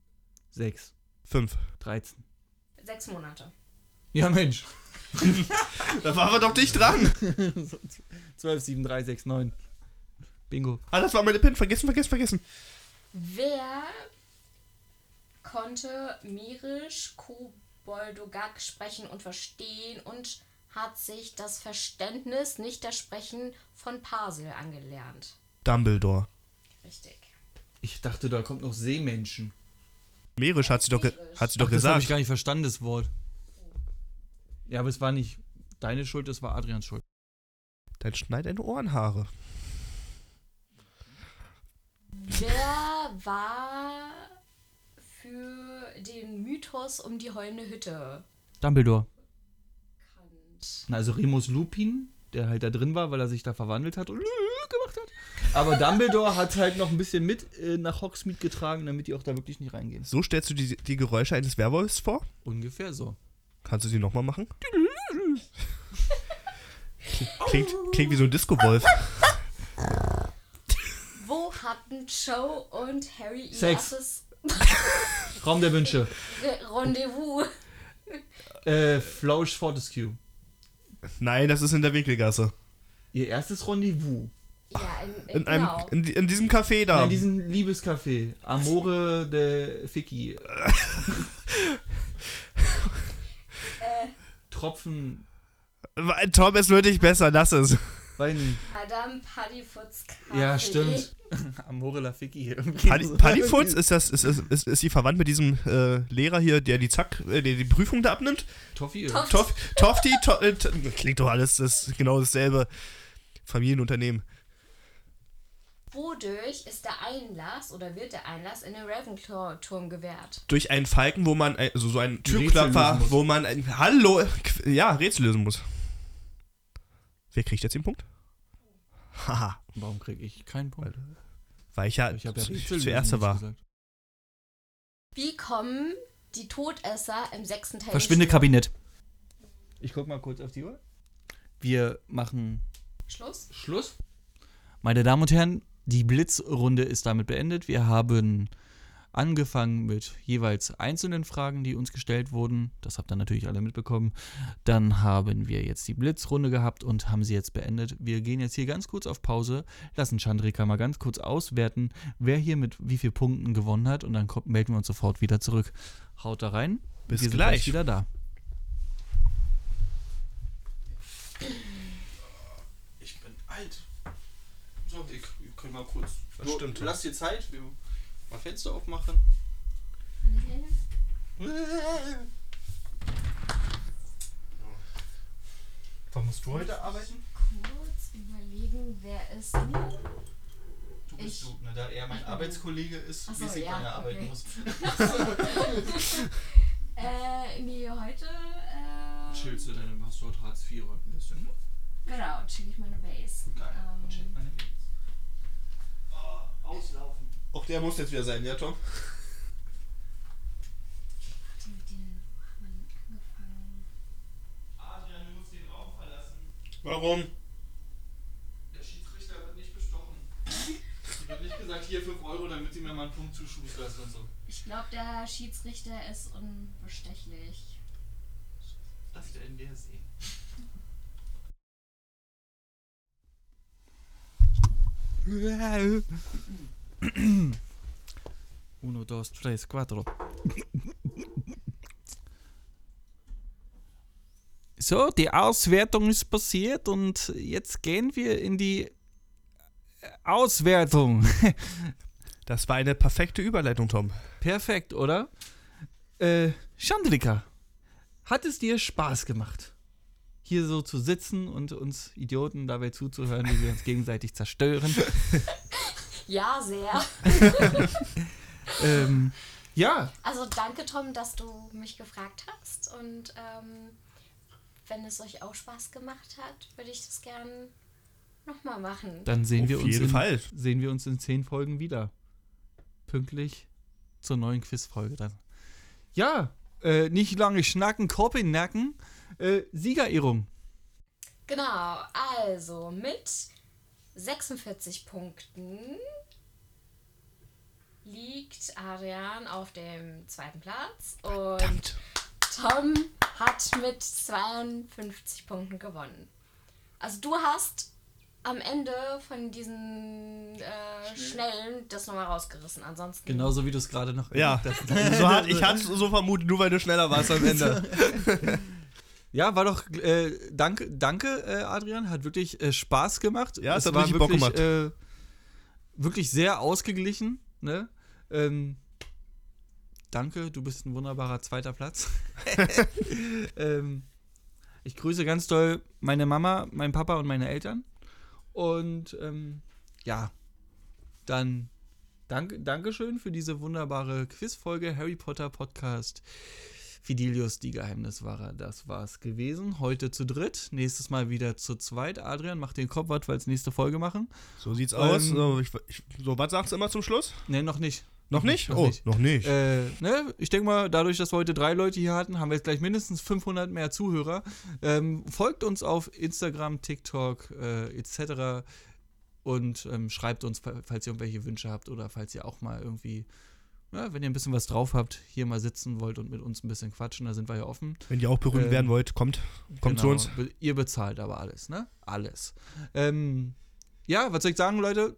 [SPEAKER 1] Sechs.
[SPEAKER 2] Fünf.
[SPEAKER 1] Dreizehn.
[SPEAKER 3] Sechs Monate.
[SPEAKER 4] Ja, Mensch.
[SPEAKER 2] Da waren wir doch dicht dran.
[SPEAKER 4] 12, 7, 3, 6, 9. Bingo.
[SPEAKER 2] Ah, das war meine PIN. Vergessen, vergessen, vergessen.
[SPEAKER 3] Wer konnte Mirisch, Koboldogak sprechen und verstehen und hat sich das Verständnis, nicht das Sprechen von Parsel angelernt?
[SPEAKER 2] Dumbledore.
[SPEAKER 3] Richtig.
[SPEAKER 4] Ich dachte, da kommt noch Seemenschen.
[SPEAKER 2] Merisch hat sie doch, ge hat sie doch
[SPEAKER 1] Das habe ich
[SPEAKER 2] gesagt.
[SPEAKER 1] gar nicht verstanden, das Wort.
[SPEAKER 4] Ja, aber es war nicht deine Schuld, es war Adrians Schuld.
[SPEAKER 2] Dann schneid deine Ohrenhaare.
[SPEAKER 3] Wer war für den Mythos um die heulende Hütte
[SPEAKER 1] Dumbledore.
[SPEAKER 3] bekannt?
[SPEAKER 4] Na, Also Remus Lupin, der halt da drin war, weil er sich da verwandelt hat und gemacht hat. Aber Dumbledore hat halt noch ein bisschen mit äh, nach Hogsmeade getragen, damit die auch da wirklich nicht reingehen.
[SPEAKER 2] So stellst du die, die Geräusche eines Werwolfs vor?
[SPEAKER 4] Ungefähr so.
[SPEAKER 2] Kannst du sie nochmal machen? Klingt, klingt wie so ein Disco-Wolf.
[SPEAKER 3] Wo hatten Joe und Harry ihr
[SPEAKER 4] Sex.
[SPEAKER 3] erstes
[SPEAKER 4] Raum der Wünsche.
[SPEAKER 3] Re Rendezvous?
[SPEAKER 4] Äh, Flausch Fortescue.
[SPEAKER 2] Nein, das ist in der Winkelgasse.
[SPEAKER 4] Ihr erstes Rendezvous.
[SPEAKER 3] Ja, in, in,
[SPEAKER 2] In, einem,
[SPEAKER 3] genau.
[SPEAKER 2] in, in diesem Café da.
[SPEAKER 4] In diesem Liebescafé. Amore de Ficky. Tropfen.
[SPEAKER 2] Tom, es wird nicht besser, lass es.
[SPEAKER 4] Weiß nicht.
[SPEAKER 3] Madame Paddyfoots Kaffee.
[SPEAKER 4] Ja, stimmt. Amore la Ficky.
[SPEAKER 2] Paddy, Paddyfoots, ist, das, ist, ist, ist, ist die verwandt mit diesem äh, Lehrer hier, der die, Zack, äh, der die Prüfung da abnimmt?
[SPEAKER 4] Toffee.
[SPEAKER 2] Toff, Tofti, to, äh, t- klingt doch alles das, genau dasselbe. Familienunternehmen.
[SPEAKER 3] Wodurch ist der Einlass oder wird der Einlass in den Ravenclaw-Turm gewährt?
[SPEAKER 2] Durch einen Falken, wo man, ein, also so einen
[SPEAKER 4] Rätsel
[SPEAKER 2] Türklapper,
[SPEAKER 4] lösen muss.
[SPEAKER 2] wo man ein, hallo, Qu- ja, Rätsel lösen muss. Wer kriegt jetzt den Punkt? Haha,
[SPEAKER 4] Warum kriege ich keinen Punkt?
[SPEAKER 2] weil ich ja,
[SPEAKER 4] Ich habe ja
[SPEAKER 2] zu-
[SPEAKER 4] Rätsel
[SPEAKER 2] zuerst
[SPEAKER 4] lösen,
[SPEAKER 2] war.
[SPEAKER 4] hab ich gesagt.
[SPEAKER 3] Wie kommen die Todesser im sechsten Teil?
[SPEAKER 1] Verschwinde Kabinett.
[SPEAKER 4] Ich guck mal kurz auf die Uhr. Wir machen
[SPEAKER 3] Schluss?
[SPEAKER 4] Schluss.
[SPEAKER 1] Meine Damen und Herren, die Blitzrunde ist damit beendet. Wir haben angefangen mit jeweils einzelnen Fragen, die uns gestellt wurden. Das habt ihr natürlich alle mitbekommen. Dann haben wir jetzt die Blitzrunde gehabt und haben sie jetzt beendet. Wir gehen jetzt hier ganz kurz auf Pause, lassen Chandrika mal ganz kurz auswerten, wer hier mit wie vielen Punkten gewonnen hat und dann kommt, melden wir uns sofort wieder zurück. Haut da rein.
[SPEAKER 2] Bis
[SPEAKER 1] wir sind
[SPEAKER 2] gleich.
[SPEAKER 1] wieder da.
[SPEAKER 4] Ich bin alt. So, wir können mal kurz.
[SPEAKER 2] Das stimmt.
[SPEAKER 4] Lass dir Zeit. Wir mal Fenster aufmachen. Warum musst du heute arbeiten?
[SPEAKER 3] Kurz überlegen, wer ist mir?
[SPEAKER 4] Du bist
[SPEAKER 3] Ich- Mhm.
[SPEAKER 4] du, ne, da er mein Arbeitskollege ist,
[SPEAKER 3] Ach so,
[SPEAKER 4] weiß ich,
[SPEAKER 3] ja,
[SPEAKER 4] wann er
[SPEAKER 3] okay.
[SPEAKER 4] arbeiten muss.
[SPEAKER 3] Äh, nee, heute. Äh,
[SPEAKER 4] Chillst du denn, machst du heute Hartz IV heute ein bisschen, ne?
[SPEAKER 3] Genau, chill ich meine Base.
[SPEAKER 4] Geil. Und checkt
[SPEAKER 3] Ähm,
[SPEAKER 4] meine Mails. Oh, auslaufen.
[SPEAKER 2] Auch der muss jetzt wieder sein, ja, Tom?
[SPEAKER 3] die, die haben angefangen.
[SPEAKER 4] Adrian, du musst den Raum verlassen.
[SPEAKER 2] Warum?
[SPEAKER 4] Der Schiedsrichter wird nicht bestochen. Sie wird nicht gesagt, hier 5 Euro, damit sie mir mal einen Punkt zuschustern und so.
[SPEAKER 3] Ich glaube, der Schiedsrichter ist unbestechlich.
[SPEAKER 4] Das wird in der sehen.
[SPEAKER 1] Uno, dos, tres, cuatro. So, die Auswertung ist passiert und jetzt gehen wir in die Auswertung.
[SPEAKER 2] Das war eine perfekte Überleitung, Tom.
[SPEAKER 1] Perfekt, oder? Äh, Chandrika, hat es dir Spaß gemacht, hier so zu sitzen und uns Idioten dabei zuzuhören, wie wir uns gegenseitig zerstören?
[SPEAKER 3] Ja, sehr.
[SPEAKER 1] ähm, ja,
[SPEAKER 3] Also danke, Tom, dass du mich gefragt hast. Und ähm, wenn es euch auch Spaß gemacht hat, würde ich das gern nochmal machen.
[SPEAKER 1] dann sehen
[SPEAKER 2] Auf
[SPEAKER 1] wir uns
[SPEAKER 2] jeden
[SPEAKER 1] in,
[SPEAKER 2] Fall.
[SPEAKER 1] sehen wir uns in zehn Folgen wieder. Pünktlich zur neuen Quizfolge dann. Ja, äh, nicht lange schnacken, Korb in den Nacken. Äh, Siegerehrung.
[SPEAKER 3] Genau, also mit 46 Punkten liegt Adrian auf dem zweiten Platz und Tom hat mit 52 Punkten gewonnen. Also du hast am Ende von diesen äh, Schnellen das nochmal rausgerissen. Ansonsten.
[SPEAKER 1] Genauso wie du es gerade noch
[SPEAKER 2] Ja, so hat, ich hatte so vermutet, nur weil du schneller warst am Ende.
[SPEAKER 1] Ja, war doch, äh, danke, danke äh, Adrian, hat wirklich äh, Spaß gemacht.
[SPEAKER 2] Ja, es hat
[SPEAKER 1] war
[SPEAKER 2] richtig Bock gemacht.
[SPEAKER 1] Äh, wirklich sehr ausgeglichen, ne? Ähm, danke, du bist ein wunderbarer zweiter Platz. ähm, ich grüße ganz doll meine Mama, meinen Papa und meine Eltern. Und ähm, ja, dann danke, Dankeschön für diese wunderbare Quizfolge Harry Potter Podcast. Fidelius, die Geheimniswahrer, das war's gewesen. Heute zu dritt, nächstes Mal wieder zu zweit. Adrian, mach den Kopf, was wir als nächste Folge machen.
[SPEAKER 2] So sieht's aus.
[SPEAKER 1] Ähm,
[SPEAKER 2] So, ich, ich, so, was sagst du immer zum Schluss?
[SPEAKER 1] Ne, noch nicht.
[SPEAKER 2] Noch nicht?
[SPEAKER 1] noch
[SPEAKER 2] oh,
[SPEAKER 1] nicht.
[SPEAKER 2] noch nicht.
[SPEAKER 1] Äh, ne, ich denke mal, dadurch, dass wir heute drei Leute hier hatten, haben wir jetzt gleich mindestens 500 mehr Zuhörer. Ähm, folgt uns auf Instagram, TikTok äh, etc. Und ähm, schreibt uns, fa- falls ihr irgendwelche Wünsche habt oder falls ihr auch mal irgendwie, ja, wenn ihr ein bisschen was drauf habt, hier mal sitzen wollt und mit uns ein bisschen quatschen, da sind wir ja offen.
[SPEAKER 2] Wenn ihr auch berühmt
[SPEAKER 4] äh,
[SPEAKER 1] ähm,
[SPEAKER 2] werden wollt, kommt. Kommt zu
[SPEAKER 1] Genau.
[SPEAKER 2] uns.
[SPEAKER 1] Be- Ihr bezahlt aber alles, ne? Alles. Ähm, ja, was soll ich sagen, Leute?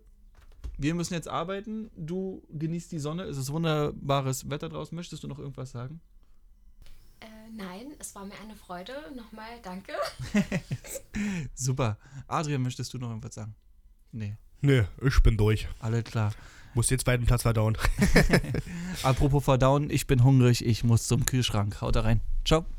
[SPEAKER 1] Wir müssen jetzt arbeiten. Du genießt die Sonne. Es ist wunderbares Wetter draußen. Möchtest du noch irgendwas sagen?
[SPEAKER 3] Äh, nein, es war mir eine Freude. Nochmal danke.
[SPEAKER 1] Super. Adrian, möchtest du noch irgendwas sagen? Nee,
[SPEAKER 2] Nö, ich bin durch.
[SPEAKER 1] alles klar.
[SPEAKER 2] Muss jetzt zweiten Platz verdauen.
[SPEAKER 1] Apropos Verdauen, ich bin hungrig. Ich muss zum Kühlschrank. Haut da rein. Ciao.